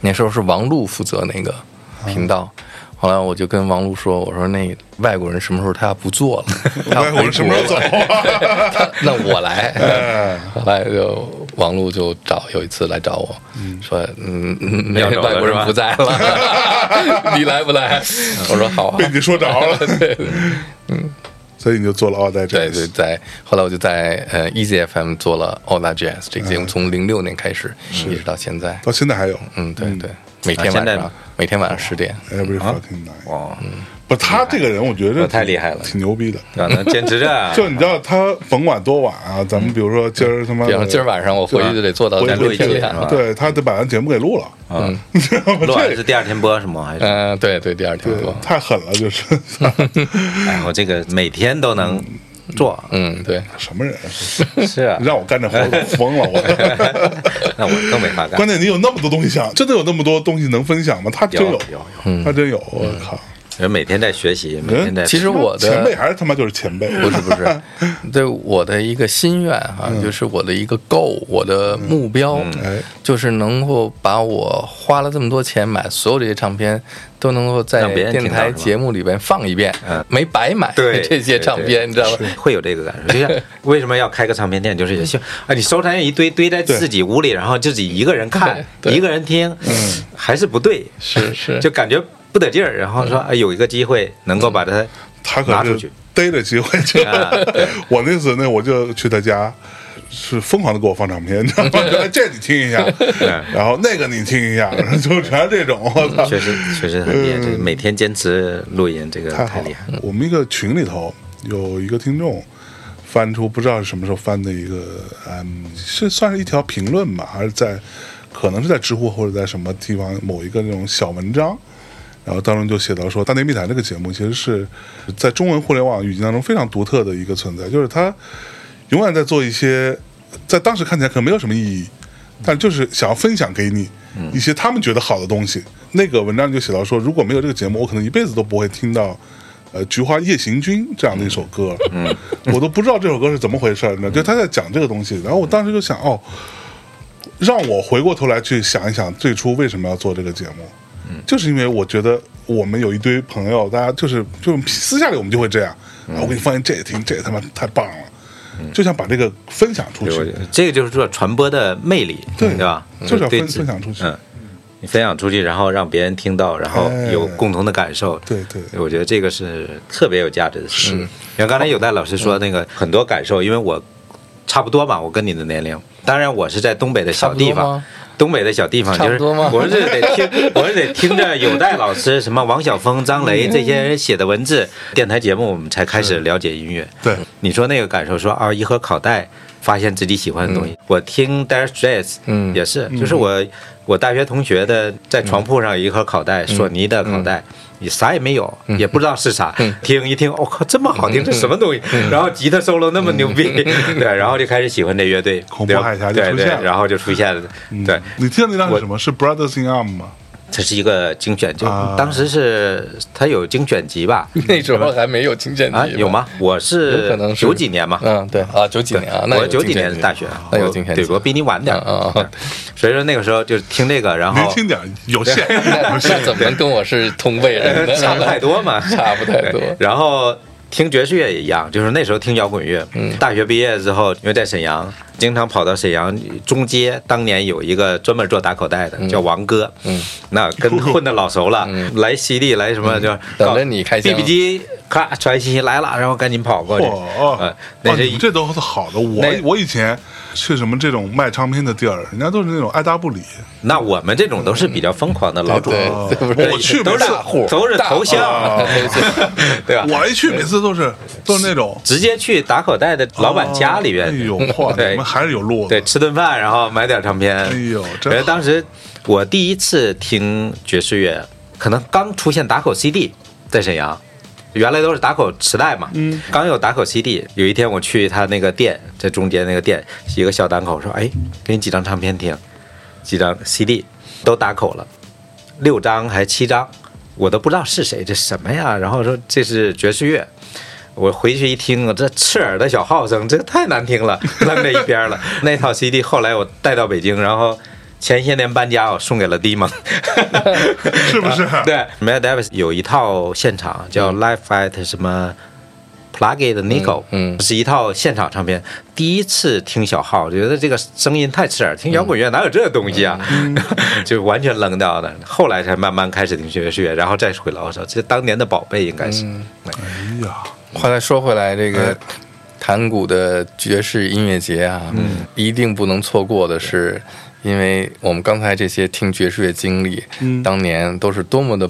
B: 那时候是王璐负责那个频道。后来我就跟王璐说：“我说那外国人什么时候他不 做了？他
A: 外国人什么时候走啊？
B: 他 那我 来。
A: 哎
B: 后来就王璐就找有一次来找我，说嗯，嗯那
C: 要找
B: 外国
C: 了是
B: 人
C: 吧
B: 不在 了，你来不来？我说好啊
A: 被。你说着了，
B: 对
A: 所以你就做了奥黛
B: 对
A: 这
B: 对，在后来我就在呃 Easy FM 做了 All That Jazz 这个节目，从零六年开始一直到现在。
A: 到现在还有。
B: 嗯，对对，每天
C: 啊现
B: 晚
C: 在
B: 上每天晚上十点。
A: Every fucking night，
C: 哦，
A: 不，他这个人我觉得
C: 太厉害了
A: 挺牛逼的。
C: 对吧能坚持 着啊，
A: 就你知道，他甭管多晚啊，咱们比如说今儿他妈
B: 比
A: 的，
B: 方说今儿晚上我回去就得做到
A: 我
B: 嗯咱
A: 录
B: 们
A: 一
B: 天
A: 集
B: 亮。
A: 对，他得把咱节目给录了，
C: 嗯，
A: 你知 道吗？
C: 录完是
A: 这
C: 第二天播是吗？还是？
B: 嗯，对对，第二天
A: 对
B: 播。
A: 太狠了，就是
C: 哎，我这个每天都能做，
B: 嗯，对，
A: 什么人啊？
B: 嗯
C: 是啊
A: 你，让我干这活儿，我疯了我。
C: 那我更没法干
A: 关。键你有那么多东西想，真的有那么多东西能分享吗？他真
C: 有有嗯
A: 他真有，我靠！
C: 人每天在学习，每天在
B: 嗯其实我的
A: 前辈还是他妈就是前辈，
B: 不是不是， 对我的一个心愿哈、就是我的一个 goal，我的目标，嗯
A: 哎
B: 就是能够把我花了这么多钱买所有这些唱片，都能够在
C: 让别人
B: 电
C: 听到
B: 台
C: 是吧
B: 节目里边放一遍，
C: 嗯
B: 没白买
C: 对
B: 这些唱
C: 对对
B: 片，你知道吧？
C: 会有这个感受， 就像为什么要开个唱片店，就是也希望啊，你收藏一堆堆在自己屋里，然后自己一个人看，
B: 对对
C: 一个人听，还是不对，
B: 是是嗯
C: 就感觉不得劲儿。然后说，哎，有一个机会能够把它
A: 他
C: 拿
A: 可
C: 出
A: 是
C: 去
A: 逮着机会去。
C: 啊对
A: 我那次呢，我就去他家，是疯狂的给我放唱片，你知道 吗？哎这你听一下，然后那个你听一下，然后就全是这种，我操！
C: 嗯确实确实很厉害，就是
B: 嗯
C: 每天坚持录音，这个
A: 太好
C: 太
A: 了
C: 厉害。！
A: 我们一个群里头有一个听众翻出不知道是什么时候翻的一个，嗯，是算是一条评论吧，还是在可能是在知乎或者在什么地方某一个那种小文章。然后当中就写到说，《大内密谈》这个节目其实是在中文互联网语境当中非常独特的一个存在，就是它永远在做一些在当时看起来可能没有什么意义，但就是想要分享给你
C: 嗯
A: 一些他们觉得好的东西。那个文章就写到说，如果没有这个节目，我可能一辈子都不会听到。呃，《菊花夜行军》这样的一首歌，嗯， 我都不知道这首歌是怎么回事儿，你知道？
C: 嗯
A: 就他在讲这个东西，然后我当时就想，哦，让我回过头来去想一想，最初为什么要做这个节目，
C: 嗯
A: 就是因为我觉得我们有一堆朋友，大家就是就是私下里我们就会这样，
C: 嗯
A: 啊，我给你放一这也听，这也他妈太棒了，就想把这个分享出
C: 对，我觉
A: 去
C: 得，这个就是说传播的魅力，
A: 对
C: 吧？
A: 就是要
C: 对
A: 分
C: 自
A: 分享出去
C: 嗯，你分享出去，然后让别人听到，然后
A: 哎
C: 有共同的感受。
A: 对对
C: 我觉得这个是特别有价值的事。情。然后刚才有戴老师说那个很多感受，因为我差不多嘛，我跟你的年龄，当然我是在东北的小地
B: 差不多
C: 方
B: 吗。
C: 东北的小地方
B: 差
C: 就
B: 不
C: 是，
B: 多吗
C: 我是得听， 我是得听着有戴老师、什么王晓峰、张
B: 嗯
C: 雷这些人写的文字，电台节目我们才开始了解音乐。
A: 对，
C: 你说那个感受说，啊，一盒烤带，发现自己喜欢的东西。我听 Dire Straits，
B: 嗯
C: 也是，就是我我大学同学的在床铺上有一盒烤带，
B: 嗯
C: 索尼的烤带。你啥也没有，也不知道是啥，
B: 嗯
C: 听一听，我、哦靠，这么好听，这什么东西？然后吉他 solo 那么牛逼，
B: 嗯
C: 对，然后就开始喜欢这乐队，
A: 恐怖海峡就
C: 对
A: 出
C: 对
A: 现了
C: 然后就出现了，
B: 嗯
C: 对，
A: 你听的那张是什么？是 Brothers in Arm 吗？
C: 这是一个精选，就、
A: 啊
C: 当时是它有精选 集嗯吧？
B: 那时候还没有金建
C: 啊，
B: 集，
C: 有？吗？我
B: 有
C: 是
B: 可能是
C: 九几年嘛，
B: 嗯，对啊，九几年啊，那
C: 我
B: 有
C: 九几
B: 金建
C: 年
B: 集
C: 大学，
B: 那有
C: 我
B: 金建集
C: 对我比你晚点儿
B: 嗯嗯嗯，
C: 所以说那个时候就听这个，然后？
A: 年轻点，有限，
B: 那
A: 有
B: 那
A: 限。
B: 怎么能跟我是同辈人呢
C: 差不太多嘛，
B: 差不太多
C: 对然后听爵士乐也一样，就是那时候听摇滚乐。嗯，大学毕业之后，因为在沈阳，经常跑到沈阳中街，当年有一个专门做打口袋的，叫王哥。嗯，那跟混的 老熟了，来 CD 来什么就
B: 嗯等着你开箱
C: BB 机，咔传信息来了，然后赶紧跑过去。
A: 哦
C: 呃
A: 哦，
C: 那
A: 哦
C: 是
A: 你们这都是好的。我
C: 那
A: 我以前去什么这种卖唱片的地儿，人家都是那种爱答不理。
C: 那我们这种都是比较疯狂的老主。
B: 对，
A: 哦
B: 对不是
A: 我去
C: 都
A: 每
C: 是
A: 次，
C: 都是 头像，对吧？
A: 我一去每次都是都是那种
C: 直接去打口袋的老板家里边
A: 哎，呦，嚯，
C: 对
A: 你们还是有路
C: 对，
A: 的。
C: 吃顿饭，然后买点唱片。
A: 哎呦真好
C: 觉得当时我第一次听爵士乐，可能刚出现打口 CD，在沈阳。原来都是打口磁带嘛，嗯，刚有打口 CD。有一天我去他那个店，在中间那个店，一个小档口，说：“哎，给你几张唱片听，几张 CD，都打口了，六张还七张，我都不知道是谁，这什么呀？”然后说这是爵士乐，我回去一听，我这刺耳的小号声，这个太难 听了，扔在一边了。那套 CD 后来我带到北京，然后前些年搬家，我送给了 D 蒙，
A: 是不是
C: 对 m a d Davis 有一套现场叫 Live at 什么 Plug It Nickel，
B: 嗯嗯
C: 是一套现场唱片。第一次听小号，觉得这个声音太刺耳，听摇
B: 嗯
C: 滚乐哪有这东西啊？ 就完全扔掉的。后来才慢慢开始听爵士乐，然后再回来，我操，这当年的宝贝应该是。
B: 嗯
A: 哎呀，
B: 话再说回来，这个
A: 嗯
B: 弹古的爵士音乐节啊，
A: 嗯
B: 一定不能错过的是，因为我们刚才这些听爵士乐经历，
A: 嗯
B: 当年都是多么的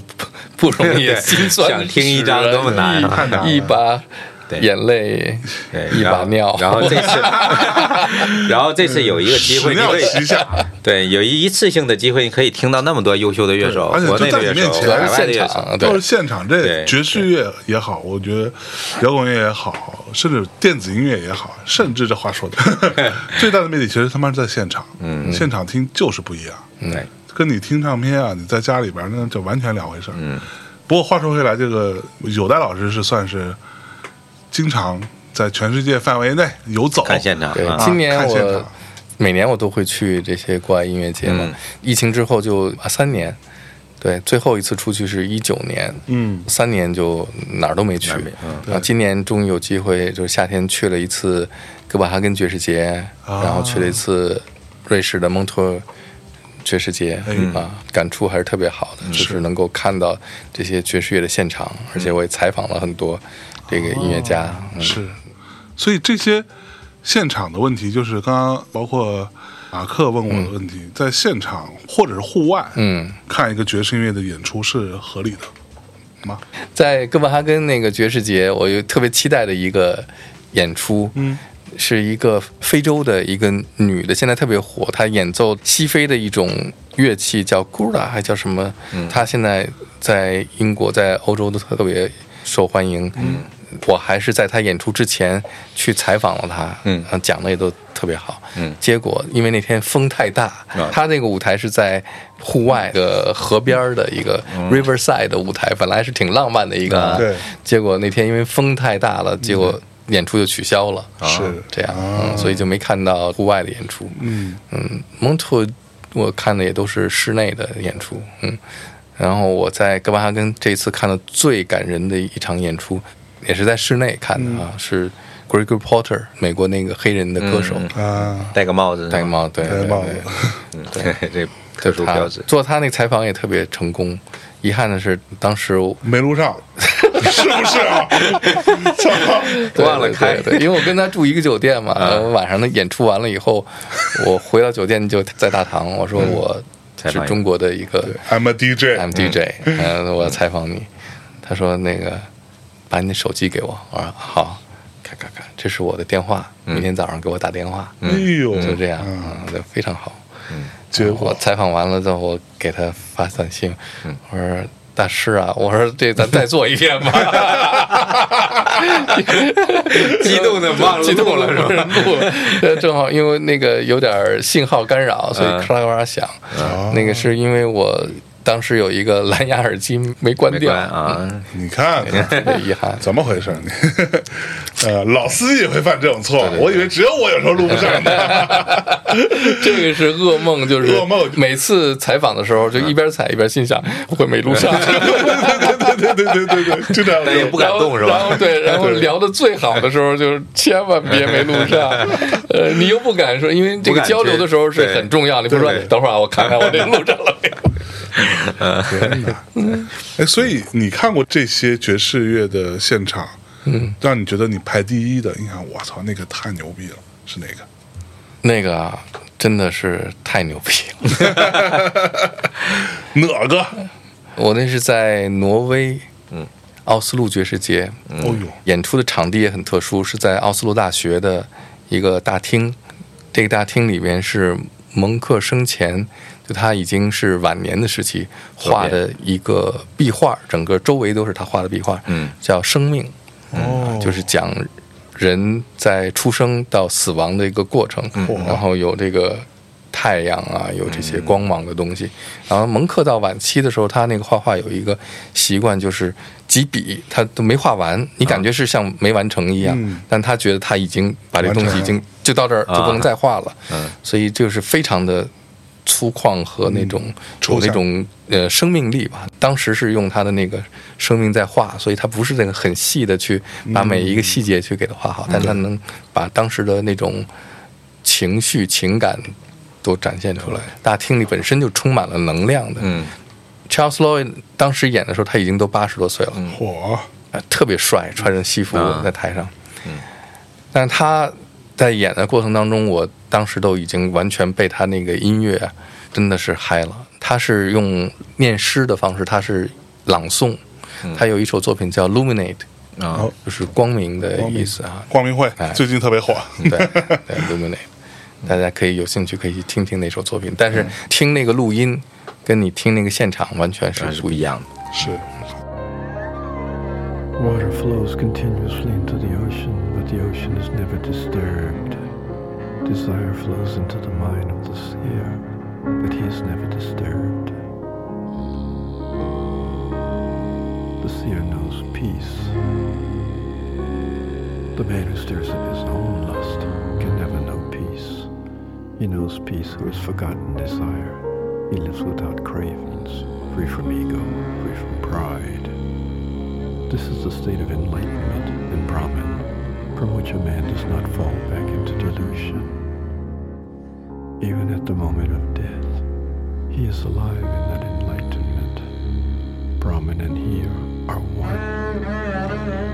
B: 不 不容易
C: 对，
B: 心酸，
C: 想听一张多么难啊
A: 太难 了
B: 一把
C: 对
B: 眼泪
C: 对，，
B: 一
C: 然
B: 把
C: 后
B: 尿，
C: 然后这次，然后这次有一个机会，
A: 始
C: 你
A: 料
C: 可以
A: 齐下，
C: 对有一次性的机会，你可以听到那么多优秀的乐手，
A: 对而且
C: 国内
A: 就在
C: 的乐
A: 你
C: 手，
A: 面前
B: 主要
C: 海
B: 是
C: 外
B: 现
C: 的乐
B: 场
C: 手，
B: 啊，
A: 都是
B: 对，
A: 现场
C: 对
A: 这爵士乐也好，我觉得摇滚乐也好，甚至电子音乐也好，甚至这话说的 最大的魅力，其实他妈是在现场。嗯，现场听就是不一样，
C: 对
A: 跟你听唱片啊，你在家里边儿那就完全两回事。嗯，不过话说回来，这个有代老师是算是经常在全世界范围内游走，
C: 看现场
B: 对，
C: 啊，
B: 今年
A: 看现
B: 我
A: 场
B: 每年我都会去这些国外音乐节嘛。
C: 嗯
B: 疫情之后就啊三年，对，最后一次出去是一九年，
A: 嗯
B: 三年就哪儿都没去。
C: 哪儿没嗯
B: 然后今年终于有机会，就是夏天去了一次哥本哈根爵士节，
A: 啊
B: 然后去了一次瑞士的蒙特尔爵士节、
A: 嗯
B: 啊，感触还是特别好的，嗯就是嗯能够看到这些爵士乐的现场，而且我也采访了很多这个音乐家。嗯
A: 是，所以这些现场的问题，就是刚刚包括马克问我的问题，在现场或者是户外，
B: 嗯，
A: 看一个爵士音乐的演出是合理的吗？
B: 在哥本哈根那个爵士节，我有特别期待的一个演出，
A: 嗯，
B: 是一个非洲的一个女的，现在特别火，她演奏西非的一种乐器叫 gura，还叫什么？她现在在英国、在欧洲都特别受欢迎。嗯，我还是在她演出之前去采访了她，
C: 嗯
B: 啊，讲的也都特别好。
C: 嗯
B: 结果因为那天风太大
C: 啊，
B: 她那个舞台是在户外的河边儿的一个
C: 嗯
B: riverside 的舞台，本来是挺浪漫的一
C: 啊
B: 个，啊
A: 对，
B: 结果那天因为风太大了，结
C: 嗯
B: 果演出就取消了，
C: 啊
A: 是
B: 这样，嗯，所以就没看到户外的演出。
A: 嗯
B: 嗯，蒙特我看的也都是室内的演出，嗯，然后我在哥本哈根这次看的最感人的一场演出，也是在室内看的
C: 嗯
B: 啊，是 Gregory Porter，美国那个黑人的歌手，
C: 嗯
A: 啊，
C: 戴个帽嗯子，
B: 戴帽，对
A: 戴
B: 对
A: 帽
B: 对
A: 子，
C: 嗯，对，这特殊标志
B: 他。做他那个采访也特别成功。遗憾的是，当时我
A: 没录上，是不是啊？操！
B: 对
C: 忘了开
B: 对对
C: 嗯
B: 对因为我跟他住一个酒店 嘛。呃晚上的演出完了以后，我回到酒店就在大堂，我说我
C: 嗯采
B: 是
C: 访你
B: 中国的一个
A: I'm a DJ，
B: I'm DJ，嗯，我要采访你。他说那个把你的手机给我，我说好，咔咔咔，这是我的电话，明天早上给我打电话，
A: 哎呦，
B: 就这样，
A: 嗯
B: 嗯，就非常好。
A: 结
B: 我
A: 果
B: 采访完了之后，我给他发短信，我说。大师啊，我说这咱再做一遍吧，
C: 激动的忘了
B: 激动
C: 录了
B: 了是不是？录 了，呃正好因为那个有点儿信号干扰，所以
C: 嗯
B: 咔啦咔啦响。那个是因为我当时有一个蓝牙耳机没关
C: 没
B: 掉，
C: 关啊，
A: 你看看，
B: 特别遗憾。
A: 怎么回事？你 呃，老司机也会犯这种错，我以为只有我有时候录不上 呢。
B: 这个是噩梦，就是
A: 噩梦
B: 每次采访的时候，就
C: 嗯
B: 一边采一边心想会没录上。
A: 对对对对对对，就这样
C: 但也
A: 就
C: 不敢动是吧
B: 然 后然后对，然后聊的最好的时候，就是千万别没录 上。呃，你又不敢说，因为这
C: 不
B: 个
C: 敢
B: 交流的时候是
C: 对
B: 很重要。你不说
C: 对，
B: 等会儿啊我看看我这录上 了没有。
A: 天哪！哎，所以你看过这些爵士乐的现场，嗯，让你觉得你排第一的，你想，我操，那个太牛逼了，是哪个？
B: 那个啊，真的是太牛逼了。
A: 哪个？
C: 嗯
B: 我那是在挪威，嗯，奥斯陆爵士节，嗯，
A: 哦呦，
B: 演出的场地也很特殊，是在奥斯陆大学的一个大厅。这个大厅里边是蒙克生前，就他已经是晚年的时期画的一个壁画，整个周围都是他画的壁画，
C: 嗯，
B: 叫《生命》，啊
A: 哦，
B: 就是讲人在出生到死亡的一个过程，
A: 嗯
B: 然后有这个太阳啊，有这些光芒的东西。然后蒙克到晚期的时候，他那个画画有一个习惯，就是几笔他都没画完，你感觉是像没完成一样，
A: 啊嗯
B: 但他觉得他已经把这
A: 完成啊
B: 东西已经就到这儿就不能再画了，
C: 嗯
B: 所以就是非常的。粗犷和那种、有
A: 嗯抽
B: 那
A: 象
B: 种呃生命力吧。当时是用他的那个生命在画，所以他不是那个很细的去
A: 嗯
B: 把每一个细节去给它画好，但他能把当时的那种情绪、情感都展现出来。大厅里本身就充满了能量的。
C: 嗯
B: Charles Lloyd 当时演的时候，他已经都八十多岁了，
A: 火，
B: 呃特别帅，穿着西服
C: 啊
B: 在台上。但是他在演的过程当中，我当时都已经完全被他那个音乐真的是嗨了。他是用念诗的方式，他是朗诵。
C: 嗯
B: 他有一首作品叫《Luminate》，
C: 啊，
B: 就是光明的
A: 光明
B: 意思啊。
A: 光明会
B: 哎
A: 最近特别火，
B: 对对，Luminate，大 家可以有兴趣可以去听听那首作品，但
C: 嗯
B: 是听那个录音跟你听那个现场完全是
C: 还是
B: 不
C: 不
B: 一
C: 一
B: 样
C: 样的。
A: 是
F: Water flows continuously into the ocean, but the ocean is never disturbed. Desire flows into the mind of the seer, but he is never disturbed. The seer knows peace. The man who stares at his own lust can never know peace. He knows peace who has forgotten desire. He lives without cravings, free from ego, free from pride. This is the state of enlightenment in Brahman, from which a man does not fall back into delusion. Even at the moment of death, he is alive in that enlightenment. Brahman and he are- are one.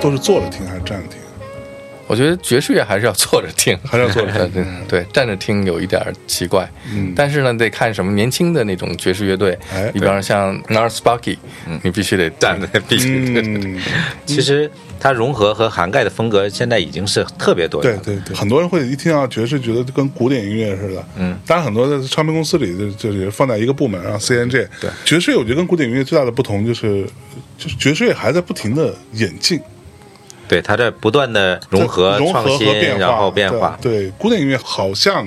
A: 都是坐着听还是站着听？
B: 我觉得爵士乐还是要坐着 听，
A: 还是要坐着听
B: 对呃
C: 嗯
B: 对，站着听有一点儿奇怪。嗯，但是呢，得看什么年轻的那种爵士乐队，
A: 哎
B: 你比方说像 n a r s b u c k
C: 嗯
B: y 你必须得站着，必须得
A: 嗯，
C: 其实它融合和涵盖的风格现在已经是特别多
A: 对
C: 元。
A: 对对，很多人会一听到爵士，觉得跟古典音乐似的。嗯，当然很多在唱片公司里就就是放在一个部门，然后 CNJ。对，爵士乐我觉得跟古典音乐最大的不同就是，就是爵士乐还在不停的演进，
C: 对，它在不断的融合、
A: 融合
C: 创
A: 和
C: 新，
A: 变化，
C: 然后变化。
A: 对，对古典音乐好像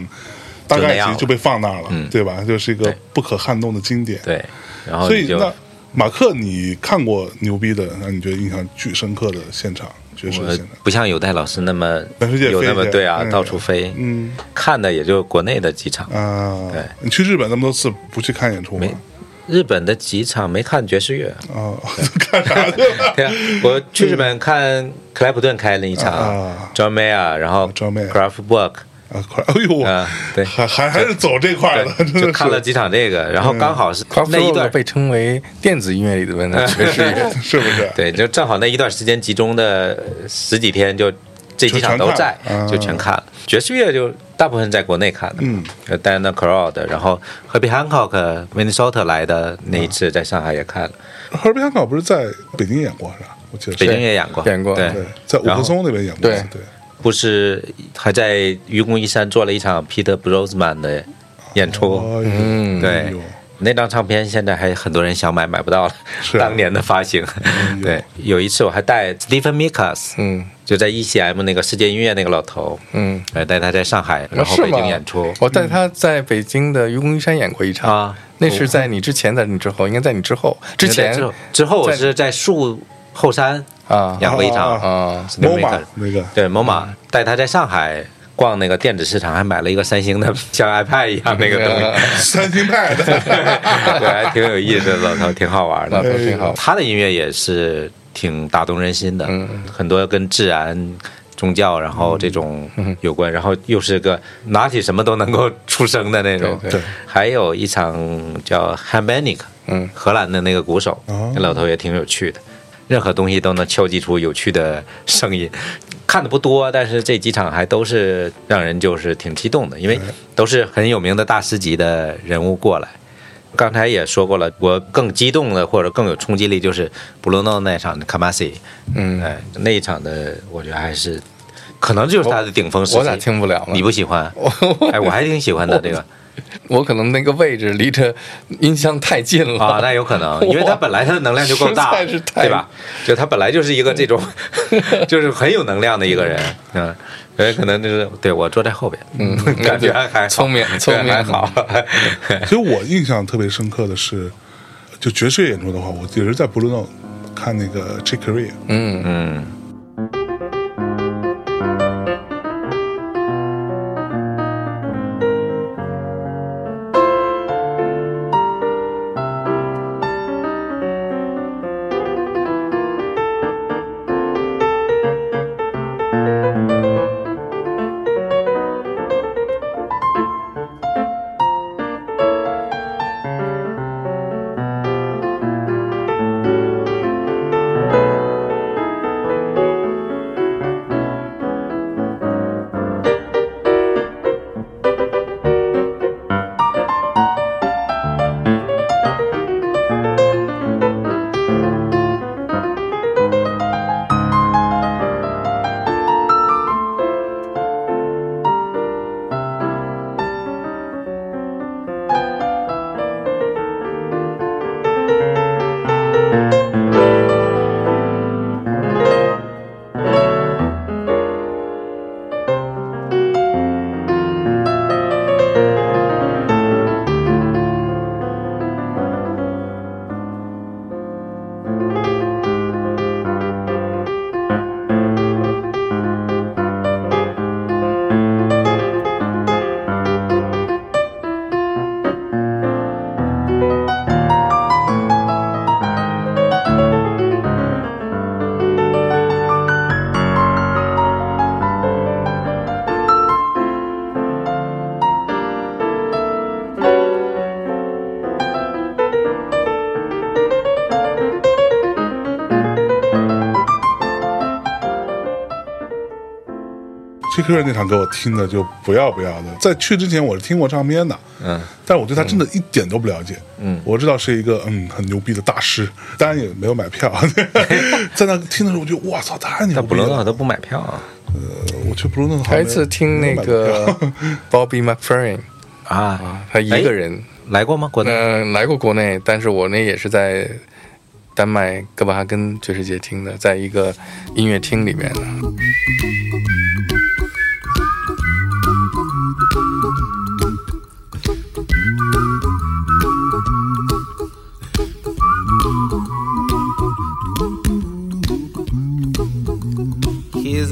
A: 大
C: 就那
A: 概
C: 样
A: 其
C: 了
A: 实就被放那儿了，
C: 嗯
A: 对吧？就是一个
C: 对
A: 不可撼动的经典。，
C: 对，然后
A: 所
C: 你
A: 以
C: 就
A: 那马克，你看过牛逼的，让你觉得印象巨深刻的现场爵士
C: 我
A: 现场？
C: 不像有代老师那么
A: 全世界
C: 有
A: 飞
C: 那么
A: 去
C: 对啊，
A: 嗯
C: 到处飞。
A: 嗯，
C: 看的也就国内的几场，
A: 啊，
C: 对
A: 你去日本那么多次，不去看演出吗
C: 没？日本的几场没看爵士乐。
A: 啊，干啥去了？
C: 对啊，我去日本看克莱普顿开了一
A: 啊
C: 场，John Mayer，然后
A: John Mayer
C: Kraftwerk，
A: 啊，快！哎呦，
C: 啊对
A: 还还还是走这块的，真的
C: 就是看了几场这个，
A: 嗯
C: 然后刚好是
B: ，Craft
C: 那一段
B: Rock 被称为电子音乐里的爵 士乐。
A: 是不是？
C: 对，就正好那一段时间集中的十几天，就这几场都在
A: 就全看了，啊
C: 就全看了。爵士乐就大部分在国内看的，呃
A: 嗯，
C: 有 Diana Crowd，然后 Happy Hancock Minnesota 来的那一次在上海也看了，
A: 哈尔滨香港不是在北京演过是吧？我记得是
C: 北京也演过，
B: 演过
C: 对
A: 对，在五棵松那边演过一次，对
B: 对
C: 不是还在愚公移山做了一场 Peter Brosman 的演出，
A: 哎呦
B: 嗯
C: 对
A: 哎呦
C: 那张唱片现在还很多人想买，买不到了。
A: 是啊嗯
C: 当年的发行， 对。有一次我还带 Stephen Mikas，
B: 嗯
C: 就在 ECM 那个世界音乐那个老头，
B: 嗯，
C: 呃，带他在上海，然后
B: 啊是
C: 北
B: 吗
C: 京演出。
B: 我带他在北京的愚公移山演过一场
C: 嗯啊
B: 那是在你之前，在你之后，应该在你之后，之前
C: 之后之后我是在树后山
B: 啊
C: 演过一场
A: 啊啊
B: 啊嗯
C: Stephen
A: 某马
C: Mikas
A: 那个
C: 对，某马带他在上海逛那个电子市场，还买了一个三星的像 iPad 一样那个东 西，
A: 三星派的，
C: 对，还挺有意思的，老头挺好玩
B: 那
C: 的。
B: 都挺好。
C: 他的音乐也是挺打动人心的，
B: 嗯
C: 很多跟自然、宗教，然后这种
B: 嗯
C: 有关，然后又是个拿起什么都能够出声的那种。
B: 对对
C: 还有一场叫 h a m b a n i k
B: 嗯
C: 荷兰的那个鼓手，
A: 哦
C: 那老头也挺有趣的，任何东西都能敲击出有趣的声音。看的不多，但是这几场还都是让人就是挺激动的，因为都是很有名的大师级的人物过来。刚才也说过了，我更激动的或者更有冲击力就是布鲁诺那场的 k a m a s i
B: 嗯，
C: 哎，那一场的我觉得还是，可能就是他的顶峰时期。
B: 我咋听不了呢？
C: 你不喜欢？哎，我还挺喜欢的这个
B: 我可能那个位置离着音箱太近了
C: 啊，那有可能，因为他本来他的能量就够大，
B: 实在是太
C: 对吧？就他本来就是一 个这种，就是很有能量的一个人，嗯，所以可能就是对我坐在后边，嗯，感觉还好
B: 聪明聪明
C: 还好，
A: 其实我印象特别深刻的是，就爵士乐演出的话，我也是在 Blue Note 看那个 Chick Corea，
B: 嗯，
C: 嗯。
A: 这歌那场给我听的就不要不要的。在去之前我是听过唱片的，
C: 嗯，
A: 但我对他真的一点都不了解，嗯，我知道是一个嗯很牛逼的大师，当然也没有 买票。在那听的时候，我就哇操，太牛
C: 但布
A: 逼
C: 鲁诺
A: 了！
C: 都不买票啊
A: 我去布鲁诺好像
B: 还有一次听那个 Bobby McFerrin
C: 啊！
B: 他一个人，
C: 来过吗？国内
B: 嗯、来过国内，但是我那也是在丹麦哥本哈根爵士节听的，在一个音乐厅里面的。
G: Here's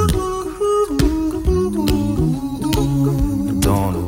G: Don't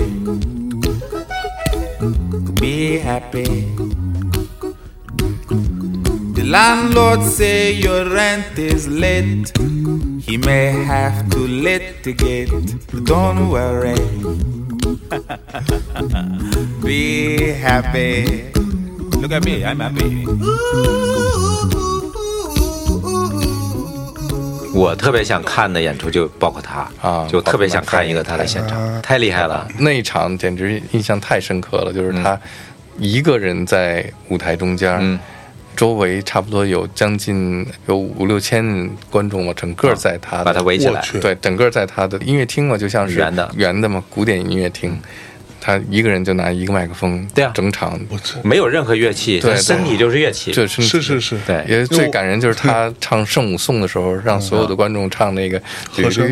G: Be happy. The landlord say your rent is late. He may have to litigate. Don't worry. Be happy. Look at me, I'm happy.
C: 我特别想看的演出就包括他
B: 啊
C: 就特别想看一个他的现场，太厉害了。
B: 那一场简直印象太深刻了，就是他一个人在舞台中间，
C: 嗯
B: 周围差不多有将近有五六千观众嘛，整个在他的、
C: 嗯把他围起来我去
B: 对，整个在他的音乐厅嘛，就像是
C: 圆的
B: 圆的嘛，古典音乐厅，他一个人就拿一个麦克风，
C: 对啊
B: 整场
A: 我去，
C: 没有任何乐器，
B: 对
C: 他身体就是乐器。
B: 这是
A: 是是是，
C: 对
B: 也最感人就是他唱圣母颂的时 候，让所有的观众唱那个
A: 嗯
B: 啊
A: 和声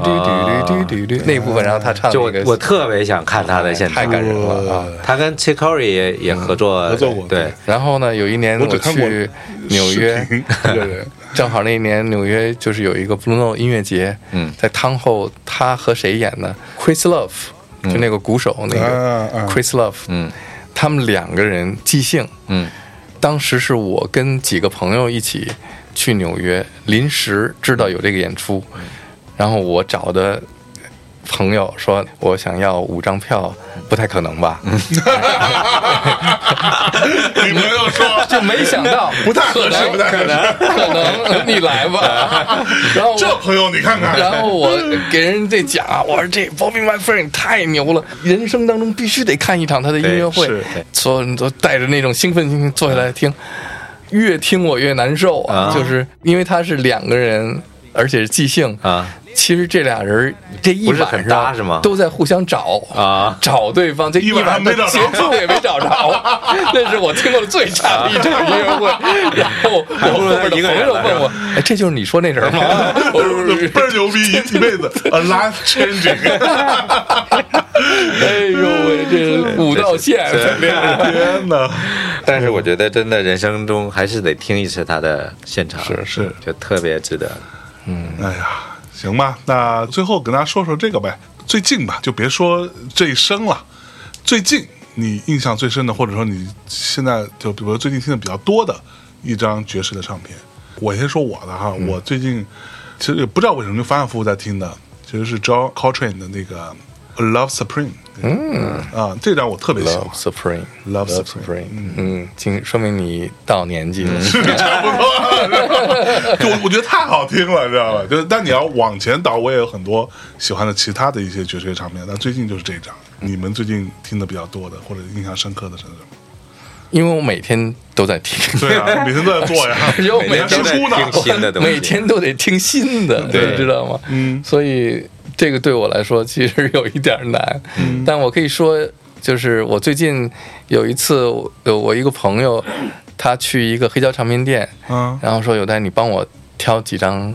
B: 那部分，然后他唱
C: 就
B: 那
C: 我
B: 个
C: 我特别想看他的现
B: 太
C: 场。
B: 感人了嗯啊！
C: 他跟 c h i c o r y 也也合作
A: 合作过
C: 对，
B: 然后呢，有一年
A: 我只看过
B: 去纽约
A: 视频， 一个人
B: 正好那一年纽约就是有一个 Blue Note 音乐节，
C: 嗯
B: 在汤后他和谁演呢？Chris Love，就那个鼓手那
A: 啊
B: 个
A: 啊
B: Chris Love，
C: 嗯
B: 他们两个人即兴，
C: 嗯
B: 当时是我跟几个朋友一起去纽约，临时知道有这个演出，然后我找的朋友说我想要五张票，不太可能吧？
A: 女朋友说啊
B: 就没想 到
A: 不太合
B: 可
A: 适
B: 能
A: 不太
B: 可
A: 合适
B: 能可能你来 吧，然后
A: 这
B: 我。
A: 朋友你看看，
B: 然后我给人这讲 啊，我说这 Bobby My Friend 太牛了，人生当中必须得看一场他的音乐会
A: 对是
C: 对，
B: 所有人都带着那种兴奋心情坐下来听，越听我越难受啊，
C: 啊
B: 就是因为他是两个人，而且是即兴
C: 啊。
B: 其实这俩人这一
C: 不是
B: 晚
C: 很搭
B: 上
C: 是吗
B: 都在互相找
C: 啊
B: 找对方，这
A: 一
B: 晚
A: 晚
B: 上的
A: 上没找着
B: 节奏也没找 着，那是我听过的最差的一场音乐会。然后
C: 啊还不
B: 我后
C: 如
B: 边的朋
C: 一个人
B: 友
C: 呢
B: 问我，哎，这就是你说那人 吗？我说是
A: 倍儿牛逼，一辈子 a life changing。
B: 哎呦喂，这是五道线，
A: 天哪！
C: 但是我觉得真的人生中还是得听一次他的现场，
B: 是
A: 是
C: 就特别值得。
A: 哎呀，行吧，那最后跟大家说说这个呗，最近吧，就别说这一生了，最近你印象最深的，或者说你现在就比如说最近听的比较多的一张爵士的唱片，我先说我的哈，我最近其实也不知道为什么就反反复复在听的，其实是 John Coltrane 的那个《A Love Supreme》，嗯啊，这张我特别喜欢
B: Love。Supreme。Love
A: Love Supreme
B: Supreme，嗯，今说明你到年纪
C: 嗯
B: 了。
A: 差不多，就我我觉得太好听了，知道吧？就是，但你要往前倒，我也有很多喜欢的其他的一些爵士乐唱片，但最近就是这一张。你们最近听的比较多的，或者印象深刻的是什么？
B: 因为我每天都在听，
A: 对啊，每天都在做 呀，
B: 而且我每
A: 每
B: 天
A: 天
B: 都在
A: 输出呢，
C: 听新的东西，
B: 每天都得听新的，
C: 对
B: 你知道吗？
A: 嗯
B: 所以这个对我来说其实有一点难，
C: 嗯
B: 但我可以说，就是我最近有一次，我我一个朋友，他去一个黑胶唱片店，
A: 嗯
B: 然后说有丹，你帮我挑几张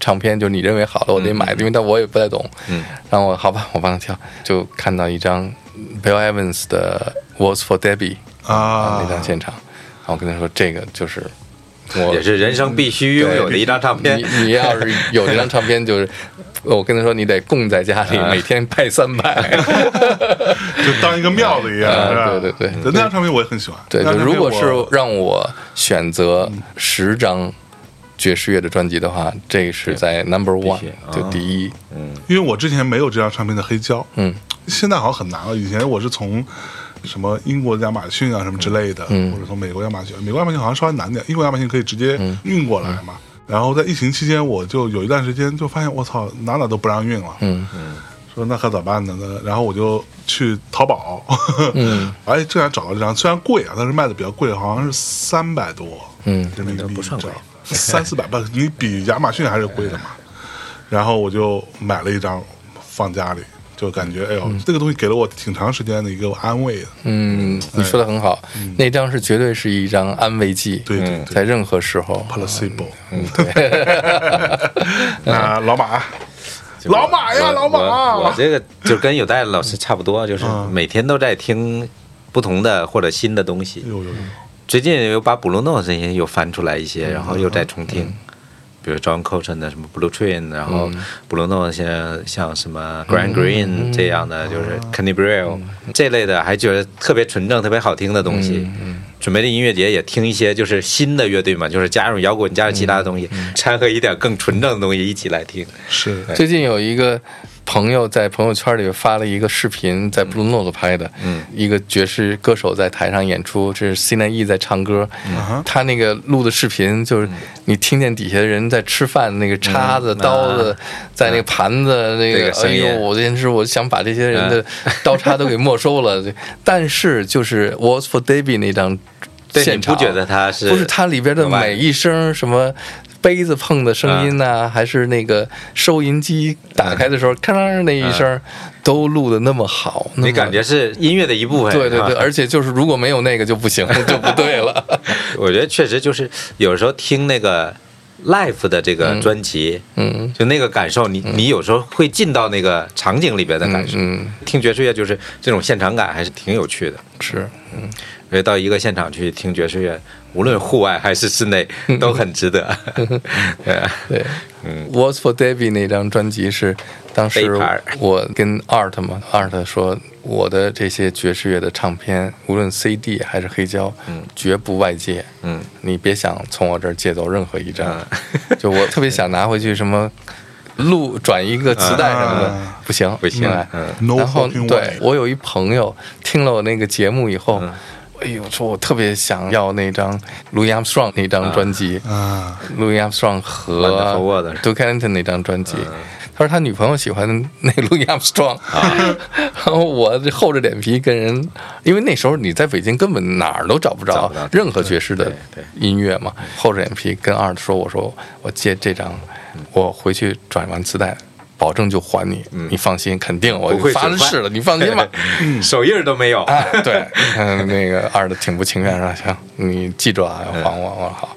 B: 唱片，就你认为好的，我得
C: 嗯
B: 买的，因为但我也不太懂。嗯，然后我好吧，我帮他挑，就看到一张 Bill Evans 的《Was for Debbie》
A: 啊
B: 那，张现场，然后我跟他说这个就是我
C: 也是人生必须拥有的一张唱片
B: 你。你要是有这张唱片，就是我跟他说你得供在家
C: 啊
B: 里，每天拍三 百。
A: 就当一个庙子一样，
B: 啊
A: 是吧？
B: 对对对
A: 那张唱片我也很喜欢。
B: 对，
A: 那
B: 就
A: 张唱
B: 如
A: 片
B: 果
A: 我
B: 是让我选择十张爵士乐的专辑的话，这是在 number one
C: 嗯须啊
B: 就第一。
A: 因为我之前没有这张唱片的黑胶，
B: 嗯，
A: 现在好像很难了。以前我是从什么英国的亚马逊啊什么之类的，
B: 嗯
A: 或者从美国亚马逊，美国亚马逊好像稍微难点，英国亚马逊可以直接
B: 嗯
A: 运过来嘛。然后在疫情期间，我就有一段时间就发现，我操，哪哪都不让运了。
B: 嗯
A: 说那可咋办呢？那然后我就去淘宝，
B: 嗯，
A: 哎，竟然找到这张，虽然贵啊，但是卖的比较贵，好像是三百多，
B: 嗯，
A: 人民币
C: 不算贵
A: 一张，三四百吧，你比亚马逊还是贵的嘛。然后我就买了一张放家里，就感觉哎呦，这个东西给了我挺长时间的一个安慰的。
B: 嗯，你说的很好，那张是绝对是一张安慰剂，
A: 对对对
B: 在任何时候。
A: placebo，那
B: 嗯
A: 老马，哎老马呀，
C: 我
A: 老马，
C: 我我这个就跟有戴老师差不多， 就是
A: 嗯
C: 每天都在听不同的或者新的东
A: 嗯
C: 西。
A: 有有有，嗯
C: 最近又把布鲁诺这些又翻出来一些，然后又在重听。比如 John Coltrane 的什么 Blue Train，然后
A: 嗯
C: 布鲁诺现在像什么 Grand Green 这样
A: 嗯
C: 的，就是 Kenny Brill 这类的，还觉得特别纯正、特别好听的东西。
A: 嗯
C: 准备的音乐节也听一些就是新的乐队嘛，就是加入摇滚、加入其他的东西，
A: 嗯
C: 掺和一点更纯正的东西一起来听。
A: 是
B: 最近有一个朋友在朋友圈里发了一个视频，在 Blue Note 拍的，
C: 嗯
B: 一个爵士歌手在台上演出，这是 C 南 E 在唱歌，
C: 嗯
B: 他那个录的视频就是你听见底下的人在吃饭，那个叉子、
C: 嗯
B: 刀子
C: 啊
B: 在那个盘子，那
C: 这
B: 个
C: 个声
B: 哎
C: 音
B: 呦，
C: 嗯
B: 我简直我想把这些人的刀叉都给没收了。但是就是 What's for Davy 那张
C: 对，
B: 现
C: 你不
B: 场，
C: 觉得它是
B: 不是它里边的
C: 额外
B: 每一声什么杯子碰的声音
C: 嗯
B: 呐、还是那个收银机打开的时候咔啷那一声，都录的那么好，那
C: 你
B: 么
C: 感觉是音乐的一部分？
B: 对对对，
C: 是吧
B: 而且就是如果没有那个就不行，就不对了。
C: 我觉得确实就是有时候听那个 live 的这个专辑，
B: 嗯
C: 就那个感受，你你有时候会进到那个场景里边的感受。
B: 嗯，
C: 听爵士乐就是这种现场感，还是挺有趣的。
B: 是
C: 所以到一个现场去听爵士乐，无论户外还是室内，都很值得。对啊，
B: 嗯 对。What's for Davy 那张专辑是当时
C: 杯牌
B: 我跟 Art 嘛，Art 说我的这些爵士乐的唱片，无论 CD 还是黑胶，绝不外借。
C: 嗯，
B: 你别想从我这儿借走任何一张， 就我特别想拿回去什么。录转一个磁带什么的，
A: 啊
B: 不行
C: 嗯不行
B: 哎
C: 嗯
A: ，No
B: 然后
A: fucking way
B: 对我有一朋友听了我那个节目以后，
C: 嗯
B: 哎呦，说我特别想要那张 Louis Armstrong 那
C: 嗯
B: 张专辑，
A: 啊，
B: Louis Armstrong 和
C: Wonderful World
B: Duke Ellington 那张专辑，
C: 嗯
B: 他说他女朋友喜欢那 Louis Armstrong，、然
C: 啊
B: 后我这厚着脸皮跟人，因为那时候你在北京根本哪儿都找不
C: 找
B: 着
C: 不着
B: 任何爵士的
C: 对对
B: 音乐嘛，厚着脸皮跟二说，我说我借这张，
C: 嗯
B: 我回去转完磁带。保证就还你，你放心，肯定我
C: 嗯不会
B: 发
C: 损
B: 了
C: 坏
B: 誓了，你放心吧。
C: 手印儿都没有。
B: 哎，对，嗯，那个二的挺不情愿说，行，你记住啊，还我，我说好，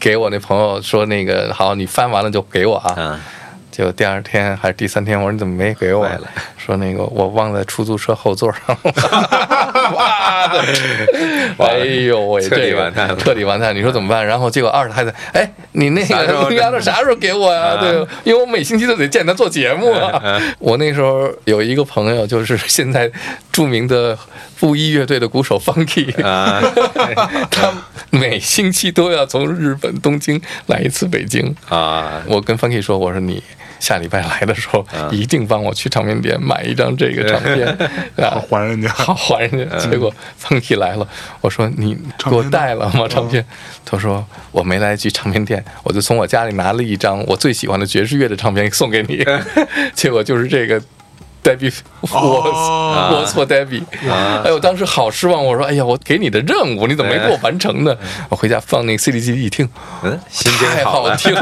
B: 给我那朋友说那个好，你翻完了就给我啊。
C: 嗯，
B: 结果第二天还是第三天，我说你怎么没给我
C: 坏了？
B: 说那个我忘在出租车后座上 了。哇的， 哎呦喂，
C: 彻底
B: 这个
C: 完蛋了
B: 彻底完蛋！你说怎么办？然后结果二的还在，哎，你那
C: 啥时
B: 个
C: 候
B: 你按照啥时候给我呀、
C: 啊
B: 对，因为我每星期都得见他做节目啊。我那时候有一个朋友，就是现在著名的布衣乐队的鼓手 Funky，
C: 啊
B: 他每星期都要从日本东京来一次北京。
C: 啊，
B: 我跟 Funky 说，我说你下礼拜来的时候，一定帮我去唱片店买一张这个唱片，啊，
A: 还人家
B: 好还人家。结果 Funky 来了，我说你给我带了吗？唱片？他说我没来得及唱片店，我就从我家里拿了一张我最喜欢的爵士乐的唱片送给你，结果就是这个。Debbie，我我错 Debbie，哎呦，当时好失望，我说，哎呀，我给你的任务，你怎么没给我完成呢？我回家放那个 CD 机一听，
C: 嗯，心情
B: 太
C: 好
B: 好
C: 了。
B: 听了，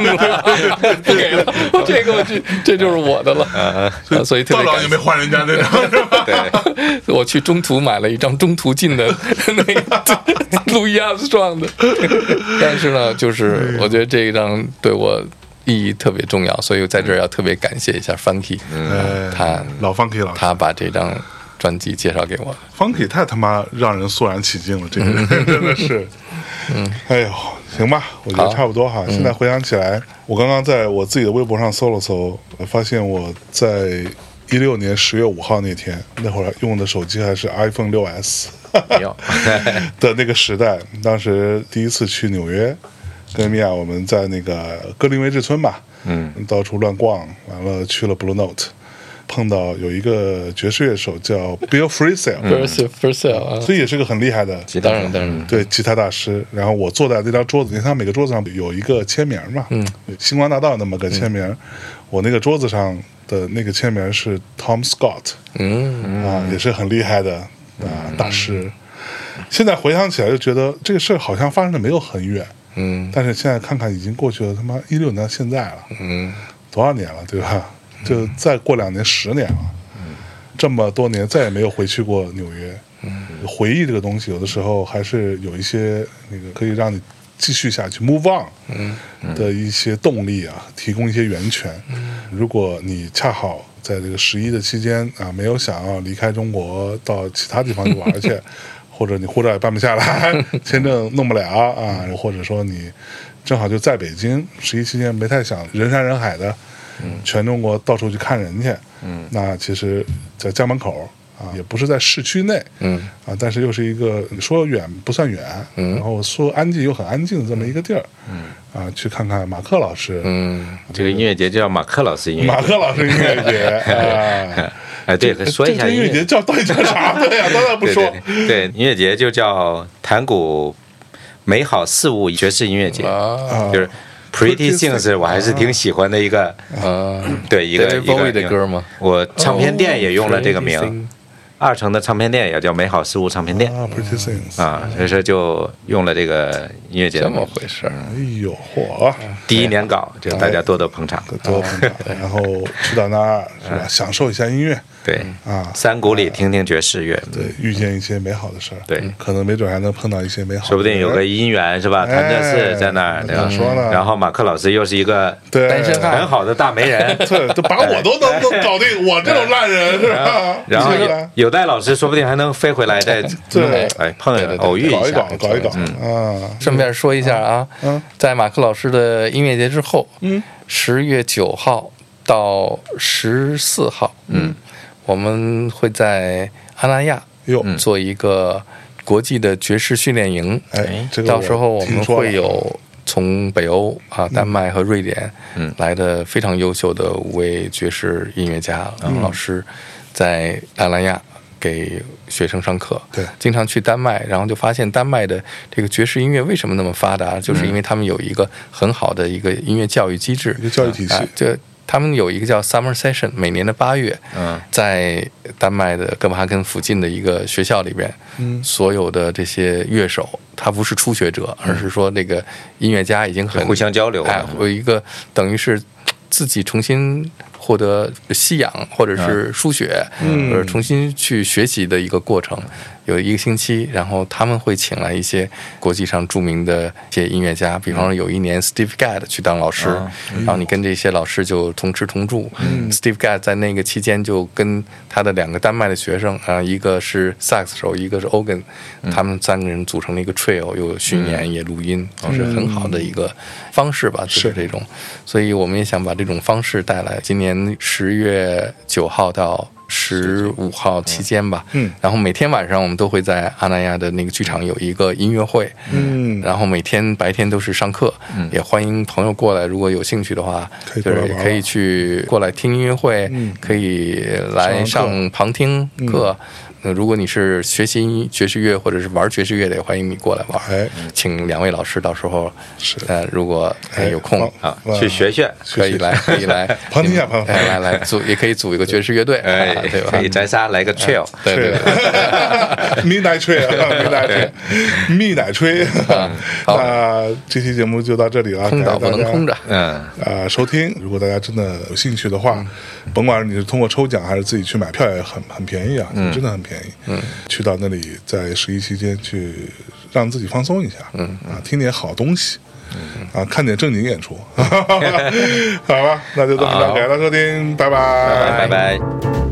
B: 不给了，这个我这这就是我的了，啊所以 特
A: 到
B: 别
A: 老
B: 感
A: 也
B: 谢
A: 没还人家那张是吧？
C: 对，
B: 我去中途买了一张中途进的 那个路易阿斯壮的，但是呢，就是我觉得这一张对我意义特别重要，所以我在这儿要特别感谢一下 Funky，
A: 哎
B: 他
A: 老 Funky 老师
B: 他把这张专辑介绍给我。
A: Funky 太他妈让人肃然起敬了，这个人真的是，哎呦，行吧，我觉得
B: 好
A: 差不多哈。现在回想起来，我刚刚在我自己的微博上搜了搜，我发现我在一六年十月五号那天，那会儿用的手机还是 iPhone 六 S
C: 没有。
A: 的那个时代，当时第一次去纽约，跟米娅我们在那个格林威治村吧，嗯，到处乱逛，完了去了 Blue Note。碰到有一个爵士乐手叫 Bill Frisell，、
B: First First Sale 啊，
A: 所以也是个很厉害嗯的
B: 当然当然，
A: 对吉他大师，然后我坐在那张桌子，因为他每个桌子上有一个签名嘛，嗯，星光大道那么个签名，
B: 嗯
A: 我那个桌子上的那个签名是 Tom Scott，
B: 嗯，
A: 啊，也是很厉害的啊大师。现在回想起来就觉得这个事儿好像发生的没有很远，
B: 嗯，
A: 但是现在看看已经过去了，他妈一六年到现在了，
B: 嗯，
A: 多少年了，对吧？就再过两年十年了，
B: 嗯
A: 这么多年再也没有回去过纽约。回忆这个东西，有的时候还是有一些那个可以让你继续下去 move on 的一些动力啊，提供一些源泉。如果你恰好在这个十一的期间啊，没有想要离开中国到其他地方去玩 嗯去，或者你护照也办不下来，签证弄不了啊，或者说你正好就在北京，十一期间没太想人山人海的，全中国到处去看人去。嗯，那其实，在家门口啊，也不是在市区内，嗯啊，但是又是一个你说远不算远，嗯，然后说安静又很安静的这么一个地儿，嗯啊，去看看马克老师，
B: 嗯，
C: 这个音乐节就叫马克老师音乐
A: 马
C: 节。
A: 克老师音乐节 啊。
C: 哎，对，说一下
A: 这这音乐节叫到底叫 啥的呀？当然不
C: 对
A: 说。
C: 对对对，音乐节就叫弹古美好事物爵士音乐节，
B: 啊
A: 啊
C: 就是 Pretty
A: Pretty
C: Things，
A: Things，
C: 我还是挺喜欢的一个，
B: 啊，
C: 对一个
B: David
C: 一个
B: Bowie 的歌吗？
C: 我唱片店也用了这个名，
B: 哦
C: 二城的唱片店也叫美好事物唱片店
A: 啊，Pretty Things
C: 啊，所以说就用了这个音乐节的
B: 这
C: 名
B: 么回事儿，
A: 哎呦嚯！
C: 第一年搞，就大家多多捧场，
B: 哎
A: 多
C: 啊
A: 捧场， 然后去到那儿是吧？享受一下音乐
C: 对，
B: 嗯
A: 啊，
C: 山谷里听听爵士乐，
A: 对，遇见一些美好的事儿，嗯
C: 对
A: 可能没准还能碰到一些美好的人，
C: 说不定有个姻缘是吧？
A: 哎
C: 谭德士在那儿，对吧
A: 咋说
B: 嗯
A: 呢？
C: 然后马克老师又是一个
A: 对
B: 单身汉
C: 很好的大媒人，
A: 对，都把我都能能搞定，我这种烂人 是吧？
C: 然后
A: 是吧
C: 有有戴老师说不定还能飞回来再
A: 对
C: 哎碰
B: 对对对
C: 偶遇
A: 搞
C: 一
A: 一
C: 下嗯
A: 搞，，搞一搞啊，
B: 顺便说一下啊，
A: 嗯
B: 在马克老师的音乐节之后，
A: 嗯，
B: 十月九号到十四号，嗯，我们会在阿那亚
A: 哟，
B: 做一个国际的爵士训练营，
A: 哎，这个
B: 到时候我们
A: 听说了
B: 会有从北欧
A: 嗯
B: 啊、丹麦和瑞典来的非常优秀的五位爵士音乐家、
A: 嗯
B: 老师，在阿兰亚给学生上课。
A: 对
B: 经常去丹麦，然后就发现丹麦的这个爵士音乐为什么那么发达，就是因为他们有一个很好的一个音乐教育机制，
A: 一个教育体系
B: 啊这他们有一个叫 Summer Session，每年的八月，
C: 嗯，
B: 在丹麦的哥本哈根附近的一个学校里边，嗯，所有的这些乐手，他不是初学者，而是说那个音乐家已经很
C: 嗯互相交流
B: 哎，有一个等于是自己重新获得吸氧或者是输血，嗯，或者重新去学习的一个过程，有一个星期，然后他们会请来一些国际上著名的一些音乐家，比方说有一年 Steve Gadd 去当老师，然后你跟这些老师就同吃同住。Steve Gadd 在那个期间就跟他的两个丹麦的学生，啊，一个是萨克斯手，一个是 organ，他
A: 嗯
B: 们三个人组成了一个 trio，又有巡演也录音，哦是很好的一个方式吧，就是
A: 是
B: 这种。所以我们也想把这种方式带来。今年十月九号到十五号期间吧，
A: 嗯
B: 然后每天晚上我们都会在阿那亚的那个剧场有一个音乐会，
A: 嗯
B: 然后每天白天都是上课，也欢迎朋友过来，如果有兴趣的话，
A: 可
B: 就
A: 以过来
B: 是
A: 玩玩
B: 可以去过来听音乐会，可以来
A: 嗯上嗯
B: 上旁听课。那如果你是学习爵士乐或者是玩爵士乐的，也欢迎你过来玩。
A: 哎
B: 请两位老师到时候
A: 是
B: 呃，如果呃
A: 哎
B: 有空
A: 好，
C: 啊，去学学，
B: 可以来，可以来
A: 旁听一下旁听
B: 哎来来组也可以组一个爵士乐队，
C: 哎
B: 啊，对吧
C: 可？以摘沙来
A: 嗯
C: 个 trail，
B: 对对对，
A: 蜜奶吹啊，蜜奶吹，蜜奶吹。 那这期节目就到这里了，
B: 嗯空
A: 感
B: 岛
A: 谢
B: 不
A: 大
B: 能
A: 家
B: 空着。
C: 嗯，
A: 啊、收听。如果大家真的有兴趣的话，甭管你是通过抽奖还是自己去买票，也很很便宜啊，真的很便宜。嗯，去到那里在十一期间去让自己放松一下，嗯啊，听点好东西。啊，看点正经演 出，好吧，那就这么着，感谢大家收听，拜拜
C: 拜拜。